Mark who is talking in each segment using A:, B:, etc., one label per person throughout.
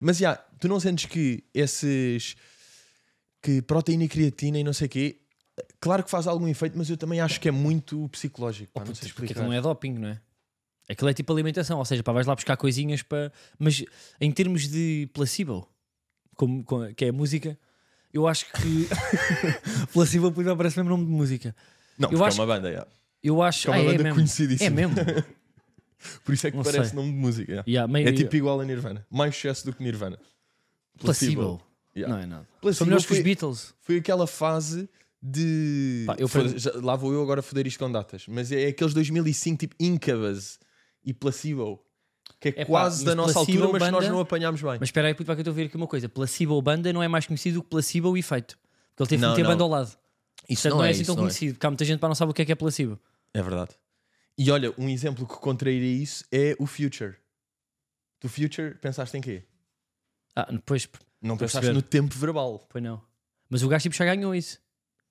A: Mas já, tu não sentes que esses. que proteína e creatina e não sei o quê. Claro que faz algum efeito, mas eu também acho que é muito psicológico. Pá,
B: Oh,
A: não
B: puto,
A: sei
B: porque
A: explicar.
B: aquilo não é doping, não é? Aquilo é tipo alimentação, ou seja, pá, vais lá buscar coisinhas para. Mas em termos de placebo, como, com- que é a música, eu acho que. placebo Playboy parece mesmo nome de música.
A: Não,
B: Eu
A: porque é
B: acho-
A: uma banda, já.
B: Eu acho
A: É uma
B: Ah,
A: banda
B: mesmo. É
A: conhecidíssima.
B: mesmo.
A: Por isso é que
B: Não
A: parece
B: sei.
A: nome de música. já.
B: Yeah, meio-
A: É tipo igual a Nirvana. Mais sucesso do que Nirvana.
B: placebo.
A: Yeah.
B: Não é nada.
A: Placebo
B: São melhores que os
A: foi-
B: Beatles.
A: Foi aquela fase de.
B: Pá, eu
A: Foda-
B: perdi-
A: já- lá vou eu agora foder isto com datas. Mas é aqueles 2005, tipo Incubus e Placebo. Que é,
B: É pá,
A: quase da
B: mas
A: nossa
B: Placebo
A: altura, mas
B: banda-
A: nós não apanhámos bem.
B: Mas espera aí, puto, pá, que eu estou a ver aqui uma coisa. Placebo Banda não é mais conhecido do que Placebo Efeito. Porque ele teve
A: Não,
B: que meter
A: não.
B: a banda ao lado.
A: isso
B: Portanto, não, é assim
A: isso,
B: tão
A: não é.
B: conhecido. Porque há muita gente para não sabe o que é que é placebo.
A: É verdade. E olha, um exemplo que contrairia isso é o Future. Do Future, pensaste em quê?
B: Ah, pois,
A: Não
B: Estou a
A: pensaste
B: perceber.
A: no tempo verbal.
B: pois não. Mas o gajo tipo já ganhou isso.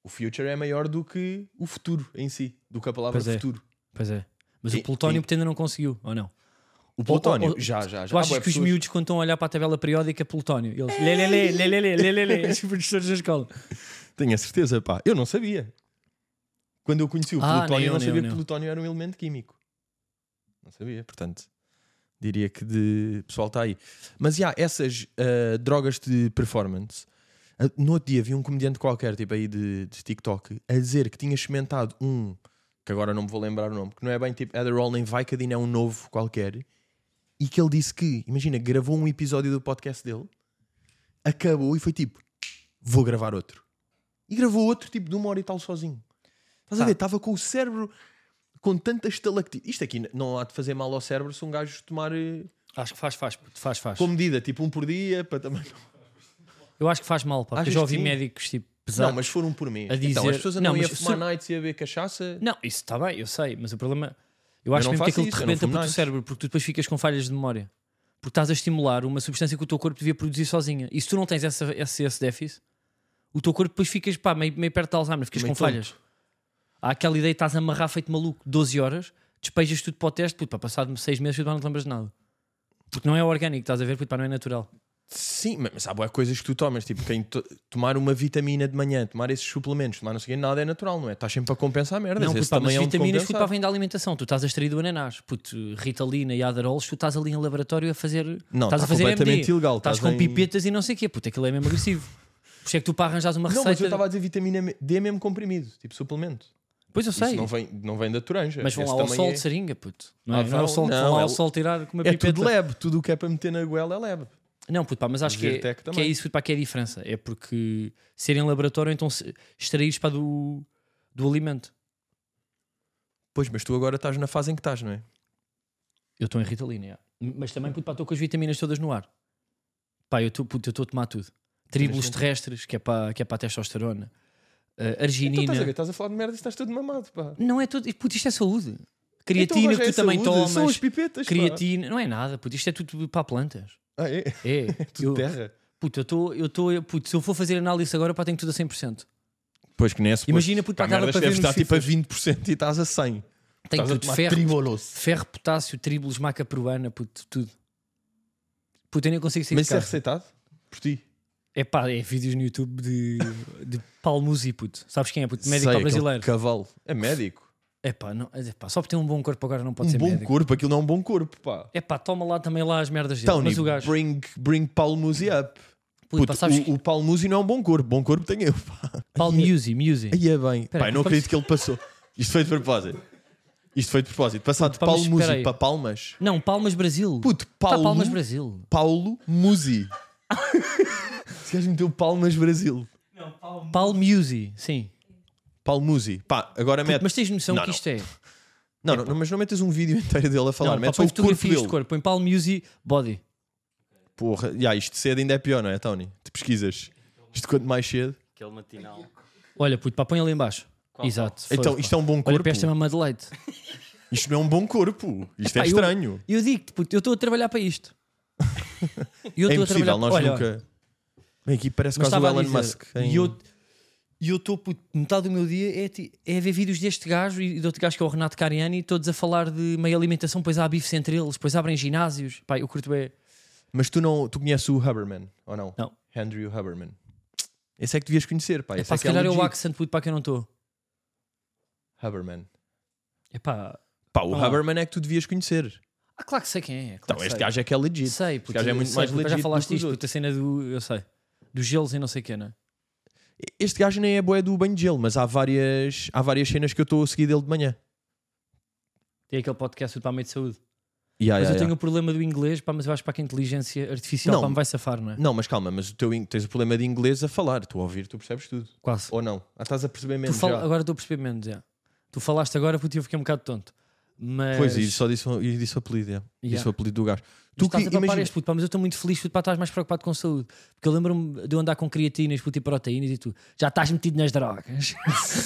A: O Future é maior do que o futuro em si, do que a palavra
B: Pois é.
A: futuro.
B: Pois é. Mas
A: E-
B: o
A: e-
B: Plutónio portanto, ainda não conseguiu, ou não?
A: O Plutónio,
B: Ou- ou-
A: já, já, já.
B: Tu
A: Há
B: achas
A: bué
B: que os
A: pessoas-
B: miúdos, quando estão a olhar para a tabela periódica, Plutónio? Eles. Lê, lê, lê, lê, lê, lê, lê, lê, lê. Os professores da escola.
A: Tenho a certeza, pá. Eu não sabia. Quando eu conheci o
B: Ah,
A: Plutónio,
B: nem eu,
A: eu não
B: nem
A: sabia que
B: eu,
A: o
B: nem eu.
A: Plutónio era um elemento químico. Não sabia, portanto. Diria que de o pessoal está aí. Mas já, essas ah, drogas de performance. ah, No outro dia vi um comediante qualquer, tipo aí de, de TikTok, a dizer que tinha experimentado um, que agora não me vou lembrar o nome, que não é bem tipo Adderall nem Vicodin, é um novo qualquer, e que ele disse que, imagina, gravou um episódio do podcast dele, acabou e foi tipo, vou gravar outro. E gravou outro tipo de uma hora e tal sozinho. Estás a
B: Tá.
A: ver? Estava com o cérebro com tanta estalactite. Isto aqui n- não há de fazer mal ao cérebro se um gajo tomar eh,
B: Acho que faz, faz, puto, faz, faz.
A: com medida, tipo um por dia, para também. não-
B: Eu acho que faz mal, pá, porque
A: Achas
B: eu já
A: que
B: ouvi
A: sim?
B: médicos tipo
A: Não,
B: pesados.
A: mas foram por mim.
B: A
A: Então,
B: dizer-
A: as pessoas andam
B: Não,
A: aí a
B: mas
A: fumar
B: se-
A: nights e a beber cachaça.
B: Não, isso está bem, eu sei, mas o problema. Eu acho
A: não
B: mesmo que
A: faço
B: aquilo
A: isso,
B: te
A: eu não
B: rebenta
A: fumo
B: para o
A: nada.
B: cérebro, porque tu depois ficas com falhas de memória. Porque estás a estimular uma substância que o teu corpo devia produzir sozinha. E se tu não tens essa, esse, esse déficit, o teu corpo depois ficas pá, meio, meio perto de Alzheimer, ficas
A: Meio
B: com falhas. Há aquela ideia de estás a amarrar feito maluco 12 horas, despejas tudo para o teste, puto, pá, passado 6 meses tu já não te lembras de nada. Porque não é orgânico, estás a ver, puto, pá, não é natural.
A: Sim, mas mas há boas coisas que tu tomas. Tipo, quem to- tomar uma vitamina de manhã, tomar esses suplementos, tomar não sei o quê, nada é natural, não é? Estás sempre a compensar merdas.
B: Não,
A: Esse
B: puto, pá, mas
A: também é um de
B: vitaminas puto, pá,
A: compensar.
B: vem da alimentação. Tu estás a extrair do ananás, puto, Ritalina e Adderall, tu estás ali em laboratório a fazer.
A: Não,
B: estás
A: tá
B: a fazer
A: completamente
B: MD.
A: ilegal,
B: Estás
A: estás
B: com
A: em-
B: pipetas e não sei o quê. Puto, aquilo é mesmo agressivo. Por isso é que tu para arranjares uma
A: Não,
B: receita.
A: mas eu estava a dizer vitamina D mesmo comprimido, tipo suplemento.
B: Pois eu sei.
A: Isso não vem, não vem da toranja.
B: Mas vão
A: Esse
B: lá ao
A: também
B: sol
A: é-
B: de seringa, puto. Não é,
A: Ah,
B: não é ao
A: vão-
B: sol,
A: não,
B: vão lá
A: é
B: ao
A: o-
B: sol tirar com uma
A: É
B: pipeta.
A: tudo leve, tudo o que é para meter na goela é leve.
B: Não, puto, pá, mas acho que é,
A: Zyrtec
B: que é
A: também.
B: isso puto, pá, que é a diferença. É porque serem laboratório, então se- extraíres para do, do alimento.
A: Pois, mas tu agora estás na fase em que estás, não é?
B: Eu estou em Ritalina, já. mas também puto, pá, estou com as vitaminas todas no ar. Pá, eu estou puto, eu estou a tomar tudo. Tríbulos
A: Interessante.
B: terrestres, que é para que é para a testosterona. Ah,
A: Então
B: arginina.
A: estás a ver, estás a falar de merda e estás todo mamado, pá.
B: não é tudo. Puto, isto é saúde.
A: Então,
B: Creatina
A: mas
B: que
A: é
B: tu também
A: saúde, São as
B: tomas.
A: pipetas, pá.
B: Creatina, não é nada, puto, isto é tudo para plantas.
A: Ah, é?
B: É,
A: Tudo
B: eu-
A: terra.
B: puto, eu estou, eu estou, puto, se eu for fazer análise agora, pá, tenho tudo a 100%.
A: Pois que nem é
B: Imagina, puto, pá,
A: a merda
B: dava para
A: deves
B: ver nos
A: estar tipo a 20% e estás a 100.
B: Tenho
A: estás a
B: tudo,
A: tomar
B: ferro,
A: triboloso.
B: ferro, potássio, tríbulos, maca peruana, puto, tudo. Puto, eu nem consigo sair
A: Mas
B: de
A: isso é
B: casa.
A: receitado? Por ti?
B: É pá, é vídeos no YouTube de, de Palmuzzi, puto. Sabes quem é, puto? Médico
A: Sei, aquele
B: brasileiro.
A: Cavalo. É médico.
B: É pá, não, é pá, só por ter um bom corpo agora não pode
A: um
B: ser
A: bom
B: médico.
A: corpo, aquilo não é um bom corpo, pá.
B: É pá, toma lá também lá as merdas dele.
A: Tony,
B: mas o gajo,
A: bring, bring Paulo Musi up.
B: puto,
A: Puto,
B: pá, sabes que-
A: o, o Paulo Musi não é um bom corpo, bom corpo tenho eu, pá.
B: Paulo Musi, Musi.
A: Aí é bem.
B: Espera,
A: Pai, não
B: mas
A: acredito que ele passou. Isto foi de propósito. Isto foi de propósito. Passado de
B: Pá, mas
A: Paulo
B: espera
A: Musi
B: aí.
A: para Palmas.
B: Não, Palmas Brasil.
A: Puto,
B: Tá
A: Paulo-
B: Palmas Brasil.
A: Paulo Musi. Esse gajo meteu Palmas Brasil.
B: Paulo Musi, sim.
A: Paulo Musi. Pá, agora mete.
B: Mas tens noção
A: Não,
B: que
A: não.
B: isto é?
A: Não, não, mas não metas um vídeo inteiro dele a falar.
B: Não, pá,
A: Mete só
B: põe
A: o corpo
B: fotografias
A: dele.
B: de corpo. Põe Paulo Musi, body.
A: Porra, já, isto cedo ainda é pior, não é, Tony? Tu pesquisas. Isto quanto mais cedo.
C: Aquele matinal.
B: Olha, puto, pá, põe ali em baixo. Exato.
A: então,
B: foda-se,
A: isto é
B: pá.
A: um bom
B: Olha
A: corpo.
B: para esta é uma Madeleine.
A: Isto não é um bom corpo. Isto é,
B: Pá, eu-
A: estranho.
B: Eu digo-te, puto, eu estou a trabalhar para isto. Eu
A: É
B: estou a
A: impossível,
B: trabalhar
A: nós
B: olha, olha,
A: nunca. Bem, aqui parece
B: mas
A: quase o
B: estava a
A: Elon
B: dizer,
A: Musk. em-
B: E eu- e eu estou, puto, metade do meu dia é, ti- é ver vídeos deste gajo e do outro gajo que é o Renato Cariani, todos a falar de meia alimentação, pois há bifes entre eles, pois abrem ginásios. Pá, eu curto bem.
A: Mas tu não tu conheces o Huberman, ou não?
B: Não.
A: Andrew Huberman. Esse é que devias conhecer, pá.
B: É
A: Esse é,
B: pá, se
A: que é
B: calhar eu
A: legit.
B: accent puto para quem eu não estou.
A: Huberman.
B: É pá.
A: Pá, o
B: Ah.
A: Huberman é que tu devias conhecer.
B: Ah, claro que sei quem é. claro
A: Então,
B: que
A: este
B: sei.
A: gajo é que é legit.
B: Sei, puto,
A: gajo é
B: eu
A: muito
B: sei,
A: mais
B: puto,
A: legit
B: Já
A: do
B: falaste
A: que os
B: isto, puto, a cena do. Eu sei. Dos gelos e não sei o que, não é?
A: Este gajo nem é boé do banho de gelo, mas há várias, há várias cenas que eu estou a seguir dele de manhã.
B: Tem aquele podcast puto, para a meio de saúde.
A: Yeah,
B: Mas
A: Ah, yeah,
B: eu tenho
A: yeah.
B: o problema do inglês, pá, mas eu acho que para que a inteligência artificial
A: Não.
B: pá, me vai safar, não é?
A: Não, mas calma, mas o teu, in- tens o problema de inglês a falar. Tu a ouvir, tu percebes tudo.
B: Quase.
A: Ou não? Ah, estás a perceber
B: Tu
A: mesmo
B: fala-
A: já.
B: Agora estou a perceber menos, já. Tu falaste agora, puto, e eu fiquei um bocado tonto. Mas.
A: Pois, e só disse, e disse o apelido, yeah.
B: Yeah.
A: disse o apelido do gajo.
B: Tu
A: Tu que
B: estás a papar
A: imagina,
B: este puto, pá, mas eu estou muito feliz, puto, pá, estás mais preocupado com saúde. Porque eu lembro-me de eu andar com creatinas, puto, e proteínas e tu já estás metido nas drogas.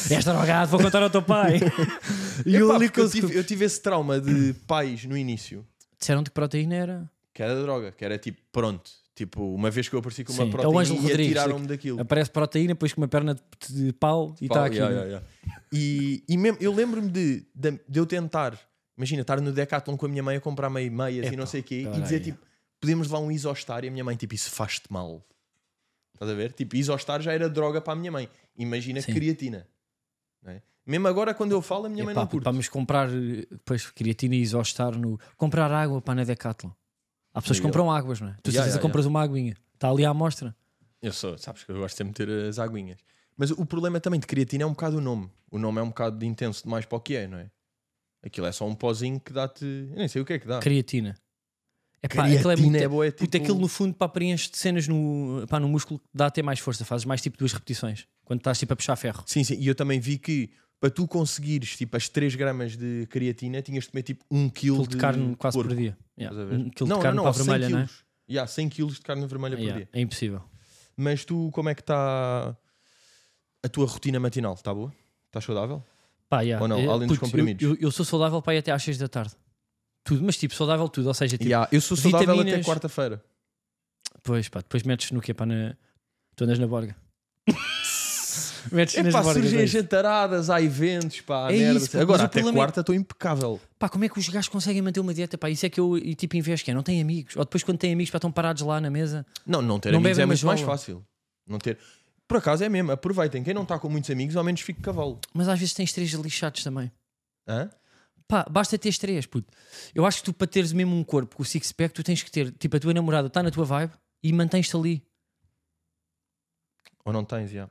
B: És drogado, vou contar ao teu pai. e
A: Epá,
B: eu ali
A: porque
B: com
A: eu, tive, eu tive esse trauma de pais no início,
B: Disseram-te que proteína era.
A: que era droga, que era tipo, pronto, tipo, uma vez que eu apareci com uma
B: Sim, é o
A: proteína
B: Ângelo
A: e
B: Rodrigues,
A: atiraram-me daquilo.
B: Aparece proteína, depois com uma perna de, de pau e está
A: Pau,
B: aqui.
A: yeah,
B: né?
A: yeah, yeah. E, e mesmo, eu lembro-me de, de, de eu tentar, imagina, estar no Decathlon com a minha mãe a comprar meio meias e
B: Epá,
A: não sei o quê, e
B: peraí.
A: dizer tipo, podemos levar um isostar e a minha mãe, tipo, isso faz-te mal. Estás a ver? Tipo, isostar já era droga para a minha mãe. Imagina
B: Sim.
A: creatina. não é? Mesmo agora, quando eu falo, a minha mãe
B: Epá, tipo,
A: não curte.
B: puto, pá, mas comprar eh, depois creatina e isostar no. Comprar água para na Decathlon. Há pessoas que
A: Eu-
B: compram águas, não é?
A: Yeah,
B: Tu de certeza
A: yeah,
B: compras uma aguinha. Está ali à amostra.
A: Eu sou, sabes que eu gosto de meter as aguinhas. Mas o problema também de creatina é um bocado o nome. O nome é um bocado de intenso demais para o que é, não é? Aquilo é só um pozinho que dá-te. Eu nem sei o que é que dá.
B: Creatina. Epá, aquilo
A: creatina é,
B: muito-
A: boa, é tipo.
B: Puta, aquilo no fundo pá, preenche de cenas no, pá, no músculo que dá até mais força, fazes mais tipo duas repetições quando estás tipo a puxar ferro.
A: Sim, sim. E eu também vi que para tu conseguires tipo as 3 gramas de creatina, tinhas de comer tipo 1
B: Quilo
A: kg
B: de carne quase
A: porco.
B: por dia.
A: Estás
B: Yeah.
A: a ver?
B: Um quilo de carne para a vermelha, não é?
A: quilos. Yeah, 100 quilos de carne vermelha por
B: Yeah,
A: dia.
B: É impossível.
A: Mas tu, como é que está a tua rotina matinal? Está boa? Estás saudável?
B: Pá, yeah.
A: Ou não,
B: É,
A: além dos
B: puto,
A: comprimidos.
B: Eu, eu- eu sou saudável para ir até às 6 da tarde. Tudo, mas tipo, saudável tudo. Ou seja, tipo,
A: Yeah, eu sou saudável até
B: vitaminas.
A: quarta-feira.
B: depois, pá, depois metes no quê? Pá, na... Tu andas na borga. metes nas
A: Epá,
B: borgas.
A: surgem
B: é isso.
A: jantaradas, há eventos, pá,
B: É
A: merda.
B: isso, pá, mas
A: Agora,
B: o
A: até
B: problema é-
A: quarta estou impecável.
B: Pá, como é que os gajos conseguem manter uma dieta? Pá, isso é que eu e tipo invejo que é, não têm amigos. Ou depois quando têm amigos, pá, estão parados lá na mesa.
A: Não, não ter
B: Não
A: amigos
B: bebem
A: é muito mais
B: majola.
A: fácil. Não ter... Por acaso é mesmo, aproveitem. Quem não está com muitos amigos, ao menos fique cavalo.
B: Mas às vezes tens três lixados também.
A: Hã?
B: Pá, basta teres três, puto. Eu acho que tu, para teres mesmo um corpo com o six-pack, tu tens que ter, tipo, a tua namorada está na tua vibe e mantens-te ali.
A: Ou não tens, já.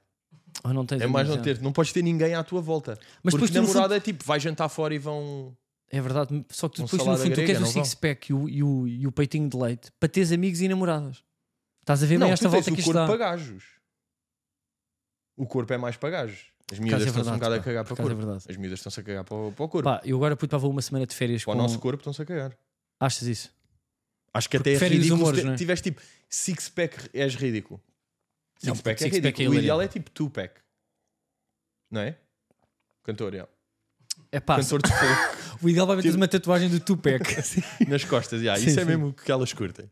B: Ah, não tens
A: É mais não
B: amigos,
A: ter, não podes ter ninguém à tua volta.
B: Mas
A: Porque
B: depois tu, no fundo,
A: namorada é tipo, vai jantar fora e vão.
B: é verdade, só que tu
A: Um
B: depois, no
A: salada
B: fundo, tu
A: grega,
B: queres o
A: não vão.
B: six-pack e o, e, o, e o peitinho de leite para teres amigos e namoradas. Estás a ver
A: não,
B: bem esta
A: tu tens
B: volta que
A: o
B: isto
A: corpo
B: dá?
A: para gajos. O corpo é mais para gajos. As
B: Por acaso
A: miúdas
B: é
A: estão-se um
B: verdade,
A: bocado a
B: pá.
A: cagar
B: Por
A: para o
B: acaso é
A: corpo.
B: verdade.
A: As miúdas estão-se a cagar para o, para o corpo.
B: Pá, eu agora, puto, pá, vou uma semana de férias
A: para
B: com...
A: o nosso corpo estão-se a cagar.
B: Achas isso?
A: Acho que
B: Porque
A: até é
B: preferem os
A: ridículo.
B: humores,
A: se
B: não é?
A: Tiveste tipo six-pack, és ridículo.
B: Não,
A: Six-pack é
B: six-pack é
A: ridículo. o
B: hilariante.
A: ideal é tipo two-pack. Não é? Cantor, é.
B: É pá,
A: Cantor de fogo
B: o ideal vai meter
A: Tipo-
B: uma tatuagem do Tupac.
A: nas costas. já,
B: Sim,
A: isso é
B: sim.
A: mesmo o que elas curtem.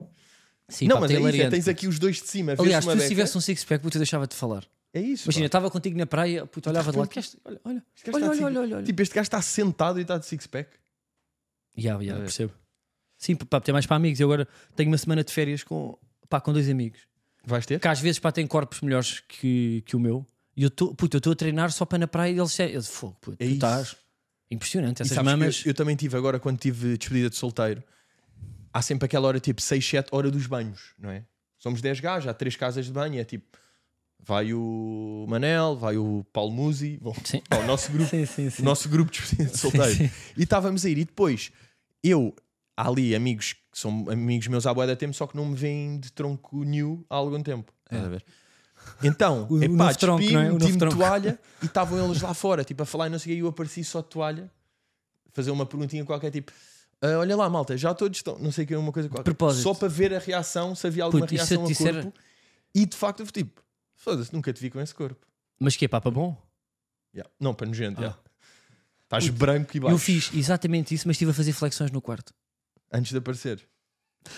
B: Sim,
A: não,
B: pá,
A: mas
B: tá
A: é isso, é,
B: hilariante.
A: tens aqui os dois de cima. vê-se
B: Aliás,
A: uma
B: tu se
A: beca.
B: tivesse um six-pack, puto, eu deixava-te falar.
A: É isso.
B: Imagina,
A: pá.
B: estava contigo na praia, puto, olhava de lado. "Queres- Olha, olha,
A: Este gajo está
B: olha,
A: de
B: olha,
A: six-
B: olha, olha.
A: Tipo, este gajo está sentado e está de six-pack.
B: Ya, ya,
A: Estás a ver?
B: percebo. Sim, para ter mais para amigos. Eu agora tenho uma semana de férias com, pá, com dois amigos.
A: Vais ter?
B: Que às vezes pá, têm corpos melhores que, que o meu. E eu tô- puto, eu estou a treinar só para na praia e eles dizem, eu, fogo, puto,
A: É
B: tu
A: isso.
B: estás impressionante.
A: E
B: Essas
A: sabes que
B: mamas.
A: Eu, eu também tive agora, quando tive despedida de solteiro, há sempre aquela hora tipo 6, 7 hora dos banhos, não é? Somos 10 gajos, há três casas de banho, é tipo. Vai o Manel, vai o Paulo Musi, vão
B: Sim.
A: ao nosso grupo,
B: Sim, sim,
A: o
B: sim.
A: nosso grupo de despedida de
B: Sim,
A: solteiro.
B: sim.
A: E estávamos a ir. E depois, eu, há ali amigos que são amigos meus à boa da tempo, só que não me veem de tronco new há algum tempo. Estás a ver? Então,
B: É. O- o
A: epá,
B: novo tronco, não é? O
A: despi-me,
B: novo
A: meti-me
B: tronco.
A: toalha e estavam eles lá fora, tipo, a falar e não sei o quê, e eu apareci só de toalha, fazer uma perguntinha qualquer, tipo, "Ah, olha lá, malta, já todos estão, não sei o que, uma coisa qualquer.
B: propósito.
A: Só para ver a reação, se havia alguma
B: Puto, e se eu
A: reação
B: te
A: ao
B: disser-
A: corpo. E de facto, eu fui tipo, foda-se, nunca te vi com esse corpo.
B: Mas que é pá, para bom?
A: Yeah. Não, para nojento,
B: Ah.
A: yeah. Estás branco e baixo.
B: Eu fiz exatamente isso, mas estive a fazer flexões no quarto.
A: Antes de aparecer.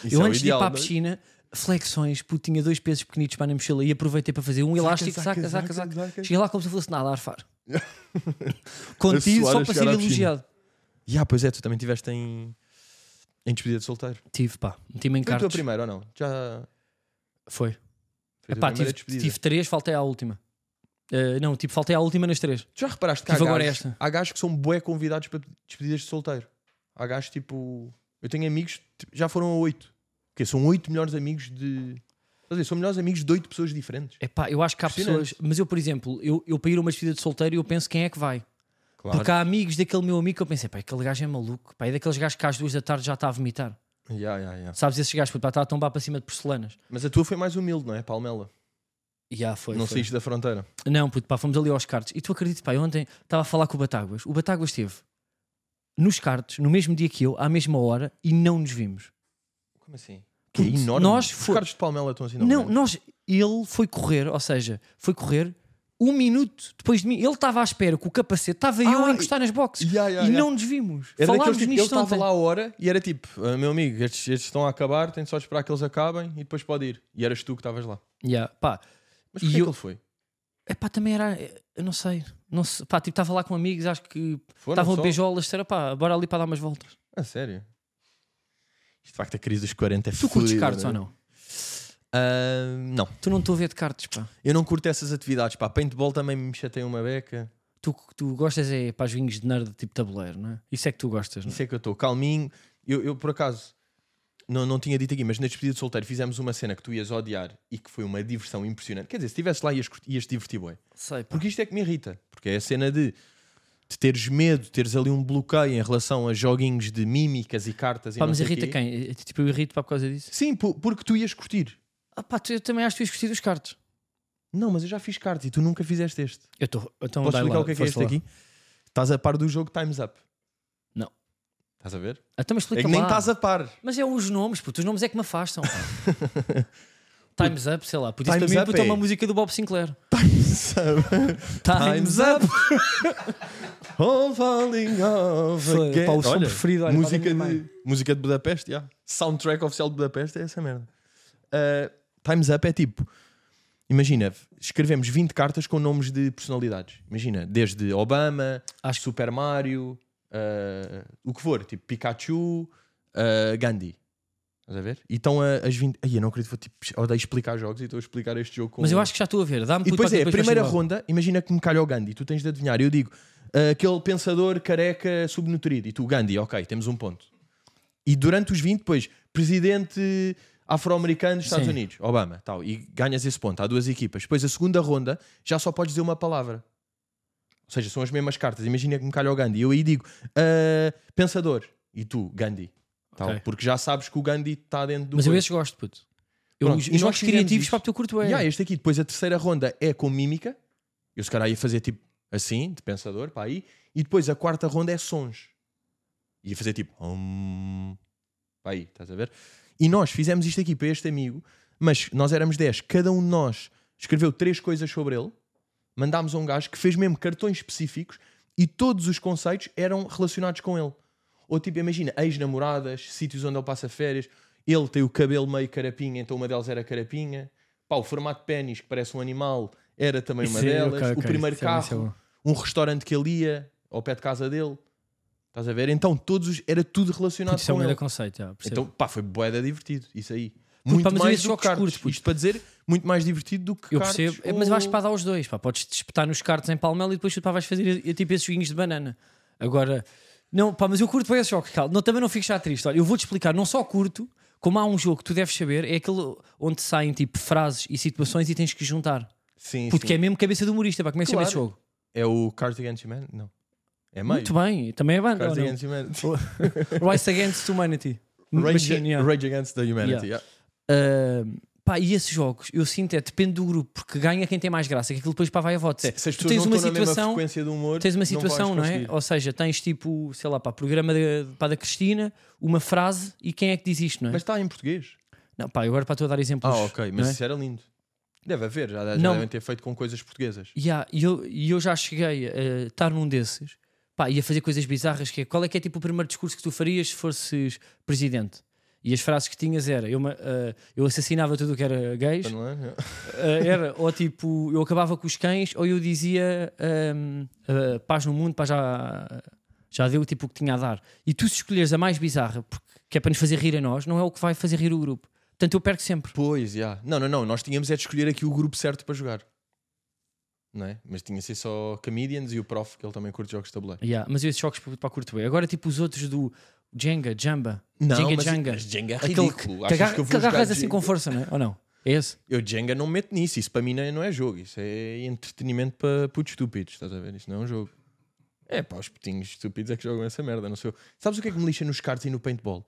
A: Isso
B: eu
A: é o
B: antes de ir
A: ideal,
B: para a
A: não é?
B: piscina, flexões, puto, tinha dois pesos pequenitos para na mochila e aproveitei para fazer um elástico, saca, saca, saca. Cheguei lá como se fosse nada a arfar. Contido
A: A suar
B: só
A: a chegar à
B: para ser
A: piscina.
B: elogiado.
A: Yeah, pois é, tu também tiveste em. Em despedida de solteiro.
B: Tive, pá. Meti-me em
A: Foi a tua
B: cartos.
A: primeira ou não? Já. Foi
B: Foi.
A: a tua
B: Epá,
A: primeira
B: tive,
A: despedida.
B: tive três, faltei à última. Eh, não, tipo, faltei à última nas três.
A: Tu já reparaste que há
B: Tive agora
A: gajos,
B: esta.
A: há gajos que são bué convidados para despedidas de solteiro. Há gajos tipo. Eu tenho amigos, tipo, já foram a oito. Porque são oito melhores amigos de. Quer dizer, são melhores amigos de oito pessoas diferentes.
B: Epá, eu acho que há
A: Impressionante.
B: pessoas. Mas eu, por exemplo, eu, eu para ir a uma despedida de solteiro, eu penso quem é que vai.
A: Claro.
B: Porque há amigos daquele meu amigo que eu pensei, pá, aquele gajo é maluco. Pá, é daqueles gajos que às duas da tarde já está a vomitar.
A: Ya, ya, ya.
B: Sabes, esses gajos, puto, pá, está a tombar para cima de porcelanas.
A: Mas a tua foi mais humilde, não é? Palmela.
B: E ah, foi.
A: não
B: foi.
A: saíste da fronteira.
B: Não, puto, pá, fomos ali aos cartos. E tu acreditas, pá, eu ontem estava a falar com o Batáguas. O Batáguas esteve nos cartos, no mesmo dia que eu, à mesma hora, e não nos vimos.
A: Como assim? Que é
B: Puto,
A: enorme.
B: nós
A: Os
B: fo-
A: carros de Palmela estão assim, não?
B: Não,
A: é?
B: nós. Ele foi correr, ou seja, foi correr um minuto depois de mim. Ele estava à espera com o capacete, estava eu a
A: Ah,
B: encostar nas boxes.
A: Ya, ya, ya.
B: e não nos vimos.
A: Era daqueles
B: Falámos
A: tipo, ele
B: nisto
A: estava
B: ontem.
A: lá a hora e era tipo, "Ah, meu amigo, estes, estes estão a acabar, tem só de esperar que eles acabem e depois pode ir. E eras tu que estavas lá.
B: Ya, pá.
A: Mas
B: E
A: porquê
B: eu-
A: que ele foi?
B: Epá, também era. Eu não sei. Não sei. Pá, tipo, estava lá com amigos, acho que
A: Foram
B: estavam a
A: só?
B: beijolas. Será pá, bora ali para dar umas voltas.
A: A sério? Isto de facto a crise dos 40 é Ah,
B: Tu curtes cartos ou não?
A: não.
B: Tu não estou a ver de cartos, pá.
A: Eu não curto essas atividades. Pá, paintball também me chatei uma beca.
B: Tu, tu gostas é para vinhos de nerd tipo tabuleiro, não é? Isso é que tu gostas, não é?
A: Isso é que eu estou calminho. Eu, eu, por acaso, não, não tinha dito aqui, mas na despedida de solteiro fizemos uma cena que tu ias odiar e que foi uma diversão impressionante. Quer dizer, se estivesse lá ias, curtir- ias te divertir, bué.
B: Sei, pá.
A: Porque isto é que me irrita. Porque é a cena de, de teres medo, teres ali um bloqueio em relação a joguinhos de mímicas e cartas. e
B: Pá,
A: não
B: mas
A: sei
B: irrita
A: quê.
B: quem? Eh, Tipo, eu irrito pá, por causa disso.
A: Sim, po- porque tu ias curtir.
B: Ah, pá, tu, eu também acho que tu ias curtir dos cartos.
A: Não, mas eu já fiz cartas e tu nunca fizeste este.
B: Eu estou. Então,
A: Posso
B: dá
A: explicar
B: lá,
A: o que é que é
B: foste
A: este
B: lá.
A: aqui? Estás a par do jogo Time's Up?
B: Não.
A: Estás a ver?
B: Ah, Então,
A: é
B: mas explica
A: que nem estás a par.
B: Mas é os nomes, puto. Os nomes é que me afastam. pá. Time's Up, sei lá. Puto, isso para
A: Time's
B: mim
A: Up
B: puto, é
A: é-
B: uma música do Bob Sinclair.
A: Time's Up.
B: Time's Up!
A: All Oh, falling off
B: Foi,
A: again.
B: pá, o som preferido, olha,
A: música,
B: para a minha
A: de, música de Budapeste, yeah. soundtrack oficial de Budapeste é essa merda. Uh, Time's Up é tipo... Imagina, escrevemos 20 cartas com nomes de personalidades. Imagina, desde Obama,
B: Acho-
A: Super Mario, uh, o que for, tipo Pikachu, uh, Gandhi. Estás a ver? E estão a- as 20. Ai, eu não acredito, vou tipo, odeio explicar jogos e estou a explicar este jogo com.
B: Mas eu acho que já estou a ver. Dá-me
A: E
B: puto,
A: depois
B: para
A: é, a primeira
B: vais chamar.
A: ronda, imagina que me calha o Gandhi, tu tens de adivinhar. Eu digo, ah, aquele pensador careca subnutrido. E tu, Gandhi, ok, temos um ponto. E durante os 20, depois, presidente afro-americano dos Estados
B: Sim.
A: Unidos, Obama, tal. E ganhas esse ponto. Há duas equipas. Depois, a segunda ronda, já só podes dizer uma palavra. Ou seja, são as mesmas cartas. Imagina que me calha o Gandhi. Eu aí digo, ah, pensador. E tu, Gandhi. Tal,
B: Ok. Porque-
A: Porque já sabes que o Gandhi está dentro do.
B: Mas eu
A: coisa.
B: esses gosto, puto. Eu,
A: Pronto,
B: os
A: e
B: os
A: nós
B: jogos
A: fizemos
B: criativos,
A: isso.
B: pá, porque eu curto é.
A: Yeah, este aqui, depois a terceira ronda é com mímica. Eu se calhar ia fazer tipo assim, de pensador, para aí. E depois a quarta ronda é sons. Ia fazer tipo. Hum, para aí, estás a ver? E nós fizemos isto aqui para este amigo, mas nós éramos 10. Cada um de nós escreveu três coisas sobre ele. Mandámos a um gajo que fez mesmo cartões específicos e todos os conceitos eram relacionados com ele. Ou tipo, imagina, ex-namoradas, sítios onde ele passa férias. Ele tem o cabelo meio carapinha, então uma delas era carapinha. Pá, o formato de pênis, que parece um animal, era também uma
B: Sim,
A: delas.
B: ok,
A: o
B: ok,
A: primeiro
B: isso é bom, isso é
A: carro,
B: bom.
A: um restaurante que ele ia, ao pé de casa dele. Estás a ver? Então, todos os- era tudo relacionado
B: Isso é um
A: com ele.
B: grande conceito, já, percebo.
A: Então, pá, foi boeda divertido, isso aí. Muito
B: pá, mas eu
A: mais
B: esses
A: do que
B: jogos
A: cartas.
B: curto, puto.
A: Isto para dizer, muito mais divertido do que
B: eu
A: cartas
B: percebo, É,
A: ou-
B: mas eu acho que para dar os dois, pá, podes te espetar nos cartos em palmela e depois tu, pá, vais fazer eh, tipo esses joguinhos de banana. Agora, não, pá, mas eu curto bem esse jogo, Cal. Não, também não fico já triste. Olha, eu vou-te explicar, não só curto, como há um jogo que tu deves saber, é aquele onde saem tipo frases e situações e tens que juntar.
A: Sim,
B: Porque
A: sim.
B: é mesmo cabeça de humorista, pá, como é que se chama esse
A: Claro.
B: jogo?
A: É... o Cards Against Humanity? Não. É meio.
B: Muito bem, também é banda. ou
A: Cards
B: não?
A: Against Humanity.
B: Rise Against Humanity.
A: Rage,
B: Machine, yeah.
A: Rage Against the Humanity. yeah.
B: Ah, pá, e esses jogos, eu sinto é depende do grupo, porque ganha quem tem mais graça, que aquilo depois pá, vai a voto.
A: Se as
B: tu
A: pessoas
B: tens
A: não estão
B: uma
A: na mesma
B: situação,
A: frequência de humor,
B: tens uma
A: não
B: situação,
A: vais
B: não, é?
A: conseguir.
B: Ou seja, tens tipo, sei lá, pá, programa de, pá, da Cristina, uma frase e quem é que diz isto, não é?
A: Mas está em português.
B: Não, pá, eu agora para estou a dar exemplos.
A: Ah, ok, mas
B: não é?
A: isso era lindo. Deve haver, já, já
B: Não.
A: devem ter feito com coisas portuguesas.
B: Yeah, e eu, e eu já cheguei a estar num desses pá, e a fazer coisas bizarras. Que é, qual é que é tipo o primeiro discurso que tu farias se fosses presidente? E as frases que tinhas era eu, ma- ah, eu assassinava tudo o que era gays,
A: Não é?
B: ah, era ou tipo eu acabava com os cães, ou eu dizia ahm, ah, paz no mundo, paz à, Já deu tipo o que tinha a dar. E tu se escolheres a mais bizarra, porque que é para nos fazer rir a nós, não é o que vai fazer rir o grupo. Portanto, eu perco sempre.
A: Pois, já. Não, não, não. Nós tínhamos é de escolher aqui o grupo certo para jogar. Não é? Mas tinha de ser só comedians e o prof, que ele também curte jogos de tabuleiro.
B: Yeah, mas esses jogos para curto bem. Agora, tipo os outros do Jenga, Jamba,
A: Não,
B: Jenga,
A: mas,
B: Jenga.
A: mas Jenga é
B: Aquele
A: ridículo.
B: que, que,
A: Achas
B: agarra-
A: que eu
B: que
A: vou jogar
B: agarras assim
A: Jenga?
B: com força, não é? Ou não? É esse?
A: Eu Jenga não me meto nisso. Isso para mim não é- não é jogo. Isso é entretenimento para putos estúpidos. Estás a ver? Isso não é um jogo. É pá, os putinhos estúpidos é que jogam essa merda. Não sei eu. Sabes o que é que me lixa nos cards e no paintball?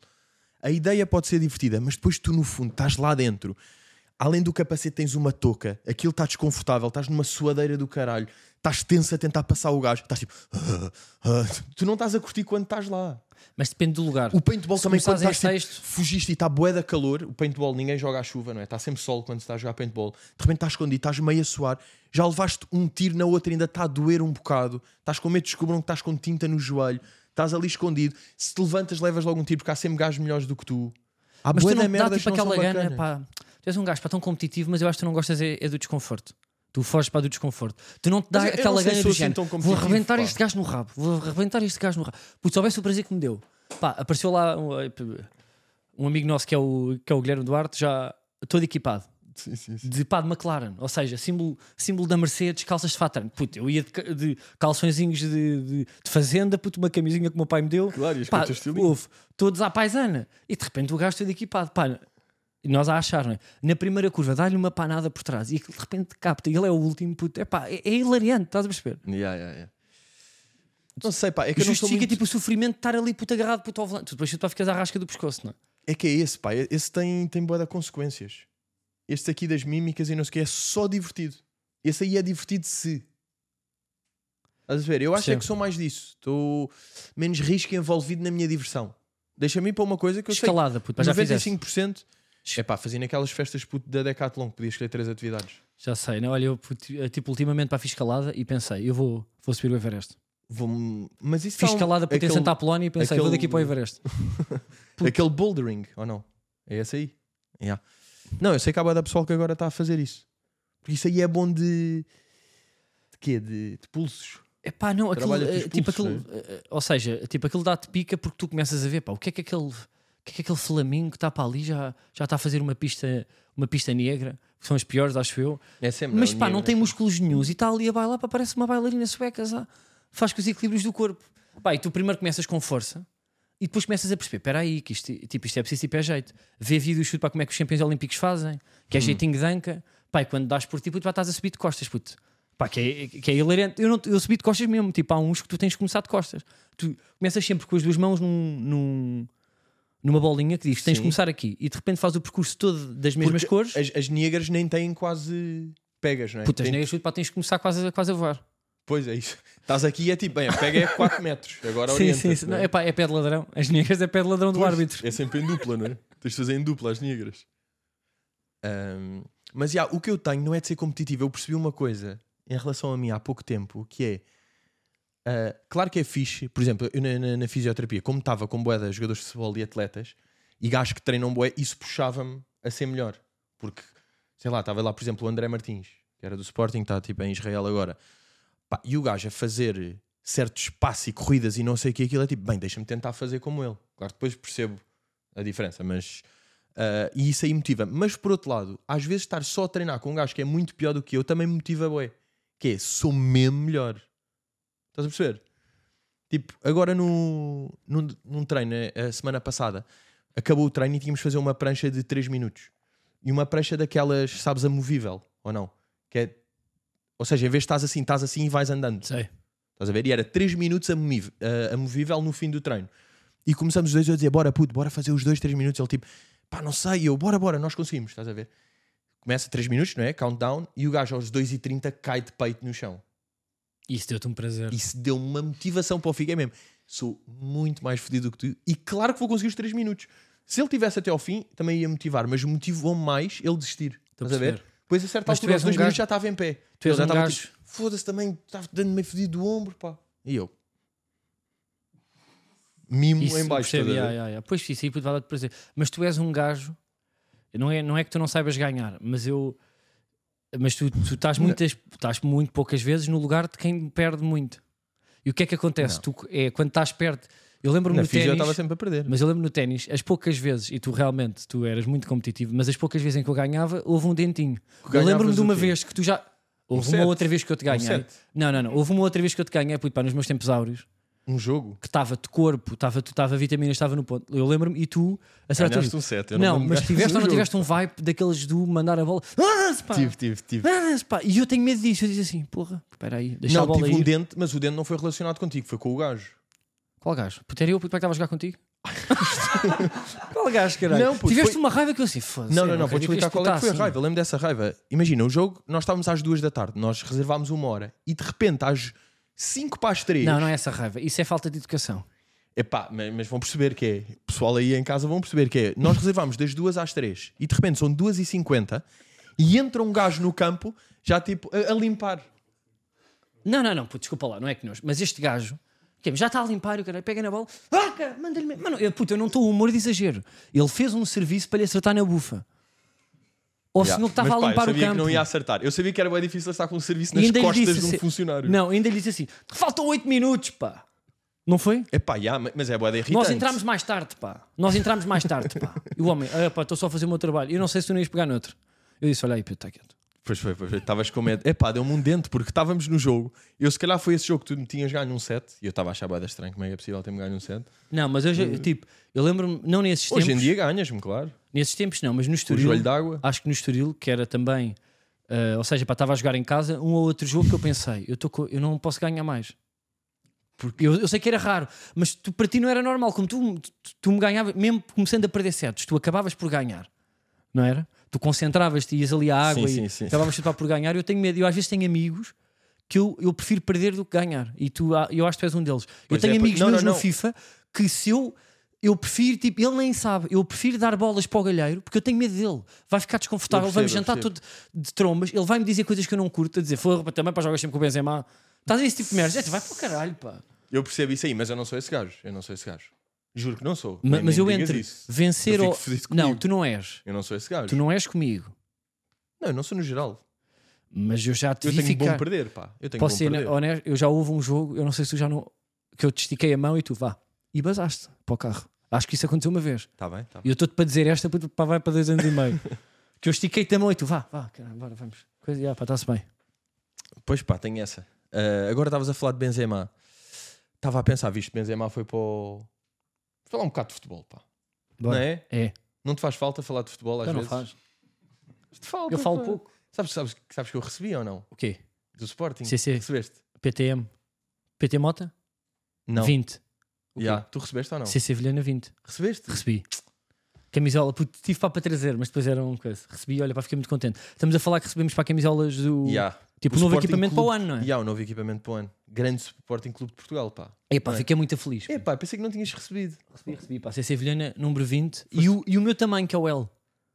A: A ideia pode ser divertida, mas depois tu no fundo estás lá dentro. Além do capacete tens uma touca. Aquilo está desconfortável. Estás numa suadeira do caralho. Estás tenso a tentar passar o gajo. Estás tipo... Tu não estás a curtir quando estás lá.
B: Mas depende do lugar.
A: O paintball também quando
B: começares
A: estás
B: em
A: tipo,
B: sexto.
A: fugiste e está bué da calor, o paintball ninguém joga à chuva, não é? Está sempre sol quando se está a jogar paintball. De repente estás escondido, estás meio a suar, já levaste um tiro na outra ainda está a doer um bocado, estás com medo de descobram que estás com tinta no joelho, estás ali escondido, se te levantas levas logo um tiro porque há sempre gajos melhores do que tu. Há
B: mas
A: bué
B: tu
A: da
B: não te dá
A: merda
B: tipo
A: que não são
B: aquela gana,
A: bacanas.
B: pá. Tu és um gajo pá, tão competitivo, mas eu acho que tu não gostas é, é do desconforto. Tu foges para do desconforto. Tu não te dá
A: Mas eu- eu
B: aquela
A: não sei
B: gana
A: se
B: do
A: sou assim
B: género.
A: tão
B: Vou
A: competitivo,
B: arrebentar
A: pá."
B: este gajo no rabo. Vou arrebentar este gajo no rabo. Putz, soubesse o prazer que me deu. Pá, apareceu lá um, um amigo nosso que é, o, que é o Guilherme Duarte, já todo equipado.
A: Sim, sim, sim.
B: De pá de McLaren, ou seja, símbolo, símbolo da Mercedes, calças de fatran. Puto, eu ia de, ca- de calçõezinhos de, de- de fazenda, puto, uma camisinha que o meu pai me deu.
A: Claro, e as
B: Pá,
A: contas de estilinho.
B: houve todos à paisana. E de repente o gajo todo equipado. Pá, e nós a achar, não é? Na primeira curva, dá-lhe uma panada por trás e aquilo de repente capta. E ele é o último puto. É pá, é, é hilariante, estás a perceber?
A: Yeah, yeah, yeah. Não sei, pá, é que eu não sou
B: Justifica
A: muito...
B: tipo o sofrimento de estar ali puto agarrado puto ao volante. Tu depois tu ficas à rasca do pescoço, não é?
A: É que é esse, pá. Esse tem, tem boa de consequências. Este aqui das mímicas e não sei o que é só divertido. Esse aí é divertido se. Estás a ver? Eu acho é
B: Sim.
A: que sou mais disso. Estou menos risco envolvido na minha diversão. Deixa-me ir para uma coisa que eu
B: Escalada, puto. Mas já
A: sei.
B: fizeste.
A: 95%. É pá, fazia naquelas festas puto da Decathlon que podia escolher três atividades.
B: Já sei, não? Olha, eu puto, eh, tipo ultimamente para fiz escalada e pensei, eu vou, vou subir o Everest.
A: Vou-me- Mas isso
B: Fiz
A: há um-
B: escalada para ter
A: aquele-
B: Santa Apolónia e pensei, vou
A: aquele-
B: daqui para o Everest. puto.
A: Aquele bouldering, ou não? É esse aí? Yeah. Não, eu sei que há bué da pessoal que agora está a fazer isso. Porque isso aí é bom de. de quê? De, de pulsos.
B: Epá, não, aquilo,
A: Trabalha-te
B: eh,
A: os
B: tipo,
A: pulsos,
B: aquilo, eh, ou seja, tipo, aquilo dá-te pica porque tu começas a ver, pá, o que é que aquele, o que é que aquele flamingo que está para ali já, já está a fazer uma pista, uma pista negra, que são as piores, acho eu.
A: É sempre.
B: Mas pá, não tem músculos nenhums e está ali a bailar, pá, parece uma bailarina sueca, já. faz com os equilíbrios do corpo. Pá, e tu primeiro começas com força e depois começas a perceber, espera aí, que isto, tipo, isto é preciso ir para jeito. Vê vídeos chute para como é que os campeões olímpicos fazem, que é jeitinho de anca. Pá, e quando dás por ti, puto, pá, estás a subir de costas, puto. Pá, que é, que é hilariante. Eu, não, eu subi de costas mesmo, tipo, há uns que tu tens de começar de costas. Tu começas sempre com as duas mãos num... num- numa bolinha que diz tens de
A: Sim.
B: começar aqui e de repente faz o percurso todo das mesmas cores
A: As, as negras nem têm quase pegas, não é?
B: Putas,
A: Tem-
B: nem ajuda, pá, tens de começar quase, a- quase a voar.
A: Pois é, isso. Estás aqui e é tipo, bem, a pega é 4 metros. Agora orienta.
B: Não, é, pá, é pé de ladrão. As negras é pé de ladrão do árbitro.
A: É sempre em dupla, não é? Tens de fazer em dupla as negras. Ahm, mas já, o que eu tenho não é de ser competitivo. Eu percebi uma coisa em relação a mim há pouco tempo, que é. ah, claro que é fixe, por exemplo, eu na, na- na fisioterapia, como estava com boeda jogadores de futebol e atletas e gajos que treinam boé, isso puxava-me a ser melhor. Porque, sei lá, estava lá, por exemplo, o André Martins, que era do Sporting, está tipo em Israel agora. Pá, e o gajo a fazer certo espaço e corridas e não sei o que aquilo é tipo, bem, deixa-me tentar fazer como ele. Claro, depois percebo a diferença, mas ah, e isso aí motiva. Mas por outro lado, às vezes estar só a treinar com um gajo que é muito pior do que eu também me motiva, bué. Que é, sou mesmo melhor. Estás a perceber? Tipo, agora no, num, num treino, eh, a semana passada, acabou o treino e tínhamos de fazer uma prancha de 3 minutos. E uma prancha daquelas, sabes, amovível, ou não? Que é, ou seja, em vez de estás assim, estás assim e vais andando.
B: Sei.
A: Estás a ver? E era 3 minutos amovível, amovível no fim do treino. E começamos os dois a dizer: bora, puto, bora fazer os dois, 3 minutos. Ele tipo, pá, não sei, E eu, bora, bora, nós conseguimos, estás a ver? Começa 3 minutos, não é? Countdown, e o gajo aos 2h30 cai de peito no chão.
B: Isso deu-te um prazer.
A: Isso deu uma motivação para o Figue, é mesmo. Sou muito mais fodido do que tu, e claro que vou conseguir os 3 minutos. Se ele tivesse até ao fim, também ia motivar, mas motivou-me mais ele desistir.
B: Estou a
A: Estás a ver?
B: perceber.
A: Pois a certa
B: Mas tu
A: altura,
B: és
A: aos
B: um
A: 2
B: gajo-
A: minutos já estava em pé.
B: Tu
A: Ele
B: és
A: já
B: um
A: estava
B: gajo-
A: tipo, foda-se também, estava dando meio fodido do ombro, pá. E eu. Mimo
B: Isso,
A: em baixo.
B: percebo,
A: estás a ver?
B: ya, ya, ya. Pois isso aí puto, vai dar-te prazer. Mas tu és um gajo, não é, não é que tu não saibas ganhar, mas eu. Mas tu, tu estás, muitas, estás muito poucas vezes no lugar de quem perde muito. E o que é que acontece?
A: Não.
B: Tu, é, quando estás perto. Eu lembro-me
A: Na
B: do
A: física eu estava
B: ténis.
A: sempre a perder.
B: Mas eu lembro no ténis, as poucas vezes, e tu realmente tu eras muito competitivo, mas as poucas vezes em que eu ganhava, houve um dentinho.
A: Que
B: Eu lembro-me
A: ganhavas
B: de uma
A: o quê?
B: vez que tu já. Houve
A: Um
B: uma
A: set?
B: outra vez que eu te ganhei.
A: set?
B: não, não, não. Houve uma outra vez que eu te ganhei, puto, pá, nos meus tempos áureos,
A: Um jogo.
B: que estava de corpo, estava estava vitamina, estava no ponto. Eu lembro-me e tu acertaste.
A: Ganhaste um set. eu
B: Não,
A: me lembro
B: mas
A: de ganhar
B: tiveste ou não
A: um jogo.
B: tiveste um vibe daqueles do mandar a bola. Ah, pá!
A: Tive, tive, tive.
B: Ah, pá! E eu tenho medo disso. Eu disse assim, porra, espera aí, deixa a
A: Não,
B: bola
A: tive
B: ir.
A: um dente, mas o dente não foi relacionado contigo, foi com o gajo.
B: Qual gajo? Puto, era eu, puto, para que estava a jogar contigo? qual gajo, caralho?
A: Não, puto,
B: Tiveste
A: foi-
B: uma raiva que eu assim, foda-se.
A: não, não, não,
B: ok,
A: vou-te
B: este
A: explicar qual é
B: tá
A: que foi a
B: assim.
A: raiva. Eu lembro dessa raiva. Imagina, o jogo, nós estávamos às duas da tarde, nós reservámos uma hora e de repente às 5 para as 3.
B: Não, não é essa raiva. Isso é falta de educação.
A: Epá, ma- mas vão perceber que é. O pessoal aí em casa vão perceber que é. Nós reservámos das 2 às 3 e de repente são 2 e 50 e entra um gajo no campo já tipo a, a limpar.
B: Não, não, não, puto, desculpa lá, não é que nós. Mas este gajo, que já está a limpar, o cara pega na bola, ah, cara, manda-lhe. me- Mano, eu, puto, eu não estou humor de exagero. Ele fez um serviço para lhe acertar na bufa. Ou se
A: Yeah.
B: não estava
A: Mas,
B: a
A: pá,
B: limpar
A: eu
B: o
A: sabia
B: campo.
A: que não ia acertar. Eu sabia que era bem difícil estar com um serviço
B: E
A: nas
B: ainda lhe
A: costas
B: disse
A: de um
B: assim-
A: funcionário.
B: Não, ainda lhe disse assim: faltam 8 minutos, pá. Não foi?
A: Epá, yeah, ma- mas é boa irritante.
B: Nós entramos mais tarde, pá. Nós entramos mais tarde, pá. E o homem, ah, pá, estou só a fazer o meu trabalho. Eu não sei se tu não ias pegar noutro. Eu disse: olha aí, puto, está quieto.
A: Pois foi, pois foi. Estavas com medo. Epá, deu-me um dente porque estávamos no jogo. Eu se calhar foi esse jogo que tu me tinhas ganho um set e eu estava a achar bada estranho como é que é possível ter-me ganho um set.
B: Não, mas eu, já- tipo, eu lembro-me, não nesses tempos.
A: Hum. Hoje em dia ganhas-me, claro.
B: Nesses tempos não, mas no
A: O
B: Estoril.
A: joelho d'água.
B: Acho que no Estoril, que era também. eh, ou seja, pá, estava a jogar em casa um ou outro jogo que eu pensei, eu, tô co- eu não posso ganhar mais. Porque eu, eu sei que era raro, mas tu, para ti não era normal. Como tu, tu, tu me ganhavas, mesmo começando a perder sets, tu acabavas por ganhar, não era? Tu concentravas-te, ias ali à água
A: Sim, sim,
B: e
A: sim.
B: acabavas sempre por ganhar. Eu tenho medo, eu às vezes tenho amigos que eu, eu prefiro perder do que ganhar. E tu, ah, eu acho que tu és um deles. eu
A: Pois
B: tenho
A: é, pois-
B: amigos
A: não,
B: meus
A: não,
B: no
A: não.
B: FIFA que se eu. Eu prefiro, tipo, ele nem sabe. Eu prefiro dar bolas para o galheiro porque eu tenho medo dele. Vai ficar desconfortável.
A: Eu percebo,
B: Vamos
A: eu
B: jantar
A: percebo.
B: todo de trombas. Ele vai me dizer coisas que eu não curto. A dizer, foda também para jogar sempre com o Benzema. Estás a esse tipo de merda. Gente, vai para o caralho, pá.
A: Eu percebo isso aí, mas eu não sou esse gajo. Eu não sou esse gajo. Juro que não sou.
B: Ma-
A: Nem-
B: mas
A: nem
B: eu
A: me digas
B: entre
A: isso.
B: vencer
A: Eu
B: ou.
A: fico fedido
B: Não,
A: comigo.
B: tu não és.
A: Eu não sou esse gajo.
B: Tu não és comigo.
A: Não, eu não sou no geral.
B: Mas eu já te
A: Eu
B: vi
A: tenho
B: ficar.
A: bom perder, pá. Eu tenho
B: Posso
A: bom
B: ser
A: perder.
B: honesto? Eu já houve um jogo, eu não sei se tu já não. que eu te estiquei a mão e tu vá. E basaste para o carro. Acho que isso aconteceu uma vez.
A: Tá bem, tá bem.
B: E eu estou-te para dizer esta puto, pá, vai para dois anos e meio. que eu estiquei-te a mão e tu vá, vá, caralho, bora, vamos. Coisa, já, pá, está-se bem.
A: Pois pá, tem essa. Ah, agora estavas a falar de Benzema. Estava a pensar, visto, Benzema foi para o... Falar um bocado de futebol, pá.
B: Bora.
A: Não é?
B: É,
A: Não te faz falta falar de futebol às
B: então não
A: vezes?
B: faz.
A: Te falta,
B: Eu falo
A: pá.
B: pouco.
A: Sabes, sabes, sabes que eu recebi ou não?
B: O quê?
A: Do Sporting?
B: CC.
A: Recebeste?
B: PTM. PT Mota?
A: Não.
B: 20.
A: Já. Tu recebeste ou não?
B: CC Vilhena, 20.
A: Recebeste?
B: Recebi. Camisola, puto, tive pá, para trazer, mas depois era um coisa. Recebi, olha, pá, fiquei muito contente. Estamos a falar que recebemos para camisolas do.
A: Já.
B: Tipo,
A: O
B: novo
A: Sporting
B: equipamento
A: Clube-
B: para o ano, não é?
A: Já, o novo equipamento para o ano. Grande Sporting Clube de Portugal, pá.
B: Epá,
A: Não é?
B: fiquei muito feliz.
A: É pá, pensei que não tinhas recebido.
B: Recebi, recebi, pá, CC Vilhena, número 20. E o, e o meu tamanho, que é o L.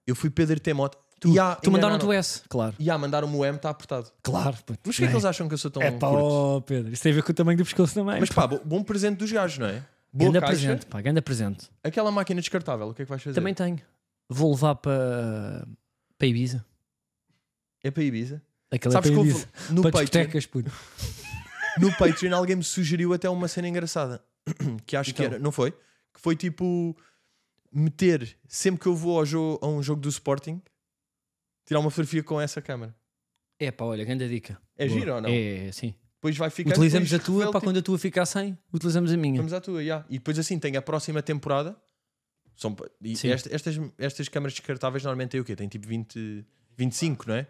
A: Eu fui Pedro Temote.
B: Tu, tu mandaram-te o S, claro.
A: Já, mandaram-me o M, está apertado.
B: Claro, puto.
A: Mas porquê é que eles acham que eu sou tão
B: É pá, é
A: curto?
B: ó, Pedro, isso tem a ver com o tamanho do pescoço também.
A: Mas pá, bo- bom presente dos gajos, não é? Boa
B: ganda
A: caixa.
B: presente, pá, ganda presente.
A: Aquela máquina descartável, o que é que vais fazer?
B: Também tenho. Vou levar para para Ibiza.
A: É para Ibiza.
B: Aquela
A: Sabes
B: é
A: que
B: para
A: houve-
B: Ibiza.
A: no
B: para
A: Patreon,
B: discotecas, puto.
A: no Patreon alguém me sugeriu até uma cena engraçada que acho que
B: Então.
A: era, não foi? Que foi tipo meter sempre que eu vou ao jogo, a um jogo do Sporting, tirar uma fotografia com essa câmera.
B: É pá, olha, grande dica.
A: É
B: Boa.
A: giro ou não?
B: É, sim.
A: Depois vai ficar.
B: utilizamos a tua, para quando a tua ficar sem, utilizamos a minha.
A: Vamos à tua, já. E depois assim tem a próxima temporada. São, pa- e
B: Sim.
A: esta- estas, estas câmaras descartáveis normalmente têm o quê? Tem tipo 20, 25, não é?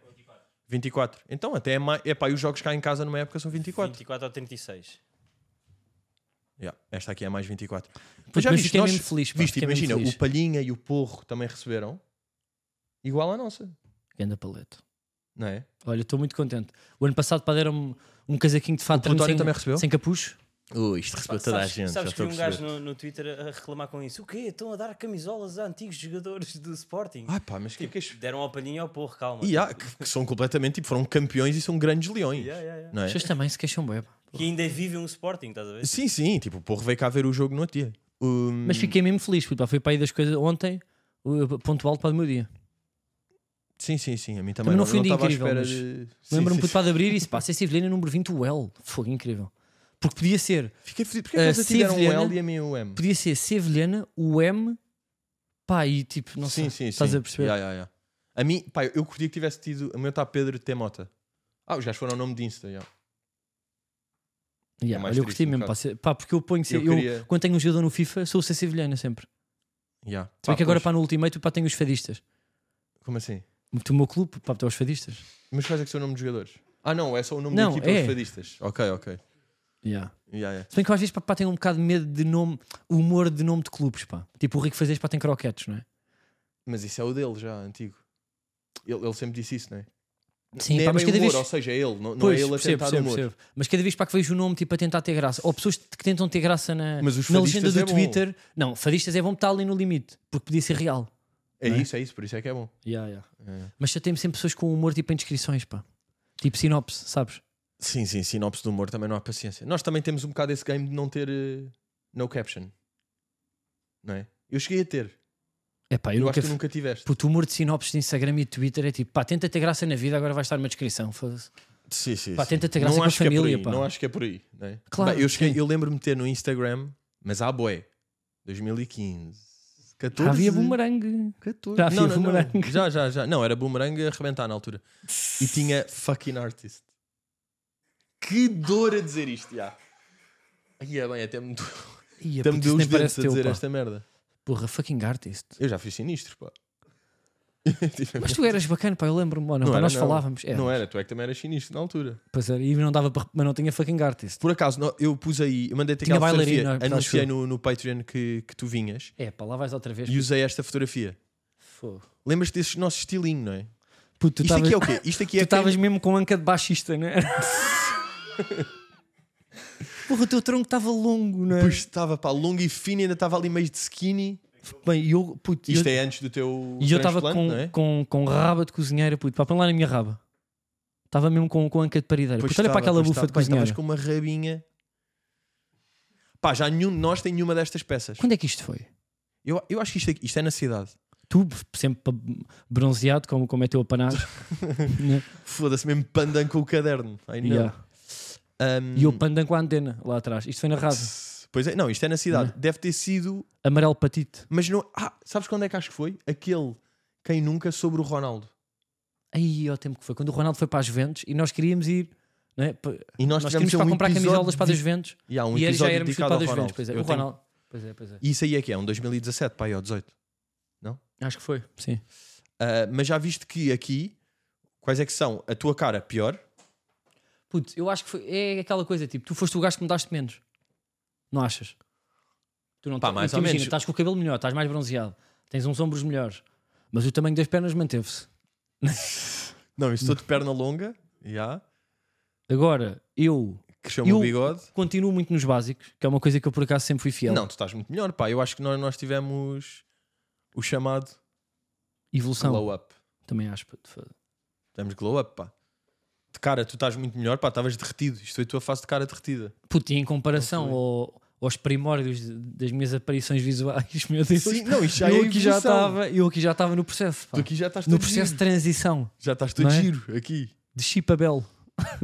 A: 24. Então até é mais. É pá, e os jogos cá em casa numa época são 24.
C: 24 ou 36.
A: Ya, Esta aqui é mais 24.
B: Puto,
A: Mas já
B: mas
A: viste,
B: fiquei
A: nós,
B: mesmo feliz, pá,
A: viste,
B: fiquei mesmo
A: imagina,
B: feliz.
A: o Palhinha e o Porro também receberam igual à nossa,
B: Ganda paleta.
A: não é?
B: Olha, estou muito contente. O ano passado, pá, deram-me um casaquinho de fato
A: Plutónio
B: sem,
A: também recebeu?
B: sem capucho.
A: Ui, isto recebeu
C: sabes, sabes que vi um gajo no, no Twitter a reclamar com isso. O quê? Estão a dar camisolas a antigos jogadores do Sporting?
A: Ah, pá, mas
C: Tipo,
A: que, que, que,
C: Deram ao palhinho ao porro, calma.
A: Ya, que, que são completamente tipo, foram campeões e são grandes leões,
C: Ya, ya, ya.
A: não é? Hum.
B: Vocês também se queixam bem. pá.
C: Que ainda vivem um Sporting, estás a ver?
A: Sim, sim, tipo, o Porro veio cá ver o jogo no outro dia. Hum,
B: Mas fiquei mesmo feliz, puto, pá, foi para aí das coisas ontem, o ponto alto para o meu dia.
A: Sim, sim, sim, a mim
B: Também
A: também,
B: não foi um dia
A: estava à
B: incrível,
A: espera
B: mas
A: de... Sim,
B: Lembro-me
A: sim,
B: puto, pá, de abrir e se passa esse Vilhena número 20, o L. Fogo incrível. Porque podia ser,
A: Fiquei fodido. Porquê é que
B: Ah,
A: eles tiveram um
B: Sevilhana-
A: L e a mim um M?
B: podia ser Sevilhana, o M, pá, e tipo, não
A: sim,
B: sei,
A: sim,
B: estás
A: sim.
B: a perceber?
A: Ya, ya, ya. A mim, pá, eu curtia que tivesse tido. O meu está Pedro T. Mota. Ah, os gajos foram o nome de Insta. ya.
B: Yeah,
A: É mais
B: olha,
A: triste
B: eu gostei
A: um
B: mesmo,
A: bocado.
B: pá, se- pá, porque eu ponho, se-
A: Eu
B: eu-
A: queria-
B: quando tenho um jogador no FIFA, sou o ser Sevilhana sempre.
A: Ya.
B: Se bem que agora
A: pois,
B: pá, no Ultimate pá, tenho os fadistas.
A: Como assim?
B: O meu clube, pá, tu os fadistas.
A: Mas quais é que são o nome dos jogadores? Ah, não, é só o nome
B: Não,
A: da equipa dos
B: é.
A: fadistas. Ok, ok.
B: Yeah.
A: Ya, ya.
B: Se bem que eu às vezes pá, pá, tenho um bocado de medo de nome, humor de nome de clubes, pá. Tipo o Rico Fazes, pá, tem croquetes, não é?
A: Mas isso é o dele já, antigo. Ele, ele sempre disse isso, não é?
B: Sim,
A: Nem
B: pá,
A: é
B: mas
A: bem
B: cada
A: humor,
B: vez.
A: ou seja, é ele, não, não
B: Pois,
A: é ele a
B: percebo,
A: tentar
B: percebo,
A: humor.
B: percebo. Mas cada vez pá, que vejo o nome, tipo, a tentar ter graça. Ou pessoas que tentam ter graça na,
A: Mas os
B: na
A: fadistas é
B: legenda do
A: bom.
B: Twitter. Não, fadistas é bom estar ali no limite, porque podia ser real.
A: É
B: Não é?
A: isso, é isso, por isso é que é bom. É.
B: Mas já temos sempre pessoas com humor, tipo, em descrições, pá. Tipo sinopse, sabes?
A: Sim, sim, sinopse do humor também não há paciência. Nós também temos um bocado esse game de não ter eh, no caption. Não é? Eu cheguei a ter.
B: É pá, eu,
A: Eu, acho que
B: nunca, f-
A: tu nunca tiveste.
B: Puto, o humor de sinopses de Instagram e Twitter é tipo, pá, tenta ter graça na vida, agora vai estar numa descrição. foda-se.
A: Sim, sim.
B: Pá,
A: sim.
B: tenta ter graça
A: não
B: com a
A: acho que é
B: família,
A: por aí,
B: pá.
A: Não acho que é por aí. não é?
B: Claro,
A: Bem, eu, cheguei-
B: sim.
A: eu lembro-me de ter no Instagram, mas há boé, 2015, 14.
B: Já havia bumerangue.
A: 14.
B: Já havia
A: não, não, não.
B: bumerangue.
A: Já, já, já. Não, era bumerangue a arrebentar na altura. E tinha fucking artist. Que dor a dizer isto, já. Aí é bem, até me doeu-
B: Ia,
A: até me deu
B: é puto, isso
A: os
B: nem
A: dentes
B: parece
A: a
B: teu,
A: dizer
B: pá.
A: esta merda.
B: Porra, fucking artist.
A: Eu já fui sinistro, pá. Tipo,
B: Mas tu eras bacana, pá, eu lembro-me. Ou Não,
A: Não
B: pá,
A: era,
B: nós
A: não.
B: falávamos. É,
A: Não era, tu é que também eras sinistro na altura.
B: Pois era, e não dava para... Mas não tinha fucking artist.
A: Por acaso, não, eu pus aí, eu mandei-te
B: Tinha
A: aquela fotografia,
B: bailarina, acho
A: anunciei
B: eu.
A: no, no Patreon que, que tu vinhas
B: É, pá, lá vais outra vez.
A: e usei esta fotografia.
B: Fogo.
A: Lembras-te desse nosso estilinho, não é?
B: Puto,
A: Isto
B: tu estavas-
A: aqui é o quê? Isto aqui
B: Tu
A: é
B: estavas mesmo com anca de baixista, não é? Porra, o teu tronco estava longo, não é?
A: Pois estava, pá, longo e fino, ainda estava ali meio de skinny.
B: Bem, e eu, puto,
A: Isto
B: eu-
A: é antes do teu
B: E eu estava
A: transplante,
B: com,
A: não é?
B: com, com raba de cozinheira, puto, pá, põe lá na minha raba. Estava mesmo com, com anca de parideira. Puto, olha
A: estava,
B: para aquela
A: pois
B: bufa
A: estava.
B: de
A: Pá, Estavas
B: cozinheira.
A: com uma rabinha. Pá, já nenhum de nós tem nenhuma destas peças.
B: Quando é que isto foi?
A: Eu, eu acho que isto, aqui- isto é na cidade.
B: Tu, sempre pa- bronzeado, como, como é teu Né? apanado.
A: Foda-se mesmo pandan com o caderno. Ai, não. Ahm,
B: E eu pandan com a antena lá atrás. Isto foi narrado.
A: Pois é, não, isto é na cidade. Deve ter sido.
B: Amarelo patite.
A: Mas não. Ah, sabes quando é que acho que foi? Aquele quem nunca sobre o Ronaldo.
B: Aí, ao tempo que foi. Quando o Ronaldo foi para as Juventus e nós queríamos ir. não é? Pa-
A: E nós,
B: Nós
A: tivemos
B: queríamos para
A: um
B: comprar
A: episódio
B: camisolas para as
A: de...
B: Juventus
A: Ya, um
B: e era- já
A: episódio
B: éramos
A: dedicado
B: para
A: ao
B: as
A: Ronaldo.
B: Juventos. Pois é,
A: Eu
B: o
A: tenho-
B: Ronaldo. Pois é, pois é.
A: E isso aí é que é, um 2017, pá, aí, ó, 18.
B: Acho que foi, sim.
A: Ah, mas já viste que aqui, quais é que são? A tua cara, pior.
B: Puto, eu acho que foi, é aquela coisa, tipo, tu foste o gajo que me daste menos. Não achas? Tu não
A: Pá,
B: te-
A: mais
B: tu
A: ou
B: imagina,
A: menos.
B: estás com o cabelo melhor, estás mais bronzeado, tens uns ombros melhores, mas o tamanho das pernas manteve-se.
A: Não, eu estou de perna longa, já.
B: Agora, eu
A: Cresceu
B: Eu-
A: o bigode.
B: continuo muito nos básicos, que é uma coisa que eu por acaso sempre fui fiel.
A: Não, tu estás muito melhor, pá. Eu acho que nós, nós tivemos o chamado
B: Evolução,
A: glow up.
B: também acho. puto, foda.
A: Tivemos glow up, pá. De cara, tu estás muito melhor, pá. Estavas derretido. Isto foi a tua fase de cara derretida.
B: Puto, e em comparação ao- aos primórdios de- das minhas aparições visuais, meu Deus,
A: não, isto
B: eu, aqui já
A: evolução.
B: estava, eu aqui já estava no processo, pá.
A: é Tu aqui já estás
B: no
A: todo
B: processo de
A: giro.
B: transição,
A: Já estás todo
B: Não é?
A: giro aqui.
B: de Chipabel.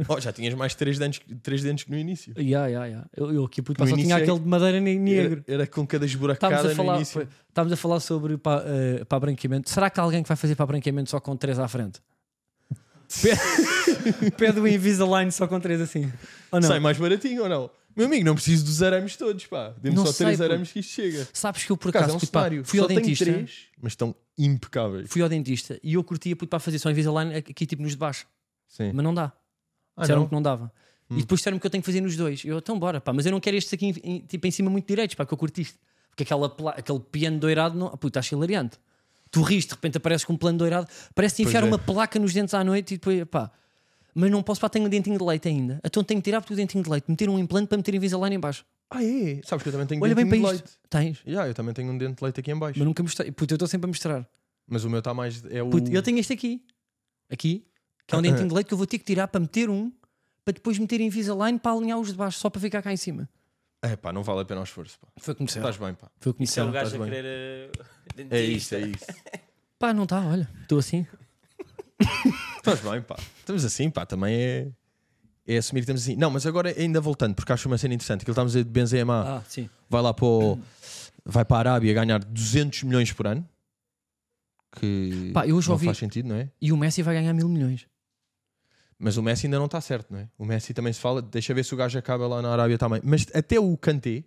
A: Oh, já tinhas mais três dentes, três dentes que no início.
B: Ya, ya, ya. Eu, eu aqui puto,
A: No
B: pá, só tinha
A: início é-
B: aquele de madeira nem negro.
A: Era, era com cada
B: Estávamos
A: esburacada
B: a, falar,
A: no início.
B: pô, estávamos a falar sobre para, eh, para branqueamento. Será que há alguém que vai fazer para branqueamento só com 3 à frente? Pe- Pede o Invisalign só com 3 assim. Ou não?
A: Sai mais baratinho ou não? Meu amigo, não preciso dos arames todos, pá. Dê-me
B: Não
A: só
B: sei,
A: três
B: pô.
A: arames que isto chega.
B: Sabes que eu por
A: Por acaso,
B: acaso
A: é um
B: puto, pá,
A: cenário.
B: fui
A: Só
B: ao
A: tenho
B: dentista.
A: três, mas estão impecáveis.
B: Fui ao dentista e eu curtia puto, para fazer só Invisalign aqui tipo nos de baixo.
A: Sim.
B: Mas não dá.
A: Ah,
B: Disseram
A: não? Hum.
B: que não dava. E depois disseram-me que eu tenho que fazer nos dois. Eu, então bora, pá, mas eu não quero estes aqui em, em- tipo, em cima muito direitos, pá, que eu curti isto. Porque aquela, pla- aquele piano doirado, não, puta, acho hilariante. Tu riste, de repente apareces com um plano doirado, parece enfiar
A: é.
B: uma placa nos dentes à noite e depois, pá. Mas não posso, pá, tenho um dentinho de leite ainda. Então tenho que tirar porque o dentinho de leite, meter um implante para meter Invisalign em baixo.
A: Ah, é? Sabes que eu também tenho
B: Olha bem
A: dentinho
B: para
A: de
B: isto.
A: leite.
B: Tens.
A: Yeah, eu também tenho um dente de leite aqui em baixo.
B: Mas nunca mostrei. Puta, eu estou sempre a mostrar.
A: Mas o meu está mais. É o...
B: Puta, eu tenho este aqui. Aqui. Que é um
A: Ah,
B: dentinho de leite que eu vou ter que tirar para meter um, para depois meter Invisalign para alinhar os de baixo, só para ficar cá em cima.
A: É pá, não vale a pena o esforço. Pá.
B: Foi como se
A: Estás bem, pá.
B: Foi como
C: Isso é o gajo a
A: estás bem.
C: querer. eh,
A: É isso,
C: dentista.
A: é isso.
B: Pá, não tá, está, olha, estou assim.
A: Estás bem, pá. Estamos assim, pá. Também é. É assumir que temos assim. Não, mas agora ainda voltando, porque acho uma cena interessante. Aquilo estamos a dizer de Benzema
B: Ah, sim.
A: vai lá para, o- vai para a Arábia ganhar 200 milhões por ano. Que
B: Pá, eu hoje
A: não
B: ouvi-
A: faz sentido, não é?
B: E o Messi vai ganhar mil milhões.
A: Mas o Messi ainda não está certo, não é? O Messi também se fala, deixa ver se o gajo acaba lá na Arábia também. Mas até o Kanté,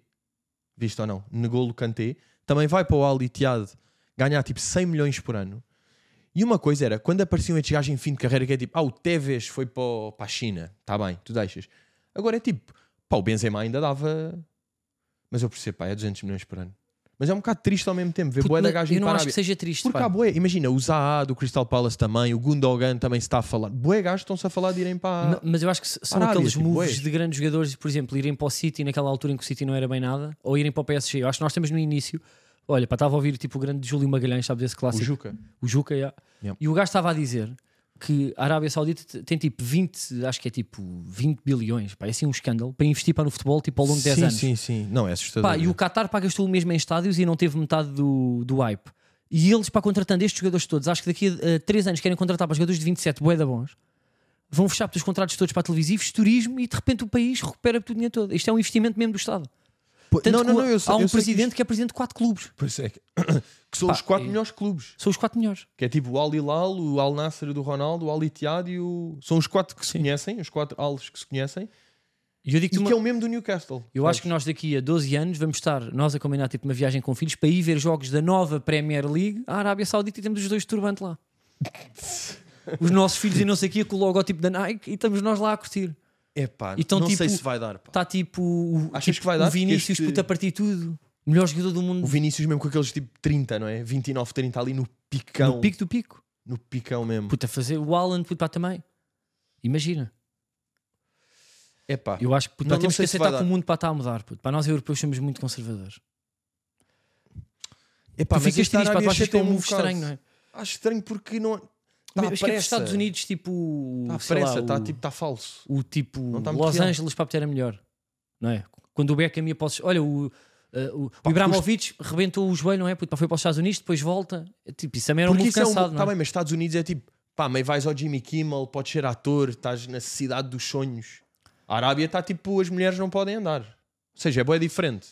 A: visto ou não, negou o Kanté, também vai para o Al Ittihad ganhar tipo 100 milhões por ano. E uma coisa era, quando apareciam estes gajos em fim de carreira, que é tipo, ah, o Tevez foi para, o- para a China, está bem, tu deixas. Agora é tipo, pá, o Benzema ainda dava. Mas eu percebo, pá, é 200 milhões por ano. Mas é um bocado triste ao mesmo tempo ver
B: Puto,
A: boé da
B: mas
A: gajo
B: eu
A: ir
B: não
A: para a
B: acho
A: Arábia.
B: que seja triste.
A: Porque
B: pá.
A: há boé, imagina, o Zaha do Crystal Palace também, o Gundogan também se está a falar. Boé gajos estão-se a falar de irem para.
B: Ma- Mas eu acho que s- são
A: Arábia,
B: aqueles
A: tipo,
B: moves
A: bué.
B: de grandes jogadores, por exemplo, irem para o City naquela altura em que o City não era bem nada, ou irem para o PSG. Eu acho que nós temos no início. Olha, pá, estava a ouvir tipo o grande Júlio Magalhães, sabes esse
A: o
B: clássico?
A: Juca.
B: O Juca, yeah.
A: Yeah.
B: e o gajo estava a dizer que a Arábia Saudita te- tem tipo 20, acho que é tipo 20 bilhões, pá, é assim um escândalo, para investir para no futebol tipo ao longo de 10
A: sim,
B: anos.
A: Sim, sim, Não, é assustador.
B: Pá, e
A: não
B: o Qatar pá, gastou o mesmo em estádios e não teve metade do, do hype. E eles, para contratando estes jogadores todos, acho que daqui a 3 anos querem contratar para jogadores de 27 boeda bons, vão fechar os contratos todos para televisivos, turismo e de repente o país recupera o dinheiro todo. Isto é um investimento mesmo do Estado.
A: é? Pô,
B: Tanto
A: não, não,
B: que
A: não, eu sei-
B: há um
A: eu sei que
B: presidente que,
A: isto-
B: é presidente de 4 clubes,
A: Pois é, que, que são
B: Pá,
A: os quatro
B: é-
A: melhores clubes.
B: são os 4 melhores.
A: Que é tipo o Al Hilal, o Al Nasser do Ronaldo, o Al Ittihad e o. São os quatro que se conhecem, os quatro Alves que se conhecem.
B: E um eu digo
A: E que é o mesmo do Newcastle.
B: Eu acho que nós daqui a 12 anos vamos estar nós a combinar tipo uma viagem com filhos para ir ver jogos da nova Premier League à Arábia Saudita e temos os dois de turbante lá. Os nossos filhos e não sei o quê com o logotipo da Nike e estamos nós lá a curtir.
A: É pá,
B: Então,
A: não sei
B: tipo,
A: se vai dar. Pá.
B: Está tipo o,
A: Achas
B: tipo,
A: que vai dar?
B: o Vinícius
A: Este-
B: puta a partir tudo. Melhor jogador do
A: O
B: mundo
A: Vinícius, mesmo com aqueles tipo 30, não é? 29, 30 ali no picão.
B: no pico do pico.
A: no picão mesmo.
B: Puta, fazer o Alan puta pá, também. Imagina.
A: É pá.
B: Eu acho que
A: Não-
B: puta, pá,
A: não
B: temos que
A: sei se
B: aceitar
A: vai
B: que o
A: dar.
B: mundo pá, está a mudar. Puta. Pá, nós europeus somos muito conservadores.
A: É pá,
B: tu ficas triste, pá, tu achas que é um move
A: bocado-
B: estranho, não é?
A: Acho estranho porque não. Tá
B: Mas
A: à
B: acho que é dos
A: pressa.
B: Estados Unidos, tipo.
A: Está à
B: sei lá,
A: pressa, está
B: o-
A: tipo, tá falso.
B: o tipo
A: Não tá muito
B: Los
A: real.
B: Angeles para obter era melhor, não é? Quando o Beckham ia para os... Olha, o, eh, o, o Ibrahimovic rebentou o joelho, não é? Puto, pá, foi para os Estados Unidos, depois volta. É, Tipo, isso também era um
A: Porque
B: muito
A: isso é um.
B: cansado,
A: Está
B: não é?
A: bem, mas Estados Unidos é tipo, pá, meio vais ao Jimmy Kimmel, podes ser ator, estás na cidade dos sonhos. A Arábia está tipo, as mulheres não podem andar. Ou seja, é boa diferente.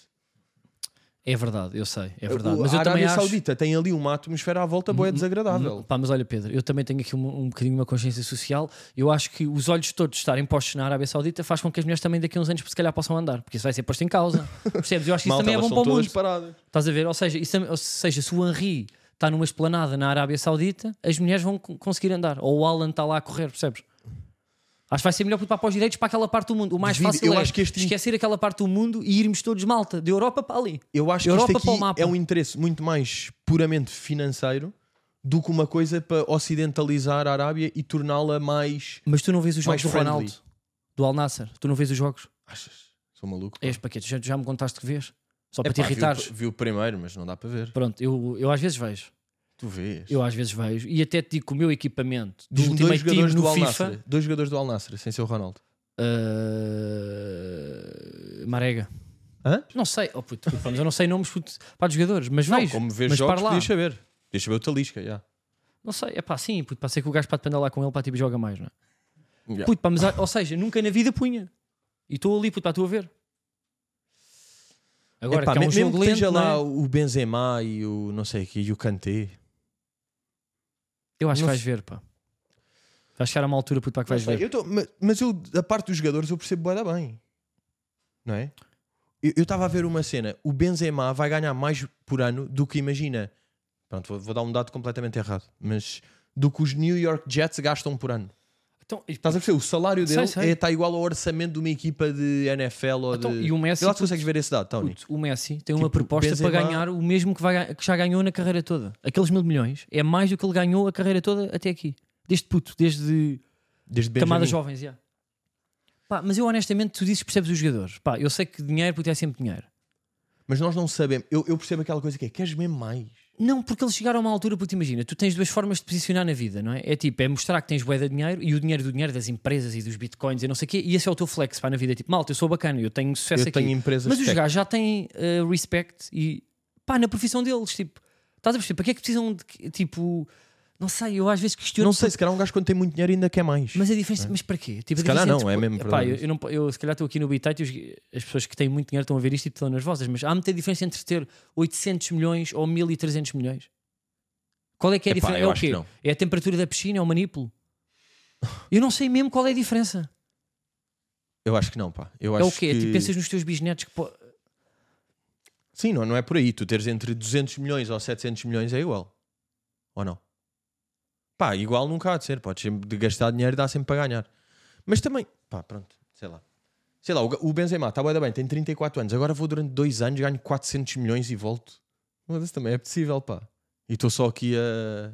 B: É verdade, eu sei, é verdade.
A: O-
B: Mas
A: a
B: eu também
A: Arábia
B: acho...
A: Saudita tem ali uma atmosfera à volta boa desagradável.
B: Pá, mas olha, Pedro, eu também tenho aqui um, um bocadinho uma consciência social. Eu acho que os olhos todos estarem postos na Arábia Saudita faz com que as mulheres também daqui a uns anos se calhar possam andar, porque isso vai ser posto em causa. Percebes? Eu acho que isso
A: Malta,
B: também é
A: elas
B: bom
A: estão
B: para o
A: todas
B: mundo.
A: paradas.
B: Estás a ver? Ou seja, isso, é- ou seja se o Henri está numa esplanada na Arábia Saudita, as mulheres vão co- conseguir andar. Ou o Alan está lá a correr, percebes? Acho que vai ser melhor puto, para os direitos para aquela parte do mundo. O mais
A: Devido-
B: fácil
A: eu
B: é
A: acho que este-
B: esquecer aquela parte do mundo e irmos todos malta, da Europa para ali.
A: Eu acho que
B: Europa
A: isto
B: para o mapa.
A: aqui é um interesse muito mais puramente financeiro do que uma coisa para ocidentalizar a Arábia e torná-la mais.
B: Mas tu não vês os jogos
A: Mais
B: do
A: friendly.
B: Ronaldo, do Al Nasser, tu não vês os jogos.
A: Achas? Sou maluco?
B: És paquete, já, já me contaste que vês. Só É, para
A: É
B: te
A: pá, vi o-
B: irritares.
A: Vi o primeiro, mas não dá para ver.
B: Pronto, eu, eu às vezes vejo.
A: Tu vês.
B: Eu às vezes vejo. E até te digo que o meu equipamento do
A: Diz-me dois
B: Ultimate Team
A: jogadores do
B: no
A: Al
B: FIFA.
A: Nassr. Dois jogadores do Al Nassr, sem ser o Ronaldo.
B: Uh, Marega.
A: Hã?
B: Não sei, oh, puto, desculpa, mas eu não sei nomes puto, pá, de jogadores, mas vejo.
A: Como vês
B: mas
A: jogos,
B: par lá.
A: podias saber. Podias saber o Talisca, já.
B: Não sei, é pá, sim, puto, pá, sei que o gajo para depender lá com ele, pá, tipo, joga mais, não é?
A: Yeah.
B: Puto, pá, mas, ah, ou seja, nunca na vida punha. E estou ali, puto, pá, estou a ver. Agora,
A: Epá,
B: que é um
A: me- mesmo
B: jogo
A: que
B: lento,
A: esteja
B: não é?
A: lá o Benzema e o não sei o que, e o Kanté.
B: eu acho que
A: não
B: vais ver, pá. Vais chegar a uma altura, puto, pá, que vais
A: Não sei,
B: ver.
A: eu tô- ma- mas eu, da parte dos jogadores, eu percebo bué da bem. Não é? Eu estava a ver uma cena. O Benzema vai ganhar mais por ano do que imagina. Pronto, vou, vou dar um dado completamente errado. Mas do que os New York Jets gastam por ano.
B: Então, e,
A: Estás a perceber? O salário
B: Sei,
A: dele
B: sei.
A: está igual ao orçamento de uma equipa de NFL ou
B: Então,
A: de.
B: e o Messi,
A: Eu lá
B: puto,
A: consegues ver esse dado, Tony.
B: puto, o Messi tem uma
A: Tipo,
B: proposta
A: Benzema-
B: para ganhar o mesmo que, vai, ga- que já ganhou na carreira toda. Aqueles mil milhões é mais do que ele ganhou a carreira toda até aqui. Desde puto, desde
A: Desde Benjamin.
B: camadas jovens, já. Pá, mas eu honestamente, tu dizes, percebes os jogadores. Pá, eu sei que dinheiro, puto, é sempre dinheiro.
A: Mas nós não sabemos. Eu, eu percebo aquela coisa que é: queres mesmo mais?
B: Não, porque eles chegaram a uma altura, puto, imagina, tu tens duas formas de posicionar na vida, não é? É tipo, é mostrar que tens bué de dinheiro e o dinheiro do dinheiro das empresas e dos bitcoins e não sei o quê, e esse é o teu flex, pá, na vida. É tipo, malta, eu sou bacana, eu tenho sucesso
A: eu
B: aqui.
A: tenho empresas.
B: Mas os
A: tech.
B: gajos já têm eh, respect e pá, na profissão deles, tipo, estás a perceber? Para que é que precisam de que- tipo Não sei, eu às vezes questiono.
A: Não sei, se calhar um gajo quando tem muito dinheiro ainda quer mais.
B: Mas a diferença, mas para quê?
A: É.
B: Tipo, a
A: Se calhar
B: diferença
A: não,
B: entre-
A: é mesmo
B: Epá,
A: verdade
B: eu,
A: isso.
B: eu não po- eu se calhar estou aqui no Bitite e os- as pessoas que têm muito dinheiro estão a ver isto e estão nervosas, mas há muita diferença entre ter 800 milhões ou 1300 milhões. Qual é que é a
A: Epá,
B: diferença?
A: eu
B: É o
A: acho que
B: quê?
A: não.
B: É a temperatura da piscina? É o manipulo? Eu não sei mesmo qual é a diferença.
A: Eu acho que não, pá. Eu
B: é
A: acho
B: o quê?
A: Que...
B: Tipo, pensas nos teus bisnetos que. po-
A: Sim, não, não é por aí. Tu teres entre 200 milhões ou 700 milhões é igual. Ou não? Pá, igual nunca há de ser. Podes sempre de gastar dinheiro, dá sempre para ganhar. Mas também, pá, pronto, sei lá. Sei lá, o ga- o Benzema está bué da bem, tem 34 anos. Agora vou durante dois anos, ganho 400 milhões e volto. Mas também é possível, pá. E estou só aqui a.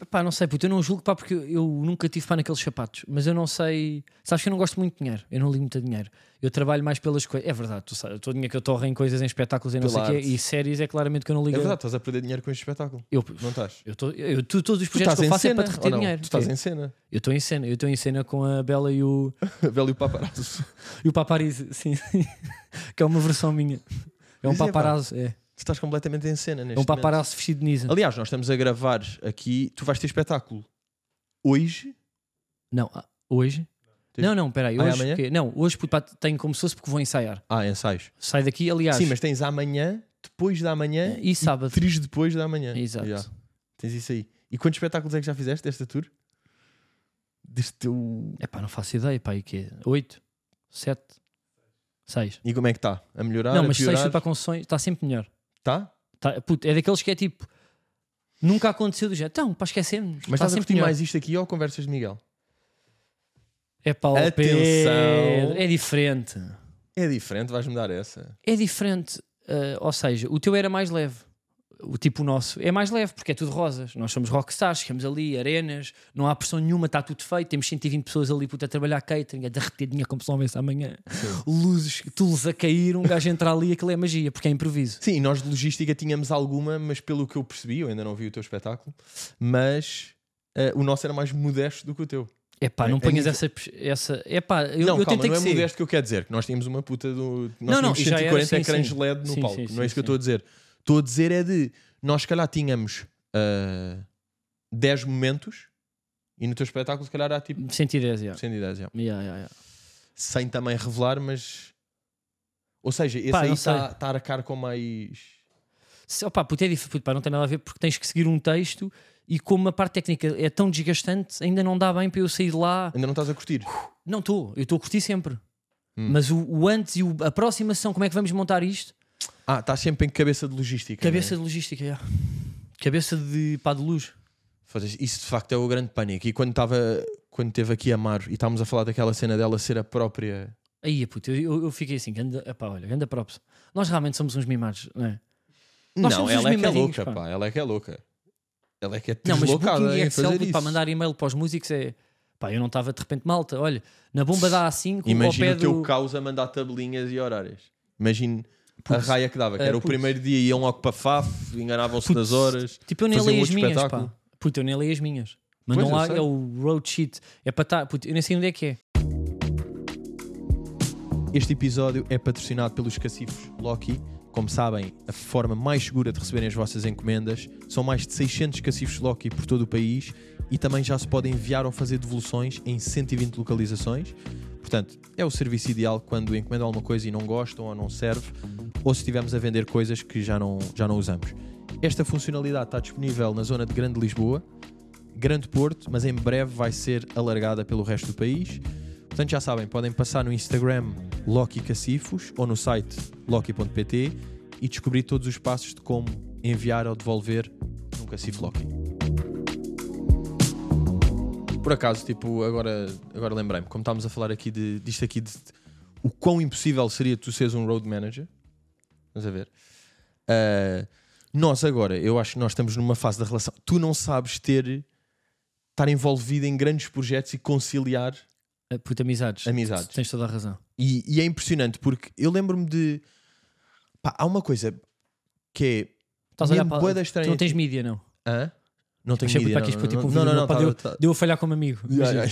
A: é
B: Pá, não sei, puto, eu não julgo, pá, porque eu- eu nunca tive pá naqueles sapatos, mas eu não sei. Sabes que eu não gosto muito de dinheiro, eu não ligo muito a dinheiro. Eu trabalho mais pelas coisas. É verdade, tu sabes, todo o dinheiro que eu torro em coisas, em espetáculos e não
A: Pela
B: sei o quê,
A: arte.
B: e séries é claramente que eu não
A: É
B: ligo. a-
A: verdade, estás a perder dinheiro com este espetáculo.
B: Eu,
A: Não estás?
B: eu, tô, eu tu- todos os
A: Tu
B: projetos
A: estás
B: que eu
A: em
B: faço
A: cena.
B: é para
A: ou
B: derreter
A: não?
B: dinheiro.
A: Tu estás
B: Sim.
A: em cena.
B: Eu estou em cena, eu estou em cena com a Bela e o,
A: Velho paparazzo. Tu
B: e o paparazzi, sim, sim. que é uma versão minha. É um
A: Pois é, pá.
B: paparazzo, é,
A: estás completamente em cena
B: é
A: neste
B: um
A: momento.
B: paparazzo vestido de Nisa.
A: Aliás, nós estamos a gravar aqui. Tu vais ter espetáculo hoje.
B: Não, ah, hoje?
A: Tens-
B: Não, não, peraí,
A: Ah, é
B: hoje,
A: amanhã?
B: quê? não, hoje puto, pá, tenho como se fosse porque vou ensaiar.
A: Ah, ensaios.
B: Sai daqui, aliás.
A: Sim, mas tens amanhã, depois da manhã
B: E sábado.
A: três depois da manhã.
B: É, Exato.
A: Já. Tens isso aí. E quantos espetáculos é que já fizeste desta tour? Deste teu.
B: É pá, não faço ideia, pá, e quê? 8, 7, 6.
A: E como é que está? A melhorar?
B: Não,
A: a
B: mas 6
A: piorar?
B: para concessões está sempre melhor.
A: Tá?
B: Tá, puto, é daqueles que é tipo. Nunca aconteceu do género. Então, para esquecermos.
A: Mas
B: está
A: estás a
B: sempre
A: curtir
B: melhor.
A: mais isto aqui ou conversas de Miguel?
B: É pá, o
A: Atenção.
B: Pedro, É diferente.
A: É diferente, vais mudar essa.
B: É diferente. ah, ou seja, o teu era mais leve. O tipo nosso é mais leve porque é tudo rosas. Nós somos rockstars, chegamos ali, arenas, não há pressão nenhuma, está tudo feito. Temos 120 pessoas ali puto, a trabalhar catering, a derreter dinheiro como se não houvesse amanhã. Luzes, tules a cair, um gajo entra ali, aquilo é magia, porque é improviso.
A: Sim, nós de logística tínhamos alguma, mas pelo que eu percebi, eu ainda não vi o teu espetáculo, mas eh, o nosso era mais modesto do que o teu.
B: É pá,
A: É-
B: não
A: é
B: ponhas
A: nível-
B: essa. essa é pá, eu,
A: não,
B: eu
A: calma,
B: tentei
A: não é
B: que ser.
A: modesto que eu quero dizer, que nós tínhamos uma puta do. Nós
B: Não, não,
A: tínhamos
B: e já era,
A: 140
B: sim,
A: ecrãs
B: sim.
A: LED no
B: Sim,
A: palco,
B: sim,
A: não é
B: sim,
A: isso que eu
B: sim.
A: estou a dizer. Estou a dizer é de. Nós, se calhar, tínhamos ah, 10 momentos e no teu espetáculo, se calhar, há tipo
B: 110, já.
A: 110. já.
B: Já, já, já.
A: Sem também revelar, mas. Ou seja, esse
B: Pá,
A: aí
B: não sei.
A: está tá a arcar com mais.
B: Se- opá, puto, é difícil, puto, pá, não tem nada a ver porque tens que seguir um texto e como a parte técnica é tão desgastante, ainda não dá bem para eu sair de lá.
A: Ainda não estás a curtir.
B: Não estou, eu estou a curtir sempre.
A: Hum.
B: Mas o, o antes e o, a próxima sessão, como é que vamos montar isto?
A: Ah, estás sempre em cabeça de logística. não é?
B: Cabeça de logística, já. Cabeça de pá de luz.
A: Foda-se, Isso de facto é o grande pânico. E quando estava. Quando teve aqui a Mar e estávamos a falar daquela cena dela ser a própria.
B: Aí, puto, eu, eu- eu fiquei assim, ganda, epá, olha, ganda props. Nós realmente somos uns mimados, não é? Nós
A: não,
B: somos
A: ela
B: uns
A: é que é
B: mimadinhos,
A: louca, pá.
B: pá.
A: Ela é que é louca. Ela é que é
B: Não, mas
A: deslocada
B: Booking e
A: em
B: Excel
A: fazer
B: puto,
A: isso.
B: para mandar e-mail para os músicos é... Pá, eu não estava de repente malta, olha, na bomba da A5, ao
A: Imagina
B: pé
A: o teu
B: do...
A: caos a mandar tabelinhas e horários. Imagina a
B: Putz,
A: raia que dava, que
B: eh,
A: era o
B: putz.
A: primeiro dia, iam logo para Faf, enganavam-se nas horas.
B: Tipo, eu nem
A: faziam
B: leio as
A: um outro
B: minhas,
A: espetáculo.
B: pá. Puto, eu nem leio as minhas.
A: Pois,
B: Mandam
A: eu
B: lá,
A: sei.
B: é o road sheet. É para estar... Puto, eu nem sei onde é que é.
A: Este episódio é patrocinado pelos cacifos Loki. Como sabem, a forma mais segura de receberem as vossas encomendas são mais de 600 cacifos Loki por todo o país e também já se podem enviar ou fazer devoluções em 120 localizações. Portanto, é o serviço ideal quando encomendam alguma coisa e não gostam ou não serve, ou se estivermos a vender coisas que já não, já não usamos. Esta funcionalidade está disponível na zona de Grande Lisboa, Grande Porto, mas em breve vai ser alargada pelo resto do país. Portanto, já sabem, podem passar no Instagram Loki Cacifos ou no site loki.pt e descobrir todos os passos de como enviar ou devolver num cacifo Loki. Por acaso, tipo, agora, agora lembrei-me, como estávamos a falar aqui de, disto aqui de, de- o quão impossível seria tu seres um road manager, vamos a ver. Ah, nós agora, eu acho que nós estamos numa fase da relação. Tu não sabes ter estar envolvido em grandes projetos e conciliar
B: Ah, Puto, amizades.
A: Amizades.
B: Tens toda a razão.
A: e, e é impressionante porque eu lembro-me de. Pá, há uma coisa que é.
B: Estás a olhar
A: mesmo
B: para...
A: bué da
B: Tu
A: estranha,
B: não tens
A: tipo,
B: mídia, não.
A: hã? Não tenho
B: Achei
A: mídia,
B: puto, aqui,
A: não, não,
B: tipo, um vídeo,
A: não, não,
B: pá,
A: tá-
B: deu,
A: tá-
B: deu a falhar como amigo.
A: Ai, ai.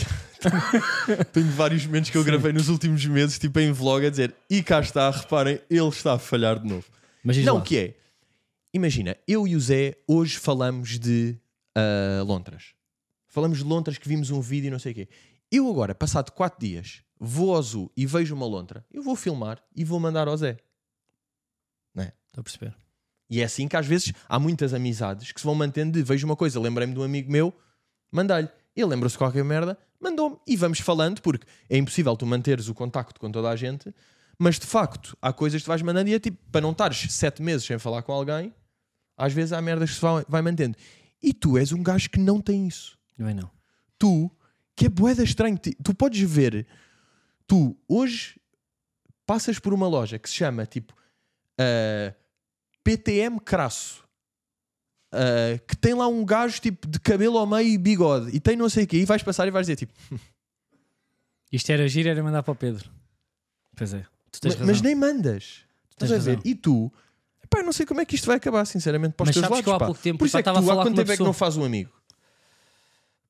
A: Tenho vários momentos que eu gravei nos últimos meses, tipo em vlog, a dizer e cá está, reparem, ele está a falhar de novo.
B: Mas diz
A: Não,
B: lá.
A: que é. Imagina, eu e o Zé hoje falamos de a lontras. Falamos de lontras que vimos um vídeo e não sei o quê. Eu agora, passado 4 dias, vou ao zoo e vejo uma lontra. Eu vou filmar e vou mandar ao Zé.
B: Estou a perceber.
A: E é assim que às vezes há muitas amizades que se vão mantendo de vejo uma coisa, lembrei-me de um amigo meu, mandei-lhe. Ele lembrou-se de qualquer merda, mandou-me. E vamos falando, porque é impossível tu manteres o contacto com toda a gente, mas de facto há coisas que tu vais mandando e é tipo, para não estares sete meses sem falar com alguém, às vezes há merdas que se vai, vai mantendo. E tu és um gajo que não tem isso
B: Bem, não.
A: tu, que é boeda estranho, ti- tu podes ver, tu hoje passas por uma loja que se chama tipo ah, PTM Crasso, ah, que tem lá um gajo tipo de cabelo ao meio e bigode, e tem não sei o quê, e vais passar e vais dizer tipo,
B: Isto era giro, era mandar para o Pedro. Pois é. Tu tens
A: mas,
B: razão.
A: mas nem mandas.
B: tens
A: Estás a ver?
B: razão.
A: E tu, pá, eu não sei como é que isto vai acabar, sinceramente, para os
B: Mas
A: teus lados.
B: sabes que eu há
A: pá.
B: pouco tempo,
A: por isso
B: pá,
A: é que
B: estava a
A: tu, há
B: falar com
A: quanto
B: uma
A: tempo é que
B: pessoa.
A: não faz um amigo?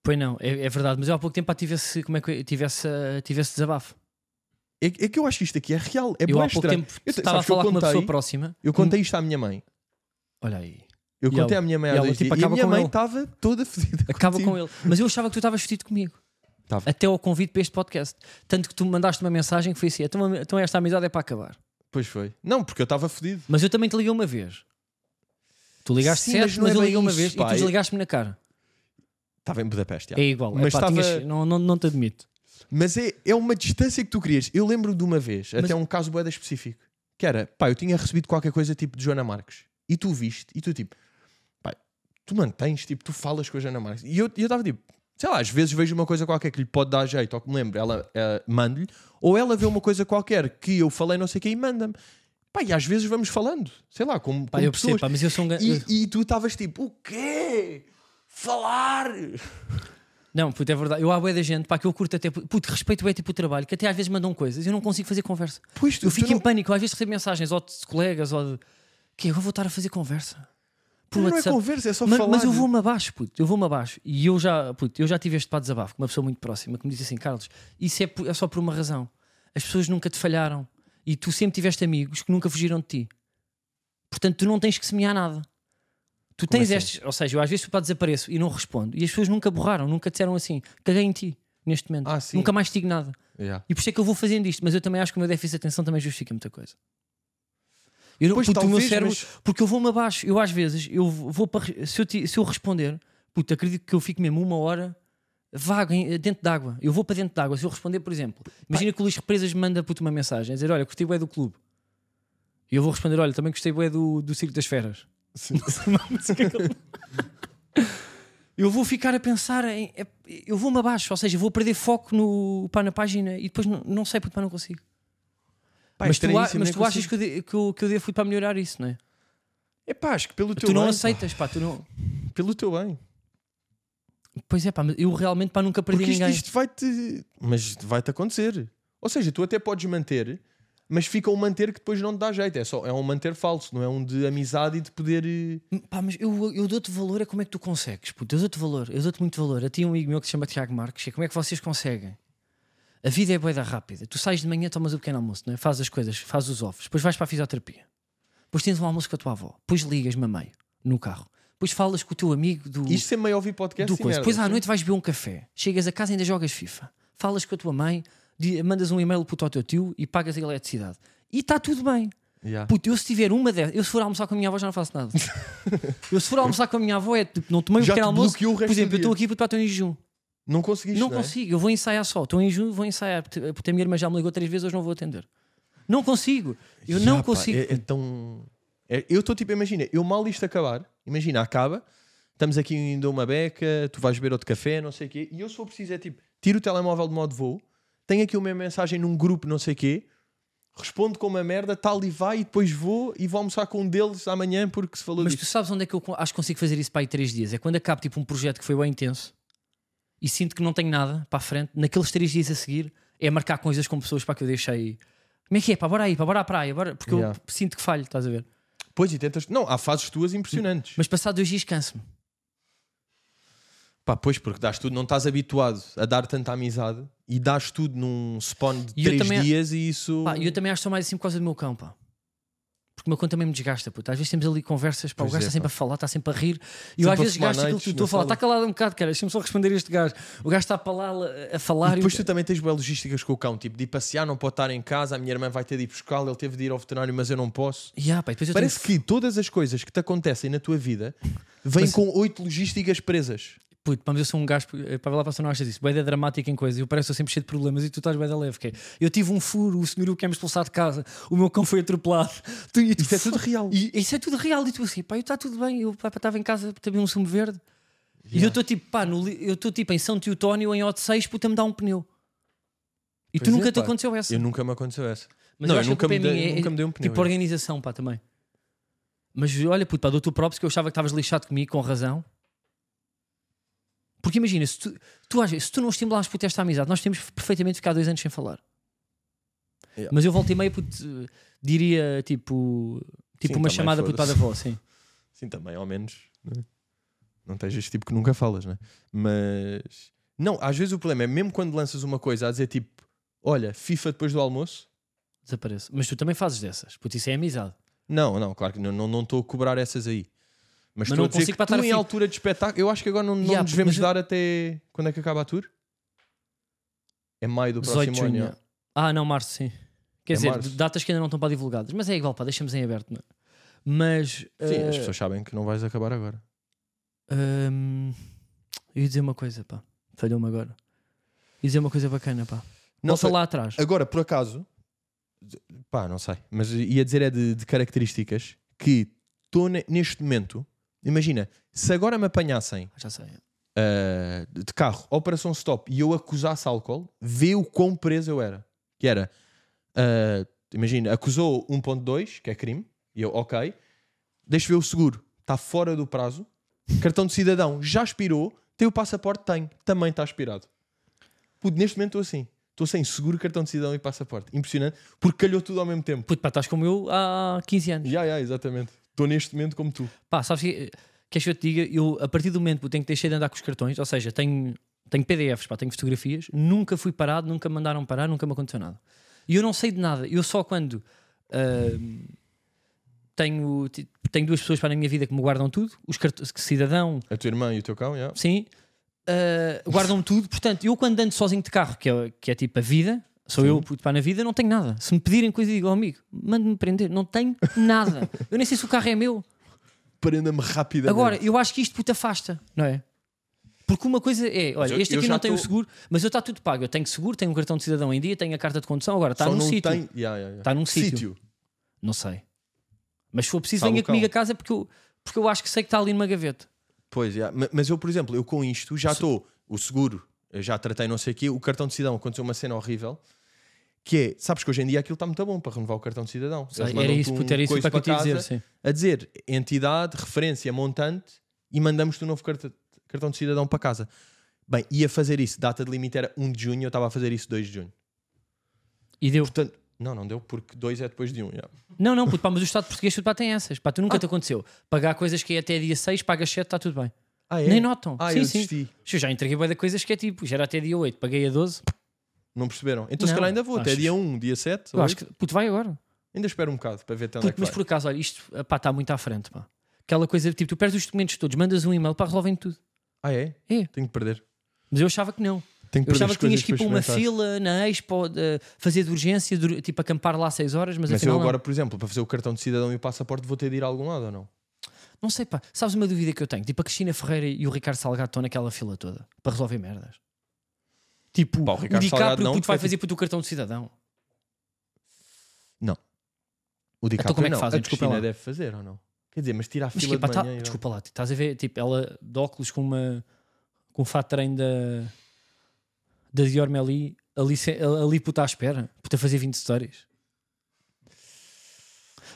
B: Pois não, é, é verdade. Mas eu há pouco tempo pá, tive esse, como é que eu- tive esse, tive esse desabafo.
A: É, é que eu acho que isto aqui é real, é
B: eu
A: bué
B: há pouco
A: estranho.
B: tempo
A: Eu te-
B: estava a
A: sabes que eu
B: falar com uma
A: contei-
B: pessoa Hum. próxima.
A: Eu contei isto à minha mãe.
B: Olha aí.
A: Eu
B: E
A: contei
B: ela-
A: à minha mãe
B: e
A: há
B: ela,
A: dois
B: tipo,
A: dias e a
B: acaba
A: minha
B: com
A: mãe
B: ele.
A: estava toda fedida.
B: Acaba com ele. Mas eu achava que tu estavas vestido comigo.
A: Tava.
B: Até ao convite para este podcast. Tanto que tu me mandaste uma mensagem que foi assim: então, então esta amizade é para acabar.
A: Pois foi. Não, porque eu estava fedido.
B: Mas eu também te liguei uma vez. Tu ligaste
A: Sim,
B: certo,
A: mas
B: mas,
A: não é
B: eu
A: bem
B: liguei uma
A: isso,
B: vez
A: pá,
B: e
A: eu-
B: tu desligaste-me na cara.
A: Estava em Budapeste. já.
B: É igual.
A: Mas
B: Epá,
A: estava-
B: tinhas- não, não, não te admito.
A: Mas é, é uma distância que tu querias. Eu lembro de uma vez,
B: Mas-
A: até um caso boeda específico, que era, pá, eu tinha recebido qualquer coisa tipo de Joana Marques. E tu viste, e tu tipo, pá, tu mantens, tipo, tu falas com a Joana Marques. E eu eu estava tipo, sei lá, às vezes vejo uma coisa qualquer que lhe pode dar jeito, ou que me lembro, ela eh, manda-lhe, ou ela vê uma coisa qualquer que eu falei não sei o que e manda-me. Pá, e às vezes vamos falando, sei lá, como,
B: Pá,
A: como
B: eu
A: pessoas.
B: percebo, pá, mas eu sou um. ga-
A: E, e tu estavas tipo, o quê? Falar!
B: Não, puto, é verdade. Eu há bué da gente, pá, que eu curto até. Puto, respeito bem tipo o trabalho, que até às vezes mandam coisas e eu não consigo fazer conversa.
A: Pois tu,
B: Eu
A: tu
B: fico em
A: não-
B: pânico. Eu às vezes recebo mensagens ou de colegas ou de. Que é, eu vou estar a fazer conversa.
A: Mas
B: Por
A: não é
B: WhatsApp.
A: conversa, é só
B: mas,
A: falar.
B: mas eu vou-me abaixo, puto. Eu vou-me abaixo. E eu já, puto, eu já tive este pá desabafo com uma pessoa muito próxima que me disse assim: Carlos, isso é, po- é só por uma razão. As pessoas nunca te falharam e tu sempre tiveste amigos que nunca fugiram de ti. Portanto, tu não tens que semear nada. Tu tens
A: assim?
B: estes, ou seja, eu às vezes pá, desapareço e não respondo. E as pessoas nunca borraram, nunca disseram assim: caguei em ti neste momento.
A: Ah, sim.
B: nunca mais te digo nada.
A: Yeah.
B: E por isso é que eu vou fazendo isto, mas eu também acho que o meu déficit de atenção também justifica muita coisa. Eu não,
A: Pois,
B: puto, o meu
A: talvez,
B: cérebro,
A: mas-
B: porque eu vou-me abaixo, eu às vezes, eu vou para, re- se, eu ti- se eu responder, puto, acredito que eu fico mesmo uma hora vago em- eh, dentro d'água. Eu vou para dentro d'água. Se eu responder, por exemplo, imagina que o Luís Represas me manda puto, uma mensagem a dizer: Olha, curti o é do clube. E eu vou responder: Olha, também gostei bué do, do Circo das Feras. é Eu vou ficar a pensar em. é- Eu vou-me abaixo, ou seja, eu vou perder foco no, pá, na página e depois não, não sei porque não consigo.
A: Pá,
B: mas tu, a-
A: estranhíssimo,
B: mas
A: nem
B: tu achas
A: consigo-
B: que eu, de- que, eu, que eu devo ir para melhorar isso, não é?
A: É pá, acho que pelo teu
B: tu não
A: bem.
B: aceitas, pá, tu não.
A: pá, Pelo teu bem.
B: Pois é, pá, mas eu realmente pá, nunca perdi
A: Porque isto,
B: ninguém.
A: isto vai-te. Mas vai-te acontecer. Ou seja, tu até podes manter, mas fica um manter que depois não te dá jeito. É, só, é um manter falso, não é um de amizade e de poder. eh,
B: Pá, mas eu, eu dou-te valor é como é que tu consegues, puto. Eu dou-te valor, eu dou-te muito valor. A ti um amigo meu que se chama Tiago Marques, é como é que vocês conseguem? A vida é boeda rápida. Tu sais de manhã, tomas o pequeno almoço, não é? Faz as coisas, faz os ovos, depois vais para a fisioterapia, depois tens um almoço com a tua avó, depois ligas mamãe no carro, depois falas com o teu amigo do.
A: Isto é assim, sem meio ouvir podcast.
B: do
A: e
B: coisa.
A: merda.
B: Hum. Depois à noite vais beber um café, chegas a casa e ainda jogas FIFA, falas com a tua mãe, di- mandas um e-mail puto ao teu tio e pagas a eletricidade. E está tudo bem.
A: Yeah.
B: Puto, eu se tiver uma dessas, eu se for almoçar com a minha avó já não faço nada. eu se for almoçar com a minha avó é tipo, não tomei um
A: Já te
B: pequeno almoço.
A: bloqueou o
B: Por
A: resto do
B: exemplo, eu
A: dia.
B: estou aqui puto, pá, estou em jejum.
A: Não conseguiste.
B: não
A: é?
B: consigo, eu vou ensaiar só. Estou em jejum, vou ensaiar. Porque porque a minha irmã já me ligou três vezes, hoje não vou atender. Não consigo. Eu
A: Já,
B: não
A: pá,
B: consigo.
A: É, é tão. é- eu estou tipo, imagina, eu mal isto acabar, imagina, acaba, estamos aqui ainda uma beca, tu vais beber outro café, não sei o quê, e eu se for preciso é tipo, tiro o telemóvel de modo de voo, tenho aqui uma mensagem num grupo, não sei o quê, respondo com uma merda, tal e vai, e depois vou e vou almoçar com um deles amanhã porque se falou
B: Mas tu
A: disto.
B: sabes onde é que eu con- acho que consigo fazer isso para aí três dias? É quando acabo tipo um projeto que foi bem intenso e sinto que não tenho nada para a frente, naqueles três dias a seguir é marcar coisas com pessoas para que eu deixei. Como é que é? Para bora aí, para bora à praia, bora, porque
A: Yeah.
B: eu sinto que falho, estás a ver?
A: Pois e tentas. Não, há fases tuas impressionantes.
B: Mas passado dois dias canso-me.
A: Pá, pois, porque dás tudo, não estás habituado a dar tanta amizade e dás tudo num spawn de
B: E eu
A: três
B: também-
A: dias e isso. Hum.
B: Pá, e eu também acho que sou mais assim por causa do meu cão, pá. Porque Porque o meu cão também me desgasta, puto. Às vezes temos ali conversas, pá, o
A: Pois é,
B: gajo está sempre
A: pá.
B: a falar, está sempre a rir. E eu
A: Sempre
B: às
A: a
B: vezes
A: fumar
B: gasto aquilo que
A: nights
B: tu estou a
A: na
B: falar,
A: sala.
B: está calado um bocado, cara, deixa-me só responder este gajo. O gajo está para lá a falar
A: E
B: e,
A: depois tu também tens boas logísticas com o cão, tipo de ir passear, não pode estar em casa, a minha irmã vai ter de ir buscá-lo, ele teve de ir ao veterinário, mas eu não posso.
B: Ya, pá, e depois eu
A: Parece
B: tenho...
A: que todas as coisas que te acontecem na tua vida vêm
B: Mas-
A: com oito logísticas presas.
B: Puto, mas eu sou um gajo, eh, para lá para não achas isso, bem dramática em coisa, eu pareço sempre cheio de problemas e tu estás bem da leve. que é, Eu tive um furo, o senhor quer me expulsar de casa, o meu cão foi atropelado. Tu, e tu-
A: Isto é tudo real.
B: E isso é tudo real. E tu assim, pá, eu está tudo bem, eu pá, pá, estava em casa, também um sumo verde. E eu estou tipo, pá, no li- eu estou tipo em São Teutónio, em Odisseis, puta me dá um pneu. E tu
A: Pois é,
B: nunca te
A: pá.
B: aconteceu essa.
A: Eu nunca me aconteceu essa.
B: Mas
A: não,
B: eu
A: eu
B: acho
A: nunca
B: que a
A: me,
B: culpa é
A: dei,
B: minha, é-
A: nunca me dei um pneu.
B: Tipo organização, pá, também. Mas olha, puto, pá, dou-te o props que eu achava que estavas lixado comigo, com razão. Porque imagina, se tu, tu, às vezes, se tu não estimulares puto, esta amizade, nós temos perfeitamente ficar dois anos sem falar.
A: Yeah.
B: Mas eu voltei meio, puto, eh, diria tipo, tipo
A: Sim,
B: uma
A: também,
B: chamada puto, para a
A: foda-se.
B: avó, sim.
A: Sim, também, ao menos. né? Não tens este tipo que nunca falas, né? Mas. Não, às vezes o problema é mesmo quando lanças uma coisa a dizer tipo, olha, FIFA depois do almoço.
B: Desapareço. Mas tu também fazes dessas, puto, isso é amizade.
A: Não, não, claro que não estou não, estou a cobrar essas aí. Mas,
B: Mas
A: estou
B: não
A: a dizer
B: consigo
A: que
B: para estar
A: tu, em
B: a fi-
A: altura de espetáculo, eu acho que agora não, não
B: Yeah,
A: nos devemos
B: mas eu-
A: dar até. Quando é que acaba a tour? É maio do
B: 18 de
A: próximo ano.
B: junho.
A: é.
B: Ah, não, março, sim. Quer
A: É
B: dizer,
A: março.
B: datas que ainda não estão para divulgadas. Mas é igual, pá, deixamos em aberto. não é? Mas.
A: Sim, as
B: eh,
A: pessoas sabem que não vais acabar agora.
B: Hum, eu ia dizer uma coisa, pá. Falhou-me agora. Ia dizer uma coisa bacana, pá.
A: Não
B: Volta
A: sei-
B: lá atrás.
A: Agora, por acaso, de- pá, não sei, mas ia dizer é de, de características que estou neste momento. Imagina, se agora me apanhassem
B: Já sei.
A: ah, de carro, operação stop, e eu acusasse álcool, vê o quão preso eu era. Que era, ah, imagina, acusou 1.2, que é crime, e eu, ok, deixa ver o seguro, está fora do prazo, cartão de cidadão já expirou, tem o passaporte, tenho, também está expirado. Puto, neste momento estou assim, estou sem seguro, cartão de cidadão e passaporte. Impressionante, porque calhou tudo ao mesmo tempo.
B: Puto, pá, estás como eu há 15 anos.
A: Já, já, exatamente. Estou neste momento como tu.
B: Pá, sabes que. Queres que eu te diga? Eu, a partir do momento que tenho que deixar de andar com os cartões, ou seja, tenho, tenho PDFs, pá, tenho fotografias, nunca fui parado, nunca me mandaram parar, nunca me aconteceu nada. E eu não sei de nada. Eu só quando. hum, tenho, ti- tenho duas pessoas para na minha vida que me guardam tudo, os cartões, cidadão,
A: A tua irmã e o teu cão, já.
B: Sim. Uh, Guardam-me tudo. Portanto, eu quando ando sozinho de carro, que é, que é tipo a vida, sou
A: Sim.
B: eu puto, pá, na vida, não tenho nada. Se me pedirem coisa, digo, oh, amigo, mande-me prender. Não tenho nada. eu nem sei se o carro é meu.
A: Prenda-me rapidamente.
B: Agora, eu acho que isto puta afasta, não é? Porque uma coisa é, olha,
A: eu-
B: este
A: eu
B: aqui
A: já
B: não tem o
A: tô-
B: seguro, mas eu está tudo pago. Eu tenho seguro, tenho um cartão de cidadão em dia, tenho a carta de condução, agora está
A: Só
B: tá num
A: não
B: sítio.
A: tem- já, já, já.
B: Está num sítio. Não sei. Mas se for preciso,
A: Sabe
B: venha
A: o cão.
B: comigo a casa porque eu, porque eu acho que sei que está ali numa gaveta.
A: Pois, já. Ma- mas eu, por exemplo, eu com isto já estou, o seguro, eu já tratei não sei o quê, o cartão de cidadão, aconteceu uma cena horrível, que é, sabes que hoje em dia aquilo está muito bom para renovar o cartão de cidadão. Eles
B: Sei, era
A: mandam-te
B: isso,
A: um
B: puto, era isso
A: coisa
B: para que eu te ia
A: casa
B: dizer. Sim.
A: A dizer entidade, referência, montante e mandamos-te um novo carta- cartão de cidadão para casa. Bem, ia fazer isso, data de limite era 1 de junho, eu estava a fazer isso 2 de junho.
B: E deu.
A: Portanto, não, não deu, porque 2 é depois de 1. já.
B: Não, não, puto, pá, mas o Estado português puto, pá, tem essas. Pá, tu nunca te aconteceu. Pagar coisas que é até dia 6, pagas 7, está tudo bem.
A: Ah, é?
B: Nem notam.
A: Ah,
B: sim,
A: eu
B: sim.
A: desisti.
B: Eu já entreguei bué de coisas que é tipo, já era até dia 8, paguei a 12.
A: Não perceberam? Então, se
B: Não,
A: calhar ainda vou, até
B: achas?
A: dia 1, dia 7.
B: Eu acho que, puto, vai agora.
A: Ainda espero um bocado para ver até onde é
B: Puto,
A: que
B: mas
A: vai.
B: por acaso, olha, isto pá, está muito à frente, pá. Aquela coisa, tipo, tu perdes os documentos todos, mandas um e-mail, pá, resolvem tudo.
A: Ah, é?
B: É.
A: Tenho que perder.
B: Mas eu achava que não.
A: Tenho que
B: Eu
A: perder
B: achava
A: as
B: que tinhas
A: coisas
B: que ir
A: para
B: para uma
A: experimentar.
B: fila na Expo, eh, fazer de urgência, dur- tipo, acampar lá 6 horas, mas,
A: Mas eu
B: afinal
A: agora, por exemplo, para fazer o cartão de cidadão e o passaporte, vou ter de ir a algum lado ou não?
B: não. não sei, pá. Sabes uma dúvida que eu tenho? Tipo, a Cristina Ferreira e o Ricardo Salgado estão naquela fila toda para resolver merdas.
A: Tipo, Pá, o
B: o
A: Ricardo Salgado
B: DiCaprio
A: não.
B: puto, vai
A: porque é
B: fazer puto o cartão de cidadão.
A: tipo- O DiCaprio
B: como é que
A: não.
B: fazem?
A: A
B: Desculpa
A: Cristina
B: lá.
A: deve fazer ou não? Quer dizer, mas tira a
B: Mas
A: fila
B: que, pá,
A: de
B: tá-
A: manhã. e-
B: desculpa lá, estás a ver, tipo, ela de óculos com uma com um fato de treino da da Dior Meli ali, se- ali puta à espera, puta a fazer 20 histórias.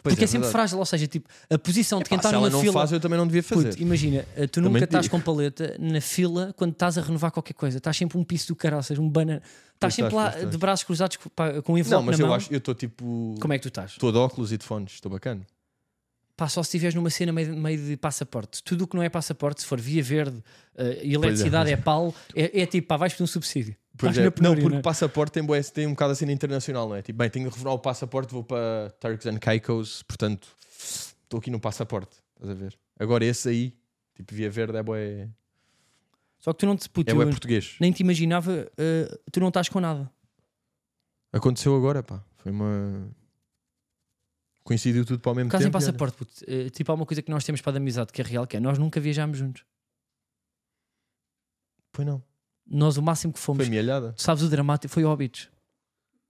A: Pois
B: Porque é, sempre
A: verdade.
B: frágil, ou seja, tipo, a posição de quem
A: Pá,
B: está
A: se ela
B: numa
A: não
B: fila.
A: faz, eu também não devia fazer.
B: Puto, imagina, eh, tu
A: Também
B: nunca
A: te digo.
B: estás com paleta na fila quando estás a renovar qualquer coisa, estás sempre um piso do caraças, um banana,
A: Pois
B: estás sempre
A: estás,
B: lá
A: pois estás.
B: de braços cruzados com, pá, com um
A: não,
B: envelope
A: mas
B: na
A: eu
B: mão.
A: acho, eu estou tipo.
B: Como é que tu estás?
A: Estou de óculos e de fones, estou bacana.
B: Pá, só se estiveres numa cena meio, meio de passaporte. Tudo o que não é passaporte, se for via verde eh, e eletricidade é, pau, é, é tipo, pá, vais pedir um subsídio.
A: Pois
B: Estás
A: é,
B: na
A: não,
B: penúria,
A: porque
B: né?
A: passaporte tem, bué- tem um bocado a cena internacional, não é? Tipo, bem, tenho que renovar o passaporte, vou para Turks and Caicos, portanto, estou aqui no passaporte, estás a ver? Agora esse aí, tipo, via verde é bué,
B: Só que tu não te puto,
A: é bué português.
B: nem te imaginava, eh, tu não estás com nada.
A: Aconteceu agora, pá. Foi uma... Coincidiu tudo para o mesmo
B: Caso em
A: Um tempo. e olha.
B: passaporte, puto, eh, tipo, há uma coisa que nós temos para a de amizade que é real, que é nós nunca viajámos juntos.
A: Pois não.
B: Nós o máximo que fomos,
A: Foi mielhada.
B: tu sabes o dramático, foi óbitos.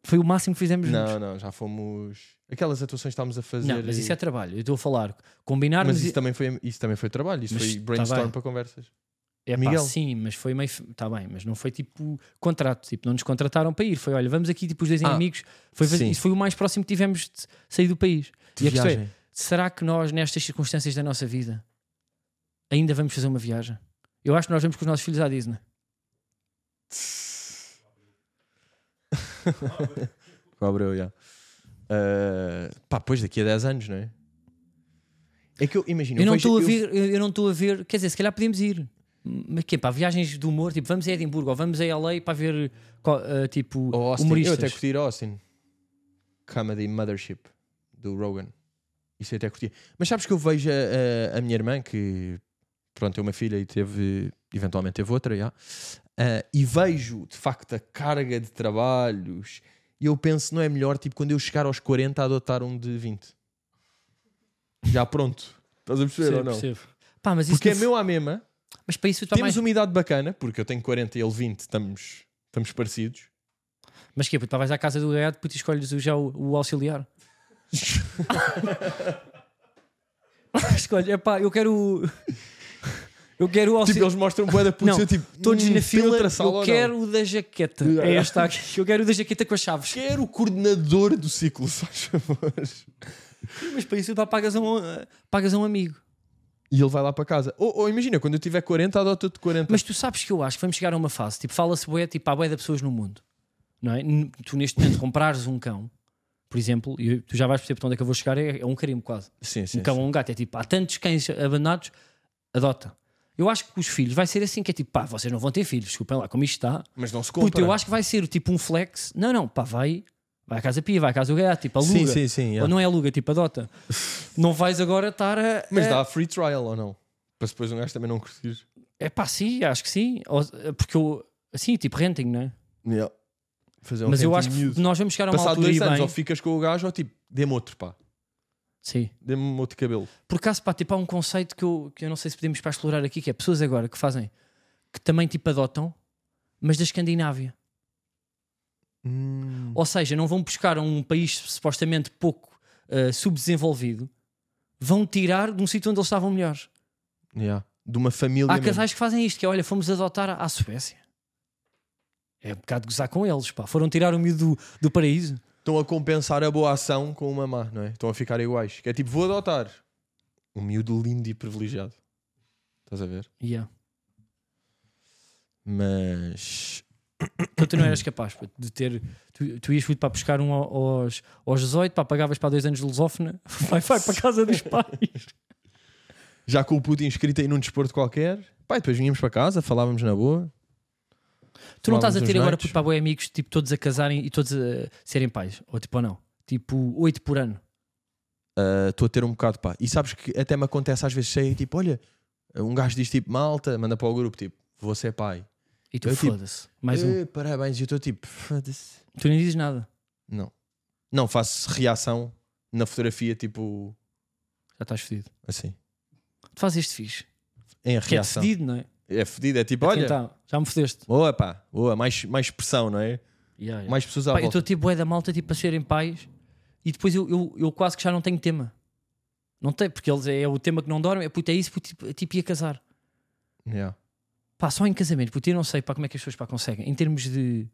B: Foi o máximo que fizemos juntos.
A: Não, não, já fomos... Aquelas atuações que estávamos a fazer...
B: Não, mas
A: e-
B: isso é trabalho. Eu estou a falar. Combinarmos.
A: Mas
B: e-
A: isso também, foi, isso também foi trabalho, isso
B: Mas
A: foi
B: tá
A: brainstorm
B: bem.
A: para conversas.
B: É pá,
A: Miguel.
B: sim, mas foi meio. Está bem, mas não foi tipo contrato. Tipo, não nos contrataram para ir. Foi, olha, vamos aqui, tipo, os dois
A: Ah,
B: amigos. Foi,
A: sim.
B: isso foi o mais próximo que tivemos de sair do país.
A: De
B: e a questão é,
A: viagem.
B: será que nós, nestas circunstâncias da nossa vida, ainda vamos fazer uma viagem? Eu acho que nós vamos com os nossos filhos à Disney.
A: Cobra eu, já. Ah, pá, pois daqui a 10 anos, não é? É que eu imagino.
B: Eu não
A: vejo-
B: estou a
A: eu-
B: ver, eu eu não estou a ver, quer dizer, se calhar podemos ir. Mas que para viagens de humor, tipo, vamos a Edimburgo ou vamos a LA para ver co- eh, tipo
A: Ou Oh, Austin. Eu
B: humoristas.
A: até curti ir a Austin. Comedy Mothership do Rogan. Isso eu até curti. Mas sabes que eu vejo a, a- a minha irmã, que pronto, tem uma filha e teve, eventualmente teve outra, já. Ah, e vejo de facto a carga de trabalhos. E eu penso, não é melhor, tipo, quando eu chegar aos 40, adotar um de 20. Já pronto. Estás a perceber ou
B: Percebo,
A: não?
B: percebo. Pá, mas isso tá
A: Porque é
B: no fu-
A: meu à mesma.
B: Mas para isso tu
A: Temos
B: mais...
A: uma idade bacana, porque eu tenho 40 e ele 20, estamos, estamos parecidos.
B: Mas que é, puto, pá, vais à casa do gaiato puto, e escolhes o- já o, o auxiliar. Escolhe, epá, eu quero. o- Eu quero o
A: Tipo,
B: auxiliar.
A: eles mostram bué da puta,
B: Não,
A: eu, tipo,
B: Todos
A: hum,
B: na fila,
A: outra sala ou
B: eu
A: não?
B: quero o da jaqueta. É esta aqui. Eu quero o da jaqueta com as chaves.
A: Quero o coordenador do ciclo, se faz favor.
B: Mas para isso pá, pagas, a um, pagas a um amigo.
A: E ele vai lá para casa. Ou, ou imagina, quando eu tiver 40, adota de 40.
B: Mas tu sabes que eu acho que vamos chegar a uma fase. Tipo, fala-se bué, tipo, há bué de pessoas no mundo. Não é? N- Tu neste momento comprares um cão, por exemplo, e tu já vais perceber para onde é que eu vou chegar, é, é um carimbo quase.
A: sim, sim.
B: um cão ou um gato. É tipo, há tantos cães abandonados, adota. Eu acho que os filhos vai ser assim, que é tipo, pá, vocês não vão ter filhos, desculpem lá, como isto está.
A: Mas não se compra.
B: Puta, eu acho que vai ser tipo um flex. Não, não, pá, vai, vai à casa pia, vai à casa do gato, tipo, aluga.
A: Sim, sim, sim. yeah.
B: Ou não é aluga, tipo, adota. não vais agora estar a...
A: Mas
B: a-
A: dá free trial ou não? Para depois um gajo também não curtir.
B: É pá, sim, acho que sim. Ou- porque eu... Assim, tipo renting, não é?
A: Yeah. Fazer um
B: Mas eu
A: renting
B: acho que
A: miúdo.
B: nós vamos chegar a uma
A: Passar
B: altura
A: dois
B: e
A: anos,
B: bem...
A: ou ficas com o gajo, ou tipo, dê-me outro, pá.
B: Sim.
A: Dê-me outro cabelo.
B: Por acaso, pá, tipo, há um conceito que eu, que eu não sei se podemos para explorar aqui, que é pessoas agora que fazem, que também tipo adotam, mas da Escandinávia.
A: Hum,
B: Ou seja, não vão buscar a um país supostamente pouco eh, subdesenvolvido, vão tirar de um sítio onde eles estavam melhores.
A: Yeah. De uma família.
B: Há
A: mesmo.
B: casais que fazem isto, que é, olha, fomos adotar à Suécia. É um bocado gozar com eles, pá. Foram tirar o miúdo do, do paraíso.
A: estão a compensar a boa ação com uma má, não é? Estão a ficar iguais. Que é tipo, vou adotar um miúdo lindo e privilegiado. Estás a ver?
B: Yeah.
A: Mas.
B: Então tu não eras capaz pá, de ter. Tu, tu ias puto, para buscar um ao- aos, aos 18, pá, pagavas para dois anos de lusófona, vai, vai para a casa dos pais.
A: Já com o puto inscrito aí num desporto qualquer, pai, depois vinhamos para casa, falávamos na boa.
B: Tu não
A: Tomávamos
B: estás a
A: uns
B: ter agora
A: nights.
B: puto, para boi amigos, tipo, todos a casarem e todos a serem pais, ou tipo, ou não? Tipo, 8 por ano.
A: Ah, Estou a ter um bocado, pá. E sabes que até me acontece às vezes, sei, tipo, olha, um gajo diz tipo, malta, manda para o grupo, tipo, vou ser pai.
B: E tu
A: Eu, tipo,
B: foda-se. Mais um.
A: Eh, Parabéns, e eu estou tipo, foda-se.
B: Tu nem dizes nada.
A: Não. Não, faço reação na fotografia, tipo,
B: Já estás fedido.
A: assim.
B: Tu fazes este fixe.
A: Em
B: Que é
A: reação.
B: decidido, não é?
A: É fedido, é tipo,
B: Olha.
A: olha,
B: já me fodeste.
A: Boa, pá, boa, mais, mais pressão, não é?
B: Yeah, yeah.
A: Mais pessoas à
B: Pá, eu
A: volta.
B: estou tipo bué da malta tipo, a serem pais e depois eu, eu, eu quase que já não tenho tema. Não tenho, porque eles é, é o tema que não dorme, é puto, é isso, puto, tipo, tipo ia casar.
A: Yeah.
B: Pá, só em casamento, puto, eu não sei pá, como é que as pessoas pá, conseguem. Em termos de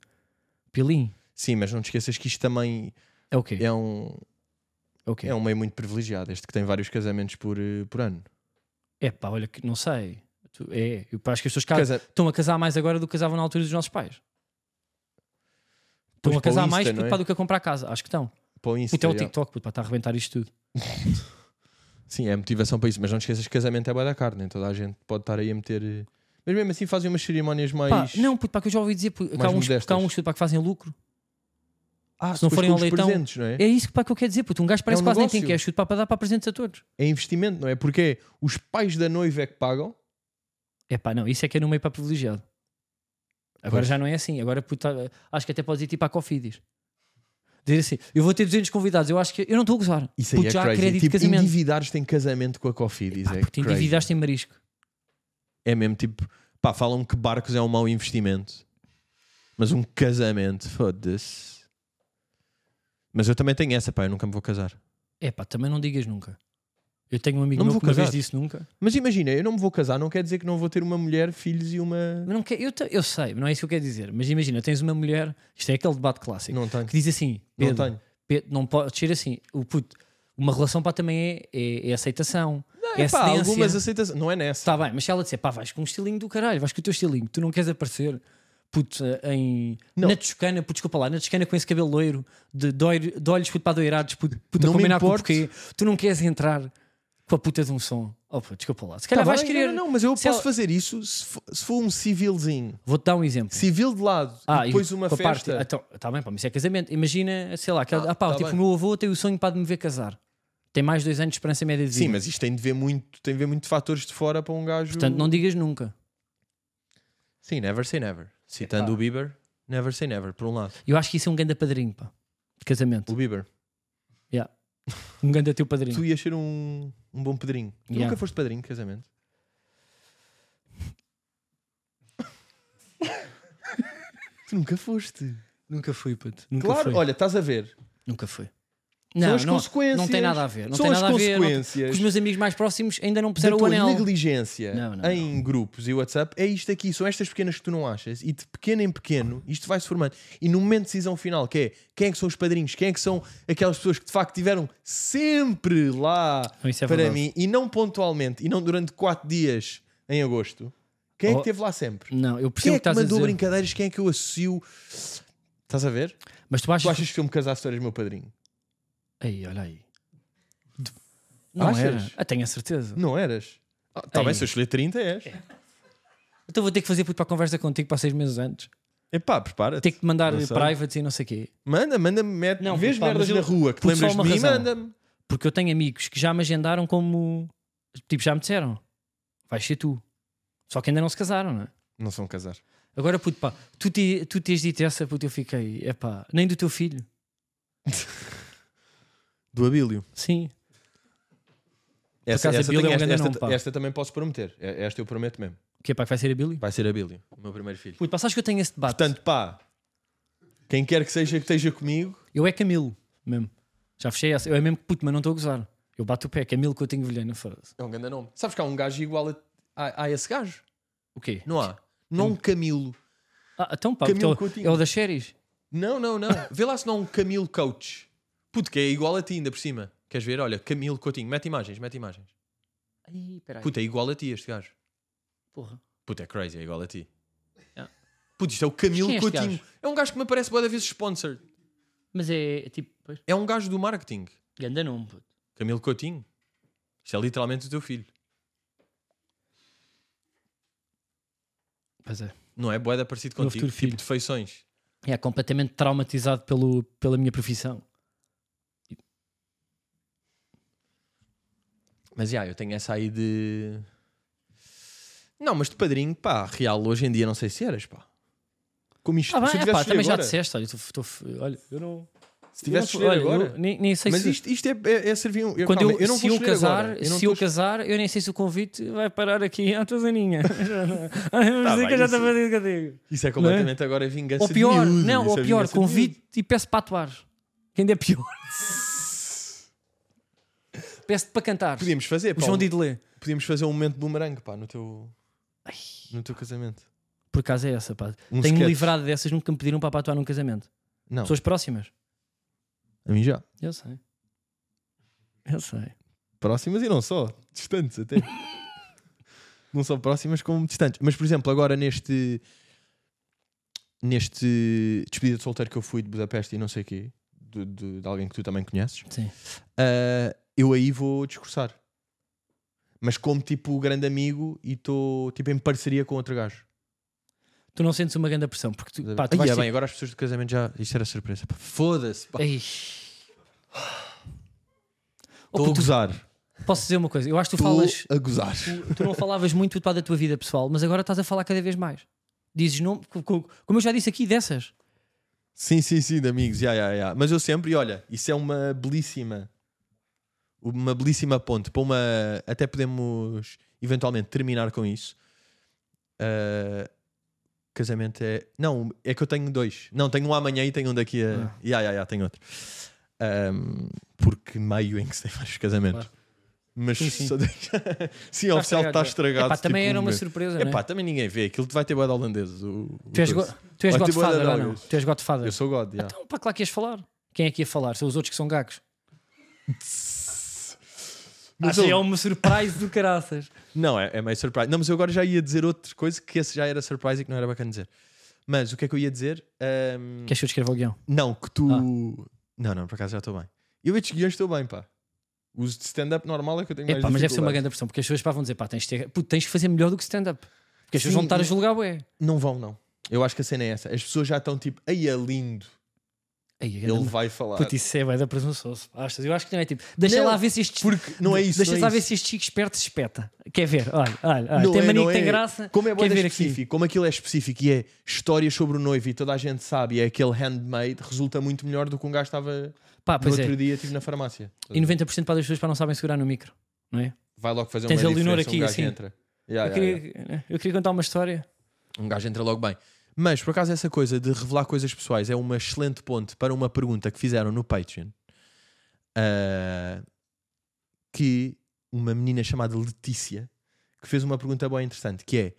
B: pilim,
A: Sim, mas não te esqueças que isto também
B: é o quê?
A: é um,
B: É o quê?
A: é um meio muito privilegiado, este que tem vários casamentos por, eh, por ano.
B: É pá, olha, que não sei. Tu- É, eu pá, acho que as pessoas ca-
A: Casa-
B: estão a casar mais agora do que casavam na altura dos nossos pais.
A: Pois,
B: Estão a
A: para o
B: casar
A: Insta,
B: mais
A: não
B: puto,
A: é?
B: pá, do que a comprar casa, acho que estão.
A: Para o Insta,
B: Puto, é o
A: yeah.
B: TikTok, puto, pá, está a arrebentar isto tudo.
A: Sim, é motivação para isso, mas não te esqueças que casamento é boa da carne, toda a gente pode estar aí a meter. eh, Mas mesmo assim fazem umas cerimónias mais.
B: Pá, não, puto, pá, que eu já ouvi dizer puto, que há
A: Mais
B: uns,
A: modestas.
B: que há uns puto, pá, que fazem lucro.
A: ah,
B: se não
A: depois
B: forem
A: com
B: ao
A: os
B: leitão-
A: presentes, não é?
B: É isso que, pá, que eu quero dizer, puto. Um gajo parece
A: um
B: quase nem tem
A: negócio.
B: que é chute pá, para dar para presentes a todos.
A: É investimento, não é? Porque é os pais da noiva é que pagam.
B: É pá, não, isso é que é no meio para privilegiado. Agora
A: Pois.
B: já não é assim. Agora puto, ah, acho que até podes ir tipo à Cofidis. Dizer assim, eu vou ter 200 convidados, eu acho que eu não estou a gozar.
A: Isso aí
B: Puto,
A: é
B: já há
A: crazy.
B: crédito
A: Tipo,
B: de casamento.
A: endividares-te em casamento com a Cofidis.
B: Pá,
A: é,
B: puto,
A: crazy.
B: endividaste em marisco.
A: é mesmo tipo. Pá, falam que barcos é um mau investimento. Mas um casamento, foda-se. Mas eu também tenho essa, pá, eu nunca me vou casar.
B: É pá, também não digas nunca. Eu tenho um amigo
A: Não me
B: meu
A: vou
B: que uma vez
A: casar.
B: disse nunca.
A: Mas imagina, eu não me vou casar, não quer dizer que não vou ter uma mulher, filhos e uma.
B: Mas não quer, eu, te- eu sei, não é isso que eu quero dizer. Mas imagina, tens uma mulher, isto é aquele debate clássico,
A: Não tenho.
B: que diz assim:
A: Não
B: Pedro,
A: tenho.
B: Pe- não pode ser assim. O puto, uma relação pá, também é, é, é aceitação. é
A: É pá,
B: cedência.
A: algumas aceitas. Não é nessa.
B: Está bem, mas se ela disser, pá, vais com um estilinho do caralho, vais com o teu estilinho, tu não queres aparecer, puto, eh, em.
A: Não.
B: Na Toscana, puto, desculpa lá, na Toscana com esse cabelo loiro, de, de, oir- de olhos puto para doirados, puto, puto a
A: Não me
B: combinar com o
A: importo.
B: porquê, tu não queres entrar com a puta de um som. Oh, puto, desculpa lá, se
A: Tá
B: calhar vais
A: bem,
B: querer.
A: Não, não, mas eu
B: Se
A: posso
B: ela-
A: fazer isso se for, se for um civilzinho.
B: Vou-te dar um exemplo.
A: Civil de lado, e depois uma
B: Ah, com a parte-
A: festa.
B: Então, tá bem, pá, mas isso é casamento. Imagina, sei lá, que, ah, pá,
A: tá
B: tipo, o
A: bem.
B: meu avô tem o sonho pá, de me ver casar. Tem mais dois anos de esperança média de vida.
A: Sim, mas isto tem de ver muito, tem de ver muito fatores de fora para um gajo.
B: Portanto, não digas nunca.
A: Sim, never say never. Citando o Bieber, never say never, por um lado.
B: Eu acho que isso é um ganda padrinho, pá. De
A: O
B: casamento.
A: Bieber,
B: Um ganda teu padrinho.
A: tu ias ser um, um bom pedrinho. Tu
B: Yeah.
A: nunca foste padrinho de casamento. tu nunca foste.
B: Nunca fui, puto. Nunca
A: claro,
B: fui.
A: olha, estás a ver.
B: Nunca fui. Não,
A: as
B: não,
A: consequências.
B: não tem nada a ver. Não
A: São
B: tem
A: as
B: nada a ver. não-
A: consequências.
B: Os meus amigos mais próximos ainda não
A: da
B: puseram o
A: tua
B: anel.
A: negligência
B: Não, não,
A: em grupos e WhatsApp é isto aqui, são estas pequenas que tu não achas, e de pequeno em pequeno isto vai-se formando. E no momento de decisão final, que é quem é que são os padrinhos, quem é que são aquelas pessoas que de facto tiveram sempre lá
B: Não, isso é
A: para
B: verdade.
A: mim, e não pontualmente, e não durante 4 dias em agosto, quem é
B: Oh,
A: que teve lá sempre?
B: Não,
A: Quem é
B: eu percebo o que
A: que
B: estás a
A: mandou
B: dizer.
A: brincadeiras? Quem é que eu associo? Estás a ver?
B: Mas tu
A: Tu
B: achas.
A: achas que se eu me casasse, tu eras meu padrinho?
B: Aí, olha aí. Não
A: Achas?
B: era. Ah, tenho a certeza.
A: Não eras? Ah, tá
B: Ei.
A: bem, se eu escolher 30, és.
B: Então vou ter que fazer puto, para a conversa contigo para seis meses antes.
A: Epá, prepara-te.
B: Ter que te mandar
A: Não
B: eh,
A: sei.
B: privates e não sei o quê.
A: Manda, manda-me, mete,
B: Não,
A: vês
B: pá,
A: merdas
B: mas eu-
A: na rua que te
B: por só
A: lembras de
B: uma
A: mim,
B: razão.
A: manda-me.
B: Porque eu tenho amigos que já me agendaram como. Tipo, já me disseram. Vais ser tu. Só que ainda não se casaram, não é?
A: Não são casar.
B: Agora, puto, pá, tu, te, tu tens dito essa, puto, eu fiquei. É pá, nem do teu filho.
A: Do Abílio.
B: Sim.
A: Essa,
B: acaso,
A: essa
B: Abílio
A: tem-
B: é um
A: esta,
B: grande
A: esta-
B: nome, pá.
A: esta também posso prometer. E- Esta eu prometo mesmo.
B: O que é pá, que vai ser a Billy?
A: Vai ser Abílio, o meu primeiro filho.
B: Puto, pá, sabes que eu tenho esse debate?
A: Portanto, pá, quem quer que seja que esteja comigo,
B: Eu é Camilo, mesmo. Já fechei essa. Eu é mesmo puto, mas não estou a gozar. Eu bato o pé, Camilo que eu tenho velhano, foda-se.
A: é um grande nome. Sabes que há um gajo igual a, a, a esse gajo?
B: O quê?
A: Não há? Não um Camilo.
B: Ah, então, pá,
A: Camilo
B: então,
A: Coutinho.
B: é o das séries.
A: Não, não, não. Vê lá se não há um Camilo Coach. Puto, que é igual a ti ainda por cima. Queres ver? Olha, Camilo Coutinho. Mete imagens, mete imagens.
B: Ai, peraí.
A: Puto, é igual a ti este gajo.
B: porra.
A: Puto, é crazy, é igual a ti.
B: Yeah.
A: Puto, isto é o Camilo
B: Quem é este
A: Coutinho.
B: gajo?
A: É um gajo que me aparece boa da vez sponsored.
B: Mas é, é tipo, pois,
A: É um gajo do marketing.
B: ganda nome, puto.
A: Camilo Coutinho. Isto é literalmente o teu filho.
B: Pois é.
A: Não é boeda parecido
B: Meu
A: contigo.
B: futuro
A: Tipo
B: filho.
A: de feições.
B: É completamente traumatizado pelo, pela minha profissão.
A: Mas já, eu tenho essa aí de. Não, mas de padrinho, pá, real, hoje em dia não sei se eras, pá. Como isto,
B: Ah,
A: se eu
B: bem, é,
A: tivesse
B: pá,
A: escolher
B: também já
A: agora,
B: disseste, olha, eu tô- tô- olha, eu não.
A: se tivesse
B: eu
A: escolher
B: não, olha,
A: agora.
B: eu nem, nem sei
A: mas
B: se.
A: isto, isto é, é, é servir um. Eu,
B: quando
A: calma,
B: eu,
A: eu não
B: se
A: vou
B: eu
A: escolher
B: casar,
A: agora. não
B: se
A: tô
B: eu casar, eu nem sei se o convite vai parar aqui Tá à Tazaninha. Vamos dizer
A: bem,
B: que eu
A: isso-
B: já estava a dizer contigo.
A: Isso é completamente agora vingança
B: Ou pior,
A: de miúdo.
B: não,
A: Isso
B: ou
A: é
B: pior,
A: vingança de miúdo.
B: convite e peço para atuar. Que ainda é pior. Peço-te para cantar.
A: Podíamos fazer,
B: O
A: pá,
B: João
A: um-
B: Didelé.
A: Podíamos fazer um momento de bumerangue, pá, no teu, no teu casamento.
B: Por acaso é essa, pá.
A: Um
B: Tenho-me
A: sketch.
B: livrado dessas, nunca me pediram para para atuar num casamento.
A: Não,
B: Pessoas próximas.
A: a mim já.
B: Eu sei. Eu sei.
A: Próximas e não só, distantes até. não só próximas como distantes. Mas, por exemplo, agora neste... Neste despedida de solteiro que eu fui de Budapeste e não sei o quê, de, de- de alguém que tu também conheces,
B: Sim.
A: ah, eu aí vou discursar. Mas como tipo grande amigo e estou tipo em parceria com outro gajo.
B: Tu não sentes uma grande pressão, porque tu, pá, tu
A: Ai,
B: vais
A: é
B: ter-
A: bem, agora as pessoas do casamento já. Isto era surpresa. pá. Foda-se. pá.
B: Ei. Oh,
A: Estou a
B: puto,
A: gozar.
B: posso dizer uma coisa? Eu acho que tu
A: Estou
B: falas.
A: a gozar.
B: Tu, tu não falavas muito pá, da tua vida pessoal, mas agora estás a falar cada vez mais. Dizes, não, co- co- como eu já disse aqui, dessas.
A: Sim, sim, sim, de amigos. Ya, ya, ya. Mas eu sempre, e olha, isso é uma belíssima. Uma belíssima ponte para uma. Até podemos eventualmente terminar com isso. Ah, casamento é. Não, é que eu tenho dois. Não, tenho um amanhã e tenho um daqui a.
B: Ah.
A: Ya, ya, ya, tenho outro. Ahm, porque meio em que se tem vários casamentos. Mas
B: Sim, sim.
A: só deixa- sim, o oficial está estragado.
B: Epá, também
A: tipo,
B: era uma
A: meu.
B: surpresa, não é?
A: Epá, também ninguém vê. Aquilo vai ter boa de holandês. O, o
B: Tu és,
A: coisa.
B: go- tu és
A: assim. Vai ter bué
B: Godfather
A: de
B: ou não?
A: drogas.
B: Tu és Godfather.
A: Eu sou God, ya.
B: Então, para que lá que ias falar? Quem é que ia falar? São os outros que são gagos.
A: Mas
B: Acho que
A: eu-
B: é uma surprise do caraças.
A: Não, é, é meio surprise. Não, mas eu agora já ia dizer outra coisa que esse já era surprise e que não era bacana dizer. Mas o que é que eu ia dizer? Ahm,
B: Queres que Ah. eu escreva o guião?
A: Não, que tu. Não, não, por acaso já estou bem. Eu estes guiões estou bem, pá. Os de stand-up normal é que eu tenho mais
B: Epá, mas deve ser uma
A: dificuldade.
B: grande pressão, porque as pessoas pá, vão dizer, pá, tens de, ter- puto, tens de fazer melhor do que stand-up. Porque as pessoas
A: Sim,
B: vão estar a
A: mas-
B: julgar, ué.
A: Não vão, não. Eu acho que a cena é essa. As pessoas já estão tipo, aí é lindo.
B: Ei, a grande
A: Ele vai falar.
B: Puto, isso é bué da presunçoso. Achas? Eu acho que não é tipo. Deixa
A: Não,
B: lá ver se este.
A: Porque não é isso.
B: Deixa
A: não é
B: lá
A: isso.
B: ver se este chico esperto se espeta. Quer ver? Olha, olha, olha.
A: Não
B: Ah, tem
A: é,
B: mania
A: não
B: que tem
A: é.
B: graça.
A: Como é bué
B: Quer
A: da
B: ver aqui?
A: específico, como aquilo é específico e é histórias sobre o noivo e toda a gente sabe e é aquele handmade, resulta muito melhor do que um gajo estava
B: Pá,
A: no
B: pois
A: outro
B: é.
A: dia, tive na farmácia.
B: E 90% para as pessoas para não sabem segurar no micro. Não é?
A: vai logo fazer
B: Tens
A: uma
B: a Leonor
A: diferença,
B: aqui,
A: um gajo
B: assim.
A: entra. Yeah,
B: eu,
A: Ah, yeah, yeah.
B: queria, eu queria contar uma história.
A: Um gajo entra logo bem. Mas por acaso essa coisa de revelar coisas pessoais é uma excelente ponte para uma pergunta que fizeram no Patreon. Ah, que uma menina chamada Letícia que fez uma pergunta bem interessante, que é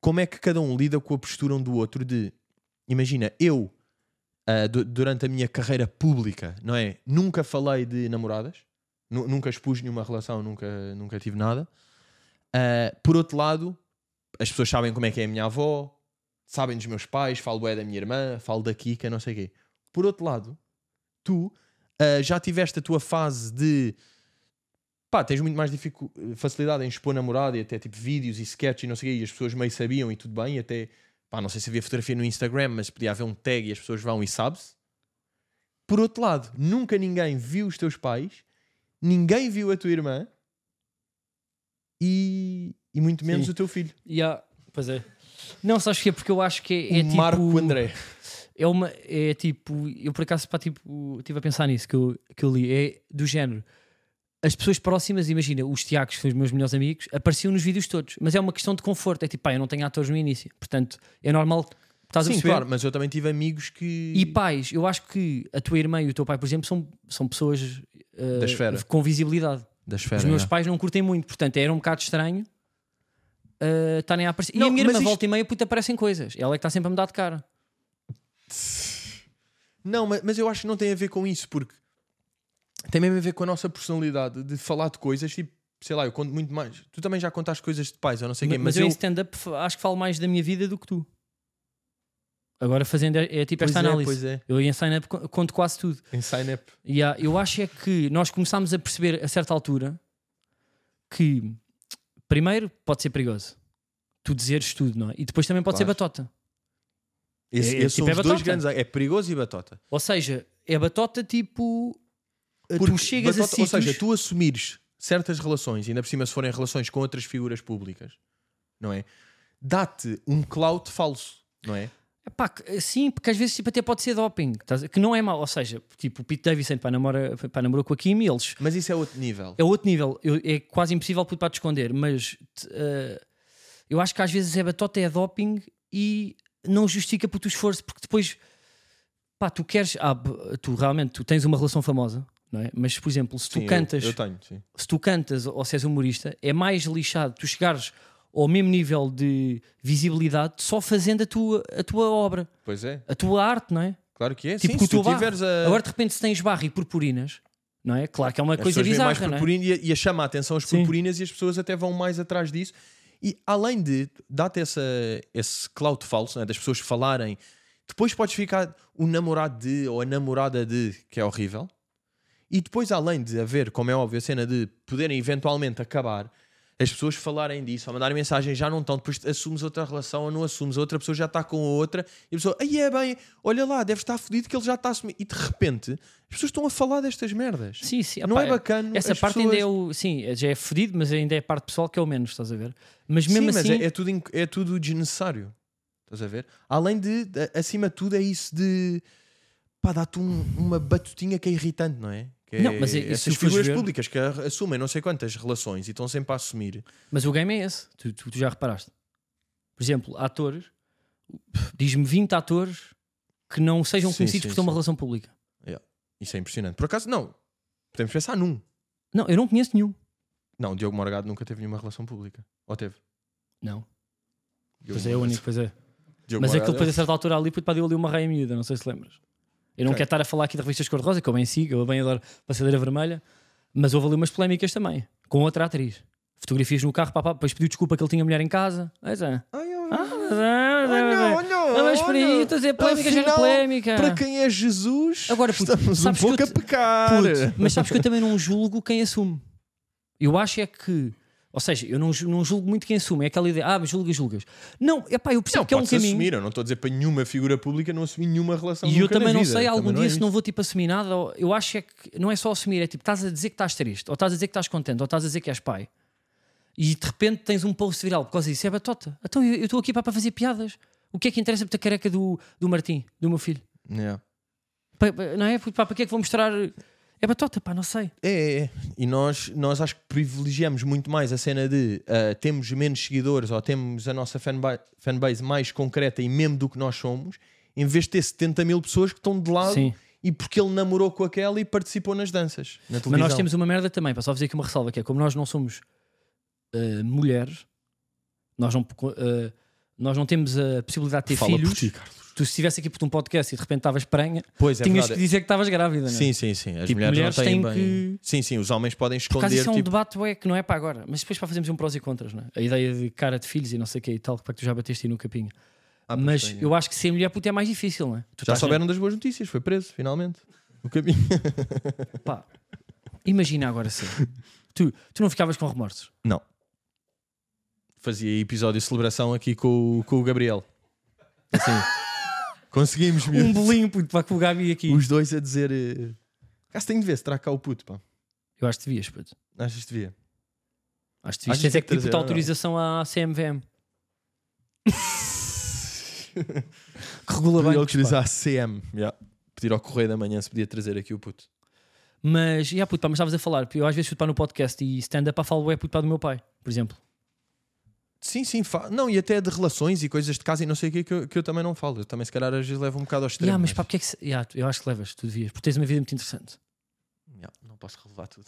A: como é que cada um lida com a postura um do outro de imagina, eu ah, du- durante a minha carreira pública, não é? Nunca falei de namoradas, nu- nunca expus nenhuma relação, nunca, nunca tive nada. Ah, por outro lado, as pessoas sabem como é que é a minha avó, sabem dos meus pais, falo é da minha irmã, falo da Kika, não sei o quê. Por outro lado, tu ah, já tiveste a tua fase de pá, tens muito mais dificu- facilidade em expor namorada e até tipo vídeos e sketches e não sei o quê, e as pessoas meio sabiam e tudo bem, e até pá, não sei se havia fotografia no Instagram, mas podia haver um tag e as pessoas vão e sabes. Por outro lado, nunca ninguém viu os teus pais, ninguém viu a tua irmã e, e muito menos
B: Sim.
A: o teu filho
B: Yeah. Pois é. Não, sabes que é porque eu acho que é, é
A: o
B: tipo.
A: Um Marco André.
B: É uma. É tipo. Eu por acaso pá, tipo, estive a pensar nisso que eu, que eu li. É do género. As pessoas próximas, imagina, os Tiagos, que são os meus melhores amigos, apareciam nos vídeos todos. Mas é uma questão de conforto. É tipo, pá, eu não tenho atores no início. Portanto, é normal. Estás a
A: Sim,
B: perceber?
A: claro, mas eu também tive amigos que.
B: E pais, eu acho que a tua irmã e o teu pai, por exemplo, são, são pessoas eh,
A: Da esfera.
B: com visibilidade.
A: da esfera.
B: Os meus
A: já.
B: pais não curtem muito, portanto era um bocado estranho eh, estarem a aparecer. E
A: Não,
B: a minha
A: mas
B: irmã
A: isto-
B: volta e meia, puta, aparecem coisas. Ela é que está sempre a mudar de cara.
A: Não, mas, mas eu acho que não tem a ver com isso, porque tem mesmo a ver com a nossa personalidade de falar de coisas tipo, sei lá, eu conto muito mais. Tu também já contaste coisas de pais, eu não sei
B: Ma-
A: quem, mas,
B: eu,
A: eu.
B: em stand-up f- acho que falo mais da minha vida do que tu. Agora fazendo é, é tipo
A: Pois
B: esta
A: é,
B: análise.
A: pois é.
B: Eu em stand-up co- conto quase tudo.
A: Em sign-up.
B: E há- eu acho é que nós começámos a perceber a certa altura que, primeiro, pode ser perigoso tu dizeres tudo, não é? E depois também pode ser
A: Claro.
B: batota.
A: Esse,
B: É,
A: esses são
B: tipo, é
A: os dois
B: batota.
A: grandes. É perigoso e batota.
B: Ou seja, é batota tipo.
A: Porque
B: tu chegas
A: batota-
B: a sítios...
A: Ou seja, tu assumires certas relações, ainda por cima se forem relações com outras figuras públicas, não é? Dá-te um clout falso, não é?
B: Epá, que- sim, porque às vezes tipo, até pode ser doping, estás a- que não é mau. Ou seja, tipo, o Pete Davidson para namora, pá, namorou com a Kim e eles.
A: Mas isso é outro nível.
B: É outro nível, eu- é quase impossível puto, para te esconder, mas te- eh, eu acho que às vezes é batota, é doping e não justifica por o esforço, porque depois pá, tu queres, ah, b- tu realmente tu tens uma relação famosa, não é? Mas por exemplo, se tu
A: Sim, eu-
B: cantas,
A: eu tenho, sim.
B: se tu cantas ou se és humorista, é mais lixado tu chegares ao mesmo nível de visibilidade só fazendo a tua, a tua obra,
A: Pois é.
B: a tua arte, não é?
A: Claro que é.
B: Tipo
A: Sim,
B: com
A: se
B: o teu
A: tu
B: barro.
A: tiveres a.
B: Agora de repente se tens barra e purpurinas, não é? Claro que é uma
A: as
B: coisa
A: pessoas veem
B: bizarra,
A: mais
B: não é?
A: purpurina e, e a chama a atenção as
B: Sim.
A: purpurinas e as pessoas até vão mais atrás disso. E além de dá-te essa, esse clout falso, né, das pessoas falarem, depois podes ficar o namorado de ou a namorada de, que é horrível. E depois, além de haver, como é óbvio, a cena de poderem eventualmente acabar, as pessoas falarem disso, ou mandarem mensagem, já não estão, depois assumes outra relação ou não assumes, a outra pessoa já está com a outra, e a pessoa, aí é bem, olha lá, deve estar fodido que ele já está a assumir. E de repente, as pessoas estão a falar destas merdas.
B: Sim, sim.
A: Não
B: Epá,
A: é bacana.
B: Essa
A: as
B: parte
A: pessoas...
B: ainda é o. Sim, já é fodido, mas ainda é a parte pessoal que é o menos, estás a ver? Mas
A: Sim,
B: mesmo
A: mas
B: assim.
A: é, é tudo, inc- é tudo desnecessário. Estás a ver? Além de, a- acima de tudo, é isso de. pá, dá-te um- uma batutinha que é irritante, não é? Que é
B: Não, mas e- e se
A: essas
B: tu fores
A: figuras
B: ver-
A: públicas que a- assumem não sei quantas relações e estão sempre a assumir.
B: Mas o game é esse, tu, tu- tu já reparaste. Por exemplo, atores, diz-me 20 atores que não sejam
A: Sim,
B: conhecidos
A: sim,
B: por ter uma
A: sim.
B: relação pública.
A: Isso é impressionante. Por acaso, não. Podemos pensar num.
B: Não, eu não conheço nenhum.
A: Não, o Diogo Morgado nunca teve nenhuma relação pública. Ou teve?
B: Não.
A: Diogo
B: Pois é, é o
A: Morgado-
B: único, pois é.
A: Diogo
B: Mas aquilo
A: Morgado
B: depois
A: é-
B: a certa altura ali, puto, pá, deu ali uma raia miúda, não sei se lembras. Eu não
A: Ok.
B: quero estar a falar aqui de revistas cor-de-rosa, que eu bem sigo, eu bem adoro Passadeira Vermelha, mas houve ali umas polémicas também, com outra atriz. Fotografias no carro, pá, pá, depois pediu desculpa que ele tinha mulher em casa. Mas é.
A: Ai, eu-
B: Ah, mas é, mas é,
A: olha,
B: mas é.
A: olha,
B: Ah, mas por aí,
A: olha.
B: estás a dizer polémica, já era
A: Afinal,
B: polémica.
A: Para quem é Jesus,
B: Ah. Agora, puto,
A: estamos um
B: sabes que eu
A: pouco a
B: te-
A: pecar.
B: Puto, mas sabes que eu também não julgo quem assume. Eu acho é que. Ou seja, eu não, ju- não julgo muito quem assume. É aquela ideia, ah, mas julgas, julgas. Não, epá, eu percebo
A: Não,
B: que é um
A: pode-se
B: caminho.
A: assumir. Eu não estou a dizer para nenhuma figura pública não assumir nenhuma relação
B: E
A: nunca
B: eu também
A: na
B: não
A: vida.
B: sei, algum
A: Também
B: dia,
A: é
B: se
A: isso.
B: não vou tipo assumir nada, ou- eu acho é que não é só assumir, é tipo, estás a dizer que estás triste, ou estás a dizer que estás contente, ou estás a dizer que és pai. E de repente tens um post viral por causa disso, é batota. Então eu eu estou aqui pá, para fazer piadas. O que é que interessa para a careca do, do Martim, do meu filho?
A: Yeah.
B: Pa- pa- não é? Pá, para que é que vou mostrar? É batota, pá, não sei.
A: É, é, é. E nós, nós acho que privilegiamos muito mais a cena de ah, temos menos seguidores ou temos a nossa fanba- fanbase mais concreta e mesmo do que nós somos, em vez de ter 70 mil pessoas que estão de lado
B: Sim.
A: e porque ele namorou com aquela e participou nas danças. Na televisão.
B: Mas nós temos uma merda também, para só fazer aqui uma ressalva, que é como nós não somos eh, mulheres, nós não, eh, nós não temos a possibilidade de ter
A: Fala por
B: filhos.
A: ti, Carlos.
B: tu se estivesse aqui por um podcast e de repente estavas prenha,
A: Pois é,
B: tinhas
A: verdade.
B: que dizer que estavas grávida, não é?
A: Sim, sim, sim. As
B: Tipo,
A: mulheres,
B: mulheres
A: não têm,
B: têm
A: bem.
B: que-
A: Sim, sim. Os homens podem
B: Por acaso
A: esconder.
B: isso é um
A: tipo,
B: debate é que não é para agora, mas depois para fazermos um prós e contras, não é? A ideia de cara de filhos e não sei o que e tal, que para que tu já bateste aí no capinho.
A: "Ah, pois
B: mas
A: tenho."
B: eu acho que ser mulher puta é mais difícil, não é? Tu
A: Já
B: estás-
A: souberam das boas notícias. Foi preso, finalmente. No caminho.
B: Pá, imagina agora ser. tu, tu não ficavas com remorsos.
A: Não. Fazia episódio de celebração aqui com, o- com o Gabriel. Assim. conseguimos
B: Um
A: mesmo.
B: bolinho, puto, para que o Gabi aqui.
A: Os dois a dizer. eh, Cá se tem de ver, se terá cá o puto, pá.
B: Eu acho que devias, puto.
A: Achas que devia?
B: Acho que
A: Acho que
B: devias. Tens é que
A: trazer,
B: tipo,
A: não, não.
B: autorização à CMVM. que regula
A: Podia
B: bem.
A: utilizar a CM. yeah. Pedir ao correio da manhã se podia trazer aqui o puto.
B: Mas, já, puto, pá, mas estavas a falar, eu às vezes chuto pá no podcast e stand-up pá, falo é puto pá do meu pai, por exemplo.
A: Sim, sim, fa- não, e até de relações e coisas de casa e não sei o que que eu, que eu também não falo. Eu também, se calhar, às vezes levo um bocado ao extremo.
B: Ya, mas pá, porque é que. se- Ya, eu acho que levas, tu devias, porque tens uma vida muito interessante.
A: Yeah, não posso relevar tudo.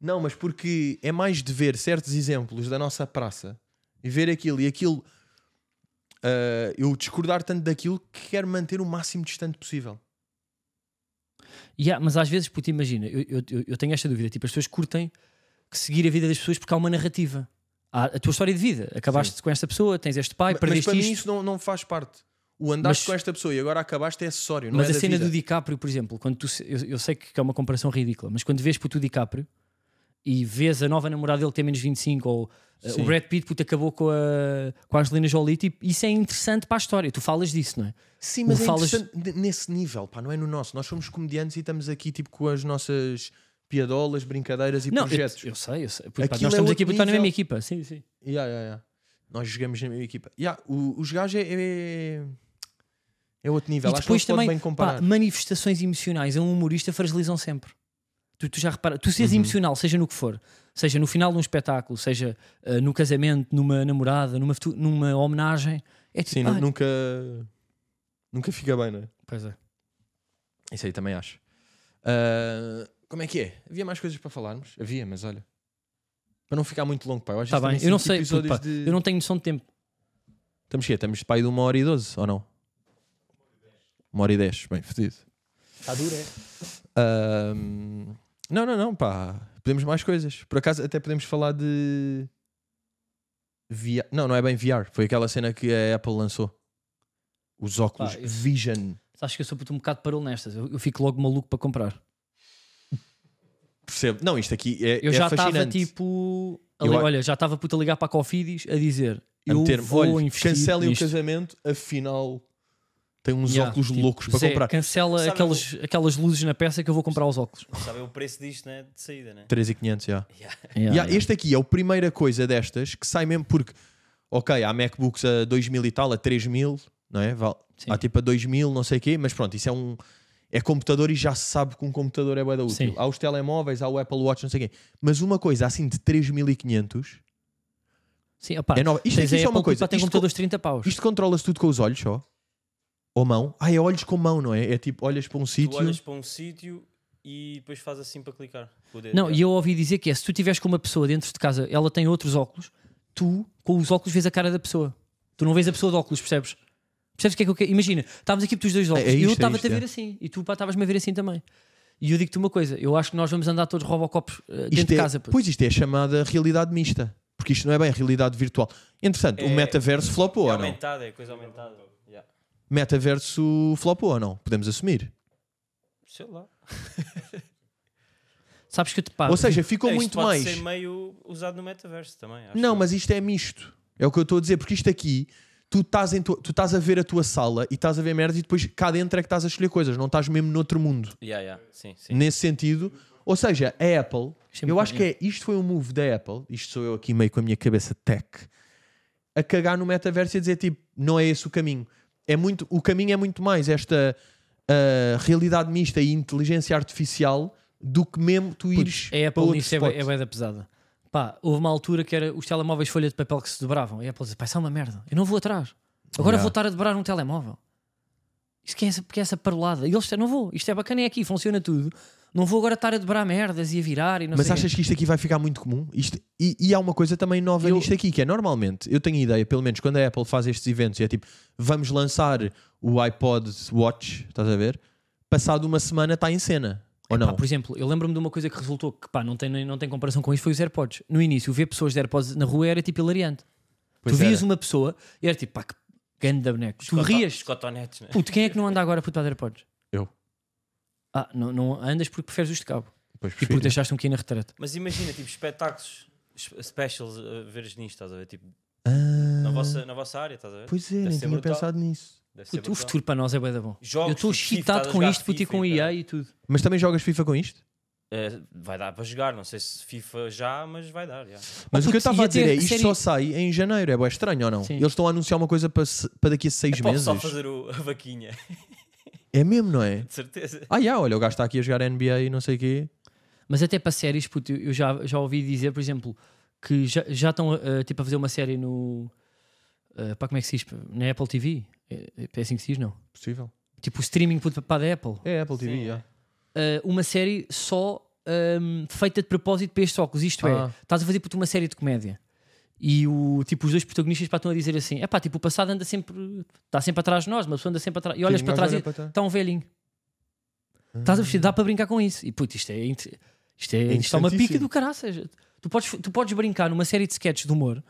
A: Não, mas porque é mais de ver certos exemplos da nossa praça e ver aquilo e aquilo. ah, eu discordar tanto daquilo que quero manter o máximo distante possível.
B: Ya, mas às vezes, puto, imagina, eu, eu- eu- eu tenho esta dúvida, tipo, as pessoas curtem que seguir a vida das pessoas porque há uma narrativa. Há a tua história de vida. Acabaste com esta pessoa, tens este pai,
A: Ma- mas
B: perdeste
A: para mim
B: isto.
A: isso não, não faz parte. O andaste
B: Mas-
A: com esta pessoa e agora acabaste é acessório. Não
B: mas
A: é
B: a
A: da
B: cena
A: vida.
B: do DiCaprio, por exemplo, quando tu, se- eu, eu sei que é uma comparação ridícula, mas quando vês puto o DiCaprio e vês a nova namorada dele que tem menos 25 ou eh,
A: Sim.
B: o Brad Pitt puto, acabou com a, com a Angelina Jolie, tipo, isso é interessante para a história. Tu falas disso, não é?
A: Sim, mas
B: o
A: é
B: falas-
A: interessante n- nesse nível, pá, não é no nosso. Nós somos comediantes e estamos aqui tipo com as nossas piadolas, brincadeiras e
B: não, eu-
A: projetos.
B: Eu, sei, eu sei. Puto,
A: Tipo,
B: pá,
A: Aquilo
B: nós
A: é
B: estamos
A: outro
B: aqui puto, na mesma
A: nível.
B: equipa, sim, sim.
A: Yeah, yeah, yeah. Nós jogamos na mesma equipa. Yeah, o- os gajos é, é, é outro nível.
B: E
A: Acho que não
B: depois
A: se pode
B: também,
A: bem comparar.
B: pá, manifestações emocionais a um humorista fragilizam sempre. Tu, tu já repara, tu
A: Uhum.
B: seres emocional, seja no que for, seja no final de um espetáculo, seja ah, no casamento, numa namorada, numa, futu- numa homenagem, é tipo,
A: Sim, nu-
B: ai,
A: nunca, nunca fica bem, não é?
B: pois é.
A: Isso aí também acho. Ah, como é que é? Havia mais coisas para falarmos? Havia, mas olha. Para não ficar muito longo, pá. Eu, às
B: Tá
A: vezes também
B: bem, eu não
A: sinto
B: sei, puto,
A: episódios
B: pá,
A: de-
B: eu não tenho noção de tempo.
A: Estamos quê? Estamos para aí de uma hora e doze, ou não? Uma hora e dez, bem fedido.
B: Está
A: Tá
B: duro, é?
A: Ahm, não, não, não, pá. Podemos mais coisas. Por acaso, até podemos falar de. VR. Não, não é bem VR. Foi aquela cena que a Apple lançou. Os óculos
B: Pá, isso-
A: Vision.
B: Sabes que eu sou puto, um bocado parou nestas, eu, eu fico logo maluco para comprar.
A: Percebo. Não, isto aqui é.
B: Eu
A: é
B: já estava
A: fascinante.
B: tipo, Ali-
A: Eu a-
B: olha, já estava puto a ligar para a Cofidis a dizer
A: A
B: eu
A: meter,
B: vou
A: É um olha,
B: investir
A: cancelem
B: nisto."
A: o casamento, afinal tem uns
B: Yeah,
A: óculos
B: tipo,
A: loucos para
B: Zé,
A: comprar.
B: Cancela
C: Sabe,
B: aquelas, aquelas luzes na peça que eu vou comprar os óculos.
C: Sabe o preço disto, né? De saída, né?
A: 3,500, já.
C: Yeah.
A: Yeah, Este aqui é a primeira coisa destas que sai mesmo porque, ok, há MacBooks a 2 mil e tal, a 3 mil, não é? Val-
B: Sim.
A: Há tipo a 2 mil, não sei o quê, mas pronto, isso é um. É computador e já se sabe que um computador é bué da útil.
B: Sim.
A: Há os telemóveis, há o Apple Watch, não sei o quê. Mas uma coisa assim de 3.500
B: Sim, opá,
A: é nova. Isto
B: tens
A: aqui
B: a
A: só uma
B: Apple,
A: coisa.
B: pá, Tem
A: Isto-
B: computadores de 30 paus.
A: Isto controla-se tudo com os olhos só? Ou mão? Ah, é olhos com mão, não é? É tipo, olhas para um
C: Tu
A: sítio.
C: olhas para um sítio e depois faz assim para clicar. com o dedo,
B: Não,
C: já.
B: e eu ouvi dizer que é se tu tiveres com uma pessoa dentro de casa, ela tem outros óculos, tu com os óculos vês a cara da pessoa. Tu não vês a pessoa de óculos, percebes? Percebes o que é que eu quero? Imagina, estávamos aqui por os dois de óculos
A: é
B: e
A: isto,
B: eu
A: é
B: estava-te
A: isto,
B: a ver
A: é.
B: assim e tu pá, estavas-me a ver assim também. E eu digo-te uma coisa, eu acho que nós vamos andar todos Robocops eh, dentro
A: Isto
B: de
A: é-
B: casa. puto.
A: pois isto é chamada realidade mista. Porque isto não é bem realidade virtual. Entretanto, o
C: É-
A: metaverso flopou
C: É
A: ou não?
C: aumentada, é coisa aumentada. Yeah.
A: Metaverso flopou ou não? Podemos assumir.
C: Sei lá.
B: Sabes que eu te pá,
A: ou seja, ficou
C: É, isto
A: muito
C: pode
A: mais.
C: ser meio usado no metaverso também. acho
A: Não,
C: eu.
A: mas isto é misto. É o que eu estou a dizer. Porque isto aqui, tu estás, em tua- tu estás a ver a tua sala e estás a ver merda e depois cá dentro é que estás a escolher coisas. Não estás mesmo noutro mundo.
C: Yeah, yeah. Sim, sim.
A: nesse sentido. Ou seja, a Apple,
B: Isto é
A: eu
B: muito
A: acho que é, isto foi um move da Apple, isto sou eu aqui meio com a minha cabeça tech, a cagar no metaverso e a dizer tipo, não é esse o caminho. É muito, o caminho é muito mais esta ah, realidade mista e inteligência artificial do que mesmo tu ires
B: Putz, a
A: para
B: Apple
A: outro
B: nisso é,
A: spot.
B: bué- é bué da pesada. Pá, houve uma altura que era os telemóveis folha de papel que se dobravam. E a Apple dizia, pá, isso é uma merda. Eu não vou atrás. Agora
A: Yeah.
B: vou estar a dobrar um telemóvel. Isso que é essa, que é essa parolada. E eles disseram, não vou. Isto é bacana, é aqui, funciona tudo. Não vou agora estar a dobrar merdas e a virar e não
A: Mas
B: sei
A: achas que isto aqui vai ficar muito comum? Isto, e, e há uma coisa também nova
B: Eu-
A: nisto aqui, que é normalmente, eu tenho a ideia, pelo menos quando a Apple faz estes eventos, e é tipo, vamos lançar o iPod Watch, estás a ver? Passado uma semana está em cena, ou
B: Pá,
A: não?
B: por exemplo, eu lembro-me de uma coisa que resultou que pá, não tem, nem- não tem comparação com isto, foi os AirPods. No início, ver pessoas de AirPods na rua era tipo hilariante.
A: Pois
B: tu vias
A: era.
B: uma pessoa e era tipo, pá, que ganda boneco. Tu
C: Coto-
B: rias.
C: Os cotonetes, né?
B: Puto, quem é que não anda agora puto a dar AirPods?
A: Eu.
B: Ah, não, não andas porque preferes os de cabo.
A: Pois
B: E porque deixaste um aqui na retrata.
C: Mas imagina, tipo, espetáculos es- specials a veres nisto, estás a ver? Tipo,
A: Ah,
B: Hum.
C: na, vossa, na vossa área, estás a ver?
A: Pois é,
C: Deve
A: nem
C: ser
A: tinha
C: brutal.
A: pensado nisso.
C: Deve ser
B: Puto, o
C: brutal.
B: futuro para nós é bué da bom.
C: Jogos,
B: eu estou
C: tipo, FIFA,
B: excitado
C: estás a
B: com
C: jogar
B: isto, puto, e
C: FIFA, tá.
B: com
C: cara.
B: EA e tudo.
A: Mas também jogas FIFA com isto?
C: Eh, vai dar para jogar, não sei se FIFA já, mas vai dar. já.
A: Mas
B: Oh,
A: o que eu
B: putz, e
A: estava a
B: até
A: dizer é,
B: a
A: isto
B: série-
A: só sai em janeiro, é bué estranho ou não?
B: Sim.
A: Eles estão a anunciar uma coisa para, se- para daqui a seis
C: É para o
A: meses.
C: pessoal fazer o- a vaquinha,
A: É mesmo, não é?
C: de certeza.
A: Ah, já, olha, o gajo está aqui a jogar NBA e não sei o quê.
B: Mas até para séries, puto, eu já, já ouvi dizer, por exemplo, que já, já estão ah, tipo, a fazer uma série no. ah, pá, como é que se diz? Na Apple TV? É, é assim que se diz, não?
A: Possível.
B: Tipo, o streaming puto, para a Apple.
A: É Apple TV,
C: Sim, é.
A: já.
B: Ah, uma série só ahm, feita de propósito para estes óculos. Isto
A: Ah.
B: é, estás a fazer puto, uma série de comédia. E o, tipo, os dois protagonistas pá, estão a dizer assim: é pá, tipo, o passado anda sempre. Está sempre atrás de nós, uma pessoa anda sempre atrás. E olhas
A: Sim,
B: para
A: mas
B: trás
A: olha
B: e. Está um velhinho. Estás a perceber? Dá para brincar com isso. E puto, isto é, inte- isto é, isto é uma pica
A: interessantíssimo.
B: do caraças. Tu podes, tu podes brincar numa série de sketches de humor.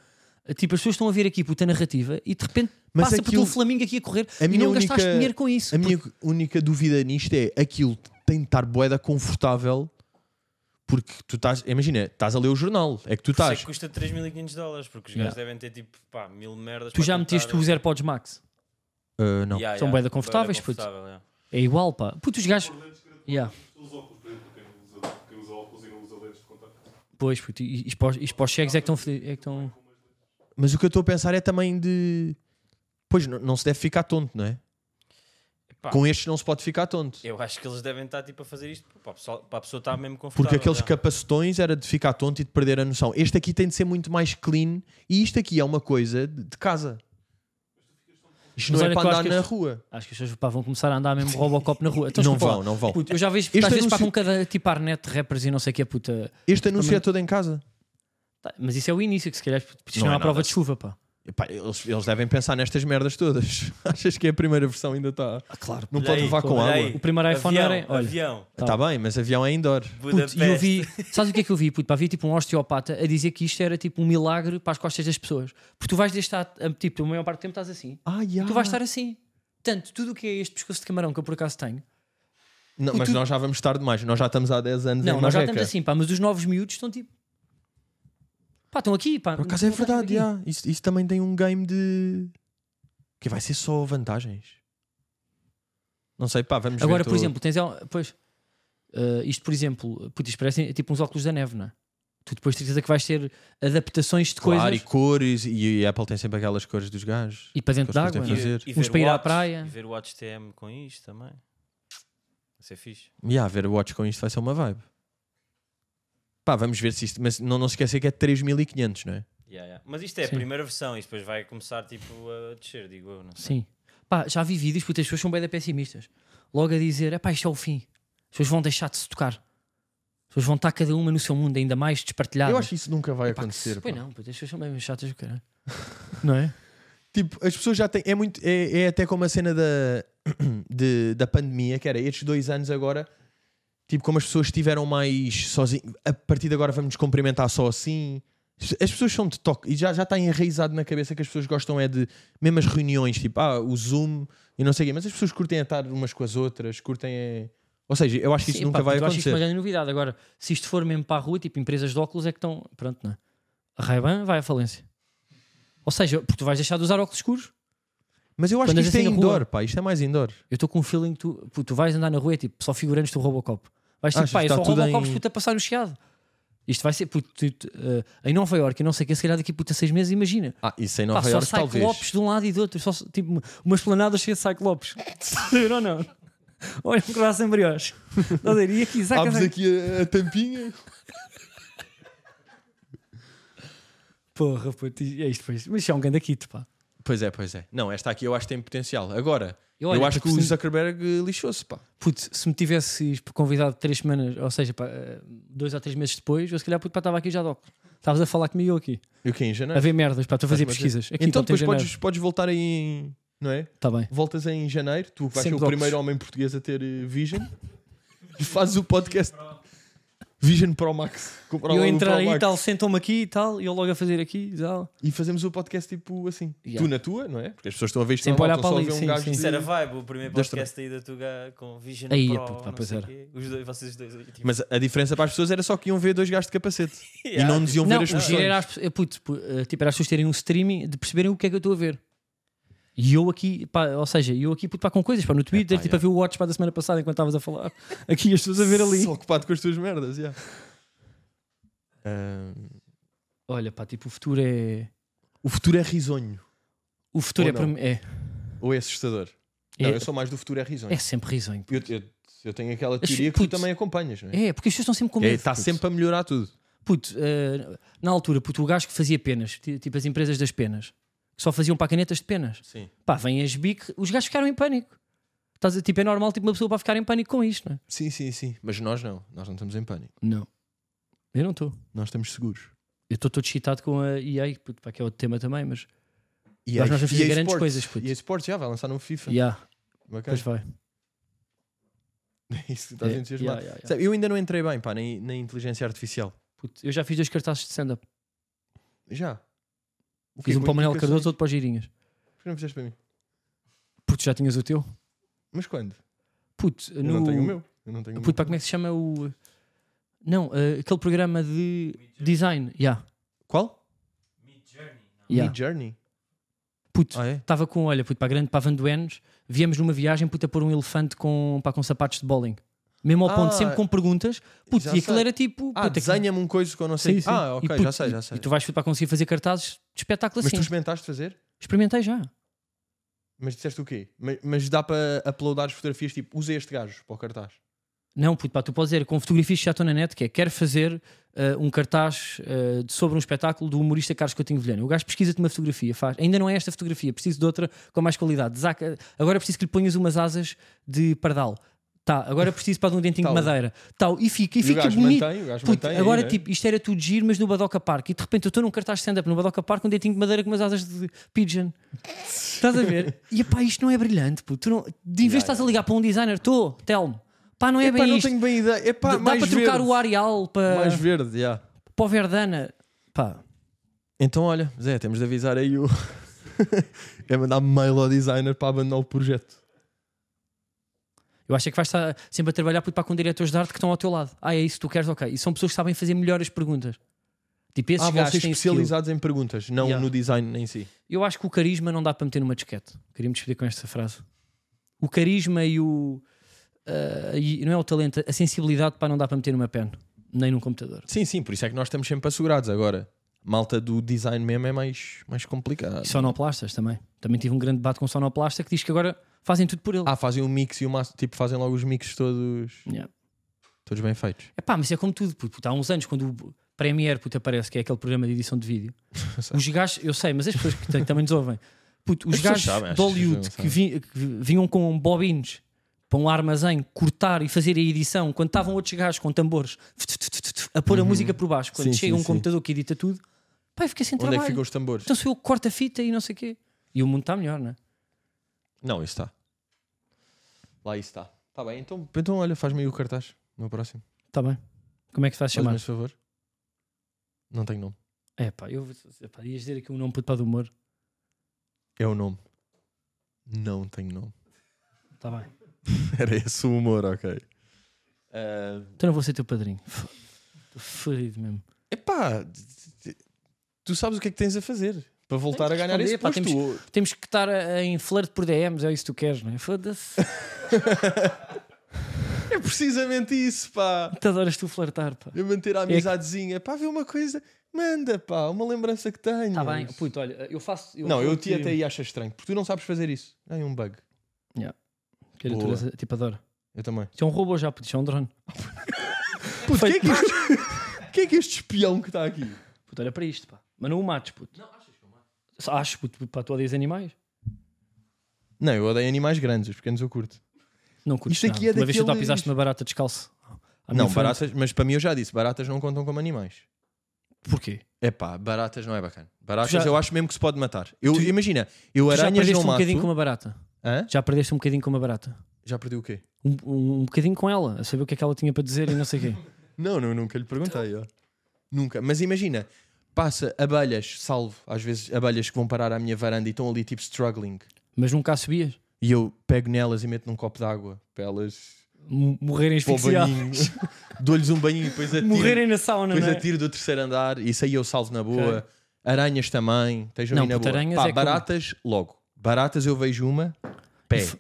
B: Tipo, as pessoas estão a ver aqui puta narrativa e de repente
A: Mas
B: passa por
A: aquilo-
B: um Flamingo aqui a correr
A: A
B: e
A: minha
B: não gastaste
A: única-
B: dinheiro com isso.
A: A minha única dúvida nisto é aquilo tem de estar boeda confortável porque tu estás, imagina, estás a ler o jornal, é que tu
C: Por isso é que
A: estás.
C: custa 3.500 dólares, porque os
B: Yeah.
C: gajos devem ter tipo, pá, mil merdas.
B: Tu já meteste os AirPods Max.
A: Ah, não.
B: São bué da confortáveis, puto. É igual, pá. Puto, os gajos. Yeah.
D: Os óculos, por exemplo, quem usa, quem usa óculos e não usa lentes de contacto.
B: Pois, puto. E isto para os- isto para os cegos é que estão. fedi- É que estão...
A: Mas o que eu estou a pensar é também de. Pois não, não se deve ficar tonto, não é?
C: Pá.
A: Com estes não se pode ficar tonto.
B: É
C: Eu acho que eles devem estar tipo a fazer isto pá, para a pessoa, para a pessoa estar mesmo confortável.
A: Porque aqueles
C: já.
A: capacetões era de ficar tonto e de perder a noção. Este aqui tem de ser muito mais clean e isto aqui é uma coisa de, de casa. Isto
B: Mas
A: não
B: olha
A: é para
B: que eu
A: andar
B: acho que
A: na
B: as-
A: rua.
B: Acho que as pessoas pá, vão começar a andar mesmo Robocop na rua. Então,
A: Não
B: desculpa lá.
A: vão, não vão. é
B: Puto, eu já vejo.
A: Este
B: às vezes
A: anúncio-
B: pá, com cada tipo net de rappers e não sei o que é puta.
A: Este anúncio
B: Também-
A: é todo em casa.
B: Tá, Mas isso é o início, que se calhar isto
A: Não
B: não
A: é
B: há prova
A: nada.
B: de chuva, pá.
A: Epá, eles, eles devem pensar nestas merdas todas. Achas que é a primeira versão ainda está.
B: Ah, claro.
A: Não
C: Olha
A: pode
C: aí,
A: levar com
C: olha
A: água.
C: aí.
B: O primeiro iPhone
C: avião,
B: era- olha.
C: Avião,
B: Tá.
A: Está bem, mas avião é indoor.
C: Budapeste.
B: e eu vi, sabes o que é que eu vi? Puto, pá, vi tipo um osteopata a dizer que isto era tipo um milagre para as costas das pessoas. Porque tu vais deixar, tipo, a maior parte do tempo estás assim.
A: Ah, yeah.
B: Tu vais estar assim. Tanto, tudo o que é este pescoço de camarão que eu por acaso tenho.
A: Não, mas nós já vamos estar demais. Nós já estamos há 10 anos
B: Não,
A: em
B: nós já assim,
A: Marreca.
B: estamos assim, pá, mas os novos miúdos estão tipo. Pá, estão aqui, pá.
A: Por acaso é
B: estão
A: verdade,
B: aqui.
A: já. Isso, isso também tem um game de. que vai ser só vantagens. Não sei, pá, vamos ver,
B: Agora,
A: tô-
B: por exemplo, tens. al- Pois, eh, isto, por exemplo, putz, isto parece tipo uns óculos da neve, não é? Tu depois tens certeza que vais ter adaptações de
A: Claro,
B: coisas
A: e cores, e, a Apple tem sempre aquelas cores dos gajos.
B: e para dentro
A: que eles
B: d'água.
A: têm que fazer.
B: Uns para ir à
C: watts-
B: praia.
C: E ver o Watch TM com isto também. Vai ser fixe.
A: E a ver watch com isto vai ser uma vibe. Pá, vamos ver se isto. Mas não, não se esquecer que é 3500, não é?
C: Yeah, yeah. Mas isto é a
B: Sim.
C: primeira versão e depois vai começar tipo a descer, digo eu. Não sei.
B: Sim. Pá, já vi vídeos, puta, as pessoas são bem pessimistas. Logo a dizer, é pá, isto é o fim. As pessoas vão deixar de se tocar. As pessoas vão estar cada uma no seu mundo, ainda mais despartilhadas.
A: Eu acho que isso nunca vai
B: Pá, que se-
A: acontecer.
B: Pois
A: pá.
B: não, puta, as pessoas são bem chatas do caralho. não é?
A: Tipo, as pessoas já têm. É, muito, é, é até como a cena da, de- da pandemia, que era estes dois anos agora. Tipo, como as pessoas estiveram mais sozinhas. A partir de agora vamos nos cumprimentar só assim. As pessoas são de toque. E já, já está enraizado na cabeça que as pessoas gostam é de. Mesmo as reuniões, tipo, ah, o Zoom e não sei o quê. Mas as pessoas curtem é estar umas com as outras, curtem é. Ou seja, eu acho que isso
B: Sim,
A: nunca
B: pá,
A: vai
B: eu acho isto
A: acontecer.
B: uma grande novidade. Agora, se isto for mesmo para a rua, tipo empresas de óculos é que estão. Pronto, não é? A Ray-Ban vai à falência. Ou seja, porque tu vais deixar de usar óculos escuros.
A: Mas eu acho
B: Quando
A: que
B: andas
A: isto é
B: assim na rua-
A: indoor, pá. Isto é mais indoor.
B: Eu estou com um feeling que tu, pô, tu vais andar na rua é tipo só figurantes do Robocop. Vais tipo,
A: Achas
B: pá,
A: que
B: eu
A: está
B: sou o
A: tudo
B: Robocop
A: em-
B: puta a passar no chiado. Isto vai ser, puto, tu- tu, eh, em Nova Iorque, eu não sei o que, se calhar daqui puta seis meses, imagina.
A: Ah, isso em
B: Pá,
A: Nova
B: só
A: Iorque,
B: cyclopes
A: talvez.
B: de um lado e do outro, só tipo umas planadas cheias de cyclopes. Estás a ver ou não? Olha um croissant em brioche. Estás a ver? E aqui, saca,
A: Abres
B: saca.
A: aqui a, a tampinha.
B: Porra, puto, e é isto, pois. Mas isto é um grande kit, pá.
A: Pois é, pois é. Não, esta aqui eu acho que tem potencial. Agora, eu,
B: olha,
A: acho que
B: puto,
A: o
B: se-
A: Zuckerberg eh, lixou-se, pá.
B: Puto, se me tivesses convidado três semanas, ou seja, pá, eh, dois ou três meses depois, eu se calhar puto, pá, estava aqui já de óculos. Estavas a falar comigo eu aqui,
A: E o que em janeiro?
B: a ver merdas, para tu
A: Faz-me
B: fazer
A: a ver.
B: pesquisas. Aqui,
A: então
B: então
A: depois podes, podes voltar aí em. Não é?
B: Está Tá bem.
A: Voltas aí em janeiro, tu vais ser
B: Sempre
A: o
B: de óculos.
A: primeiro homem português a ter eh, Vision e fazes o podcast Vision Pro Max. Comprar
B: E eu
A: logo o
B: entrar
A: Pro
B: aí e
A: Max.
B: tal, sentam-me aqui e tal, e eu logo a fazer aqui e tal.
A: E fazemos o podcast tipo assim.
B: Yeah.
A: Tu na tua, não é? Porque as pessoas estão a ver isto
B: Sempre
A: normal,
B: olhar
A: estão só a
B: para ali,
A: ver um
B: sim,
A: gajo
B: sim.
A: de-
C: Isso era vibe, o primeiro
A: Das
C: podcast aí da Tuga com Vision
B: Aí,
C: Pro,
B: puto, pá,
C: não
B: pois
C: sei
B: era.
C: quê. Os dois, vocês dois aí, tipo,
A: Mas a diferença para as pessoas era só que iam ver dois gajos de capacete e não nos iam
B: não,
A: ver
B: o
A: as
B: giro
A: pessoas.
B: era, as, eh, puto, pu- eh, tipo, era as pessoas terem um streaming de perceberem o que é que eu estou a ver. E eu aqui, pá, ou seja, eu aqui puto, pá, com coisas, pá, no Twitter,
A: Epá,
B: tipo, a ver o Watch pá, da semana passada enquanto estavas a falar. Aqui as pessoas a ver ali.
A: Só ocupado com as tuas merdas, yeah. Ahm,
B: Olha, pá, tipo, o futuro é.
A: O futuro é risonho.
B: O futuro
A: Ou
B: é, para
A: não.
B: mim- é,
A: Ou é assustador? Não,
B: é,
A: eu sou mais do futuro é risonho.
B: é sempre risonho.
A: Eu, eu- eu tenho aquela
B: Mas,
A: teoria que tu
B: putz,
A: também acompanhas, não é?
B: É, porque as pessoas estão sempre com medo.
A: É, Está
B: puto.
A: sempre a melhorar tudo.
B: Puto, eh, na altura, puto, o gajo que fazia penas, ti- tipo as empresas das penas, que só faziam para canetas de penas.
A: Sim.
B: Pá, vêm as BIC, os gajos ficaram em pânico. Estás a- tipo, é normal tipo, uma pessoa para ficar em pânico com isto, não é?
A: Sim, sim, sim. Mas nós não. Nós não estamos em pânico.
B: Não. Eu não estou.
A: Nós estamos seguros.
B: Eu estou todo excitado com a EA, puto, pá, que é outro tema também, mas.
A: E
B: Nós
A: aí-
B: vamos fazer
A: e aí
B: grandes
A: Sports?
B: coisas, puto.
A: E a Sports já vai lançar no FIFA.
B: Yeah,
A: Bacana.
B: pois vai.
A: Isso estás
B: É,
A: entusiasmado.
B: yeah, yeah, yeah.
A: Sabe, eu ainda não entrei bem, pá, na, na inteligência artificial.
B: Puto, eu já fiz dois cartazes de stand-up.
A: Já. O quê? assim?
B: Fiz um
A: Com
B: para o Manuel
A: implicações?
B: Cardoso, outro para o Girinhas.
A: Por que não fizeste para mim?
B: Puto, já tinhas o teu?
A: Mas quando?
B: Puto,
A: Eu
B: no.
A: não tenho o meu. Eu não tenho o
B: Puto, pá,
A: meu.
B: como é que se chama o. Não, eh, aquele programa de design. Yeah,
A: Qual?
B: yeah.
A: Mid Journey.
B: Puto,
A: Ah, é?
B: estava com, olha, puto, para a grande Pavan Duenes, viemos numa viagem, puto, a pôr um elefante com, pá, com sapatos de bowling. Mesmo ao ponto,
A: Ah,
B: sempre com perguntas. Puto,
A: já
B: e aquilo
A: sei.
B: era tipo.
A: Ah,
B: puta, que-
A: desenha-me um coisa que eu não sei.
B: Sim, sim.
A: Ah,
B: E,
A: ok,
B: puto,
A: já sei, já sei.
B: E tu vais puto, para conseguir fazer cartazes de espetáculo
A: Mas
B: assim.
A: tu experimentaste fazer?
B: Experimentei já.
A: Mas disseste o quê? Mas, mas dá para uploadar as fotografias tipo, usa este gajo para o cartaz.
B: Não, puto, pá, tu podes dizer com fotografias que já estão na net que é quero fazer eh, um cartaz eh, de- sobre um espetáculo do humorista Carlos Coutinho Vilhena. O gajo pesquisa-te uma fotografia, faz. Ainda não é esta fotografia, preciso de outra com mais qualidade. Zaca, agora é preciso que lhe ponhas umas asas de pardal. Tá, agora preciso para de um dentinho de
A: Tal.
B: madeira. Tal, e fica, e
A: E o
B: fica
A: gajo
B: bonito.
A: mantém, o gajo
B: Puto,
A: mantém.
B: agora,
A: aí, né?
B: tipo, isto era tudo giro, mas no Badoca Park. E de repente eu estou num cartaz de stand-up no Badoca Park com um dentinho de madeira com umas asas de pigeon. Estás a ver? E pá, isto não é brilhante, puto. Tu não... De em vez de estás a ligar para um designer, estou, telmo. Pá, não é
A: Epá,
B: bem
A: não
B: isto.
A: tenho bem ideia. Epá,
B: Dá
A: mais
B: para trocar
A: verde.
B: o Arial para,
A: Mais verde, já.
B: para o Verdana. Pá,
A: Então, olha, Zé, temos de avisar aí o. é mandar mail ao designer para abandonar o projeto.
B: eu acho é que vais estar sempre a trabalhar puto, pá, com diretores de arte que estão ao teu lado. Ah, é isso que tu queres? Ok. E são pessoas que sabem fazer melhor as perguntas. Tipo, esses
A: ah,
B: gajos
A: vocês
B: têm skill.
A: especializados em perguntas, não
B: Yeah.
A: no design em si.
B: Eu acho que o carisma não dá para meter numa disquete. Queria me despedir com esta frase. O carisma e o. ah, e não é o talento, a sensibilidade para não dá para meter numa pen, nem num computador.
A: Sim, sim, por isso é que nós estamos sempre assegurados agora. Malta do design mesmo é mais, mais complicado.
B: E sonoplastas também. Também tive um grande debate com um sonoplasta que diz que agora fazem tudo por ele.
A: Ah, fazem o mix e o master, tipo, fazem logo os mixes todos,
B: Yeah.
A: todos bem feitos.
B: Epá, mas é como tudo, puto. Puto, Há uns anos, quando o Premiere puto, aparece, que é aquele programa de edição de vídeo,
A: sei.
B: os gajos, eu sei, mas as pessoas que t- também nos ouvem, Puto, os
A: As pessoas
B: gajos
A: sabem, acho
B: de
A: que
B: Hollywood
A: sabem.
B: que, vi- que vinham com bobines para um armazém cortar e fazer a edição, quando estavam outros gajos com tambores a pôr a música por baixo, quando
A: Uhum. Sim,
B: chega
A: sim,
B: um
A: sim.
B: computador que edita tudo, pá, fica sem
A: Onde é que
B: trabalho.
A: ficam os tambores?
B: Então sou eu que corto a fita e não sei o quê. E o mundo está melhor, não é?
A: Não, isso está. Lá isso está. Está bem, então, então olha, faz-me aí o cartaz no próximo.
B: Está bem. Como é que se vai chamar?
A: Faz-me esse favor. Não tenho nome.
B: É pá, eu epá, ias dizer aqui um nome puto para do humor.
A: É o nome. Não tenho nome.
B: Está Tá bem.
A: Era esse o humor, ok. Ah,
B: Então não vou ser teu padrinho. F- Tô fodido mesmo.
A: Epá, d- d- d- tu sabes o que é que tens a fazer para voltar a
B: Tens que
A: ganhar esse
B: responder, pá,
A: posto.
B: Temos que estar a- a- em flerte por DMs, é isso que tu queres, não é? Foda-se.
A: É precisamente isso, pá.
B: Te adoras tu flertar, pá.
A: Eu manter a
B: É
A: amizadezinha. Pá, vê uma coisa. Manda, pá, uma lembrança que tenhas.
B: Está Tá bem, puto, olha, eu faço.
A: Não, eu te até aí acho estranho, porque tu não sabes fazer isso. É um bug. Boa.
B: Criaturas, tipo, adoro.
A: Eu também.
B: Isto é um robô já, puto, isto é um drone.
A: Puto, quem é que este, quem é que este espião que está aqui?
B: Puto, olha para isto, pá. Mas não o mates, puto. Não, achas que eu mato? Acho, puto, para tu odeias animais.
A: Não, eu odeio animais grandes, os pequenos eu curto.
B: Não curtes
A: Isto aqui é
B: nada. Uma vez tu já
A: daqueles-
B: pisaste uma barata descalço. À
A: Não,
B: minha frente.
A: baratas, mas para mim eu já disse, baratas não contam como animais.
B: Porquê?
A: É pá, baratas não é bacana. Baratas
B: Tu já-
A: eu acho mesmo que se pode matar. Eu,
B: Tu-
A: Imagina, eu
B: Tu já
A: aranhas
B: perdeste
A: não
B: um
A: mato.
B: bocadinho com uma barata.
A: Hã?
B: Já perdeste um bocadinho com uma barata.
A: Já perdi o quê?
B: um, um, um bocadinho com ela, a saber o que é que ela tinha para dizer e não sei o quê.
A: Não, não, nunca lhe perguntei.
B: Então?
A: ó. Nunca. Mas imagina, passa abelhas, salvo às vezes abelhas que vão parar à minha varanda e estão ali tipo struggling.
B: Mas nunca a subias.
A: E eu pego nelas e meto num copo de água para elas
B: M- Morrerem
A: para o
B: asfixiadas.
A: banhinho. Dou-lhes um banho e depois atiro.
B: Morrerem na sauna,
A: Depois
B: não é?
A: atiro do terceiro andar. Isso aí eu salvo na boa. Aranhas também. Estejam
B: Não,
A: aí na
B: puto,
A: boa.
B: aranhas
A: Pá,
B: é como-
A: baratas, logo. Baratas eu vejo uma, pé.
B: F-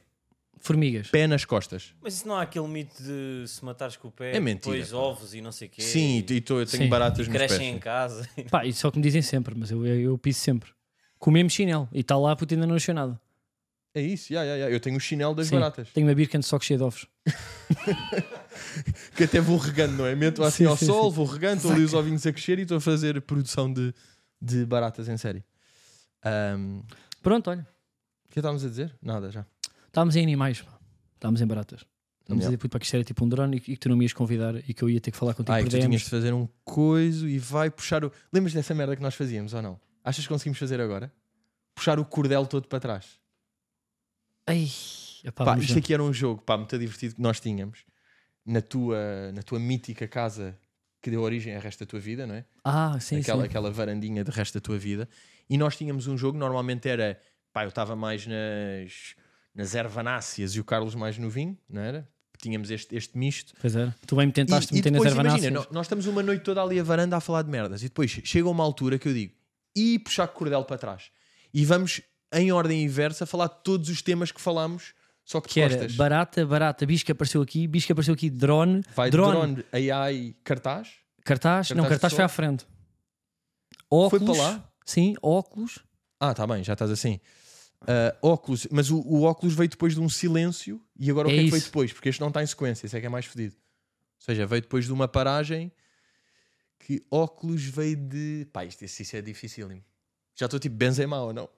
B: Formigas.
A: Pé nas costas.
C: Mas isso não há aquele mito de se matares com o pé,
A: É mentira,
C: depois
A: pá.
C: ovos e não sei o quê.
A: Sim, e tô- eu tenho
B: Sim.
A: baratas nos
C: crescem em
A: pés.
C: casa.
B: Pá, isso é o que me dizem sempre, mas eu, eu, eu piso sempre. Com o mesmo chinelo. E está lá, puto, ainda não achei nada.
A: É isso, ya, ya, ya. eu tenho o chinelo das
B: Sim,
A: baratas.
B: Tenho uma Birken só cheia de ovos.
A: que até vou regando, não é? Meto assim
B: Sim,
A: ao
B: sim,
A: sol, vou regando, estou ali os ovinhos a crescer e estou a fazer produção de, de baratas em série. Ahm,
B: Pronto, olha.
A: o que estávamos a dizer? Nada já.
B: Tipo, Estávamos em animais, pá. Estávamos em baratas. Estávamos
A: Yeah.
B: a dizer, puto, para que isto era tipo um drone e que e que tu não me ias convidar e que eu ia ter que falar contigo
A: Ah, e
B: por
A: que tu tinhas
B: DMs.
A: de fazer um coiso e vai puxar o. Lembras dessa merda que nós fazíamos ou não? Achas que conseguimos fazer agora? Puxar o cordel todo para trás.
B: Ai, epá,
A: Pá,
B: vamos
A: isto
B: ver.
A: aqui era um jogo, pá, muito divertido que nós tínhamos na tua, na tua mítica casa que deu origem ao resto da tua vida, não é?
B: Ah, sim,
A: aquela,
B: sim.
A: aquela varandinha de resto da tua vida. E nós tínhamos um jogo, normalmente era pá, eu estava mais nas, nas ervanáceas e o Carlos mais no vinho, não era? Tínhamos este, este misto.
B: Pois era. Tu bem me tentaste
A: e, e
B: meter nas
A: depois, imagina,
B: ervanáceas.
A: nó- nós estamos uma noite toda ali à varanda a falar de merdas e depois chega uma altura que eu digo e puxar cordel para trás e vamos em ordem inversa falar de todos os temas que falámos, só que,
B: Que
A: de
B: era
A: costas.
B: barata, barata, bisca apareceu aqui, bisca apareceu aqui, drone,
A: Vai
B: drone,
A: drone. AI, cartaz.
B: cartaz, não,
A: Cartaz
B: cartaz
A: de
B: foi
A: sol.
B: à frente. Óculos,
A: para lá?
B: Sim, óculos.
A: Ah, tá bem, já estás assim. Ah, óculos, mas o, o óculos veio depois de um silêncio e agora
B: É
A: o que é que
B: isso.
A: veio depois? Porque este não está em sequência, isso é que é mais fodido. Ou seja, veio depois de uma paragem que óculos veio de. Pá, isto, isto, isto é dificílimo. Já estou tipo Benzema ou não?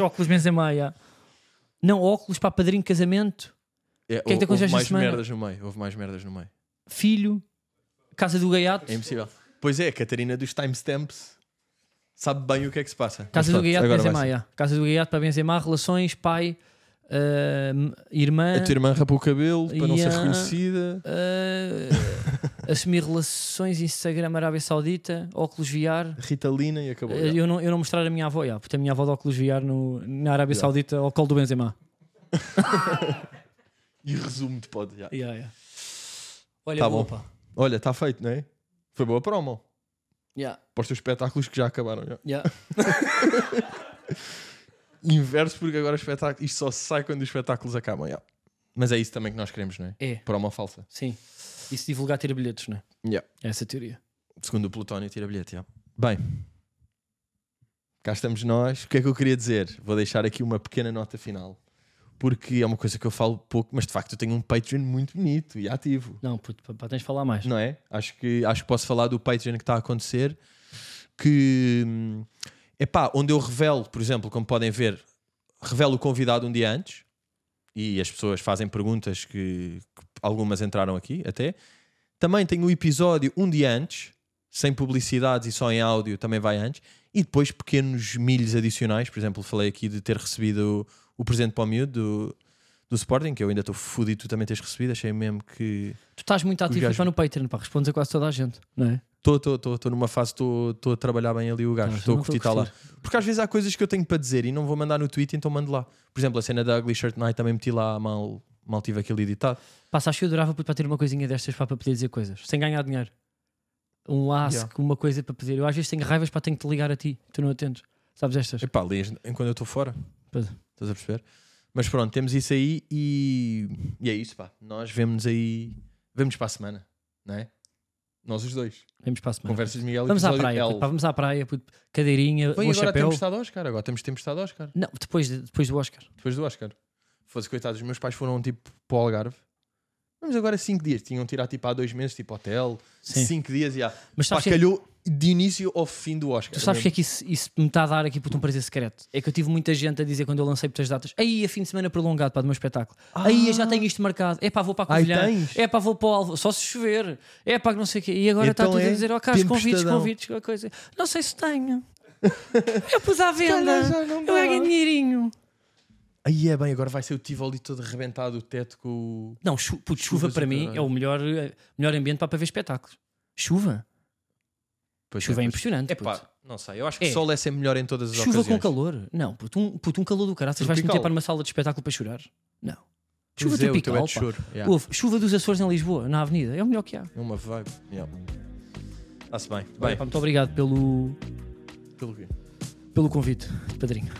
B: óculos Benzema, já. Não, óculos para padrinho de casamento,
A: É,
B: que é que te aconteceu
A: houve
B: esta
A: mais
B: semana?
A: merdas no meio, houve mais merdas no meio.
B: filho, casa do gaiato.
A: É impossível. Pois é, a Catarina dos timestamps sabe bem o que é que se passa. Mas
B: Casa do
A: pronto,
B: gaiato para
A: agora vai
B: Benzema, já. Casa do gaiato para Benzema, relações, pai, ah, m- irmã,
A: ser. A tua irmã rapou o cabelo para não ser
B: Yeah.
A: reconhecida.
B: ah, assumir relações, Instagram, Arábia Saudita, óculos VR.
A: Ritalina e acabou.
B: Eu não, eu não mostrar a minha avó, já, porque a minha avó de óculos VR no, na Arábia
A: Já.
B: Saudita ao colo do Benzema.
A: E resumo de pod. já.
B: Yeah, yeah. Olha,
A: Tá
B: boa,
A: bom.
B: pá.
A: tá Olha, está feito, não é? Foi boa promo.
B: Yeah,
A: para os teus espetáculos que já acabaram. já.
B: yeah.
A: Inverso, porque agora espetáculo, isto só sai quando os espetáculos acabam. já. Mas é isso também que nós queremos, não é?
B: É,
A: Para uma falsa.
B: sim. E se divulgar tira bilhetes, não é?
A: Yeah.
B: É essa a teoria.
A: Segundo o Plutónio, tira bilhete. já. Bem, cá estamos nós. O que é que eu queria dizer? Vou deixar aqui uma pequena nota final. Porque é uma coisa que eu falo pouco, mas de facto eu tenho um Patreon muito bonito e ativo.
B: Não, puto, pá, pá, tens de falar mais.
A: não é? Acho que, acho que posso falar do Patreon que está a acontecer. Que é pá, onde eu revelo, por exemplo, como podem ver, revelo o convidado um dia antes e as pessoas fazem perguntas que, que algumas entraram aqui até. Também tenho o episódio um dia antes, sem publicidades e só em áudio, também vai antes. E depois pequenos milhos adicionais, por exemplo, falei aqui de ter recebido o, o presente para o miúdo do, do Sporting, que eu ainda estou fudido, tu também tens recebido, achei mesmo que.
B: Tu estás muito ativo
A: gajo-
B: pá, no Patreon, pá, respondes a quase toda a gente, não é?
A: Estou numa fase, estou a trabalhar bem ali o gajo,
B: Ah,
A: estou a
B: não tô
A: curtir,
B: a
A: está lá. Porque às vezes há coisas que eu tenho para dizer e não vou mandar no tweet, então mando lá. Por exemplo, a cena da Ugly Shirt Night também meti lá, mal, mal tive aquilo editado.
B: Pá, sabes que eu adorava puto, para ter uma coisinha destas pá, para poder dizer coisas, sem ganhar dinheiro. Um ask,
A: Yeah.
B: uma coisa para poder. Eu às vezes tenho raivas para tenho que te ligar a ti, tu não atendes. Sabes estas?
A: Epá, lês enquanto eu estou fora,
B: Pois. é.
A: estás a perceber? Mas pronto, temos isso aí e, e é isso, pá. Nós vemos aí, vemos para a semana, não é? Nós os dois.
B: Vemos para a semana.
A: Conversas de Miguel
B: Vamos à
A: episódio
B: praia,
A: L. é
B: puto, pá, vamos à praia, puto, cadeirinha,
A: Foi
B: um
A: agora
B: chapéu.
A: temos estado Oscar, agora temos tempestade Oscar,
B: Não, depois, de- depois do Oscar.
A: depois do Oscar. Fosse coitados, os meus pais foram tipo para o Algarve. Vamos agora cinco dias, tinham tirado tipo há dois meses, tipo hotel,
B: Sim.
A: cinco dias e há.
B: Mas
A: Pá,
B: sabes que, é-
A: calhou de início ao fim do Oscar.
B: tu sabes que é
A: mesmo.
B: que isso, isso me está a dar aqui puto, um prazer secreto? É que eu tive muita gente a dizer quando eu lancei muitas datas. Aí, a fim de semana prolongado para do meu espetáculo. Aí eu já tenho isto marcado. É pá, vou para
A: Ah.
B: a
A: Ai,
B: Covilhã.
A: tens?
B: É pá, vou para o Alvo. Só se chover. É pá, que não sei o quê. E agora está
A: Então
B: tudo
A: é
B: a dizer, ó Carlos, convites,
A: tempestadão.
B: convites, qualquer coisa. Não sei se tenho. eu pus à venda.
A: calhar já não
B: é Eu
A: dá.
B: ganho dinheirinho.
A: Aí é bem, agora vai ser o Tivoli todo arrebentado, o teto com o.
B: Não, chu puto, chuva
A: Chuvas
B: para
A: do
B: mim
A: caralho.
B: é o melhor, eh, melhor ambiente para, para ver espetáculos. Chuva?
A: Pois
B: Chuva é
A: pois
B: impressionante.
A: É
B: puto.
A: pá, não sei, eu acho que
B: É.
A: o sol é sempre melhor em todas as
B: Chuva com
A: ocasiões.
B: calor? Não, puto, um, puto, um calor do caralho. Vocês vais
A: Tropical.
B: meter para uma sala de espetáculo para chorar? Não. Chuva
A: Pois é, o teu é
B: tropical.
A: de
B: pá.
A: choro. Yeah.
B: Ouve, chuva dos Açores em Lisboa, na Avenida. É o melhor que há.
A: É uma vibe. Yeah. Está-se bem.
B: Olha,
A: Bem,
B: pá, muito obrigado pelo,
A: pelo que.
B: pelo convite, padrinho.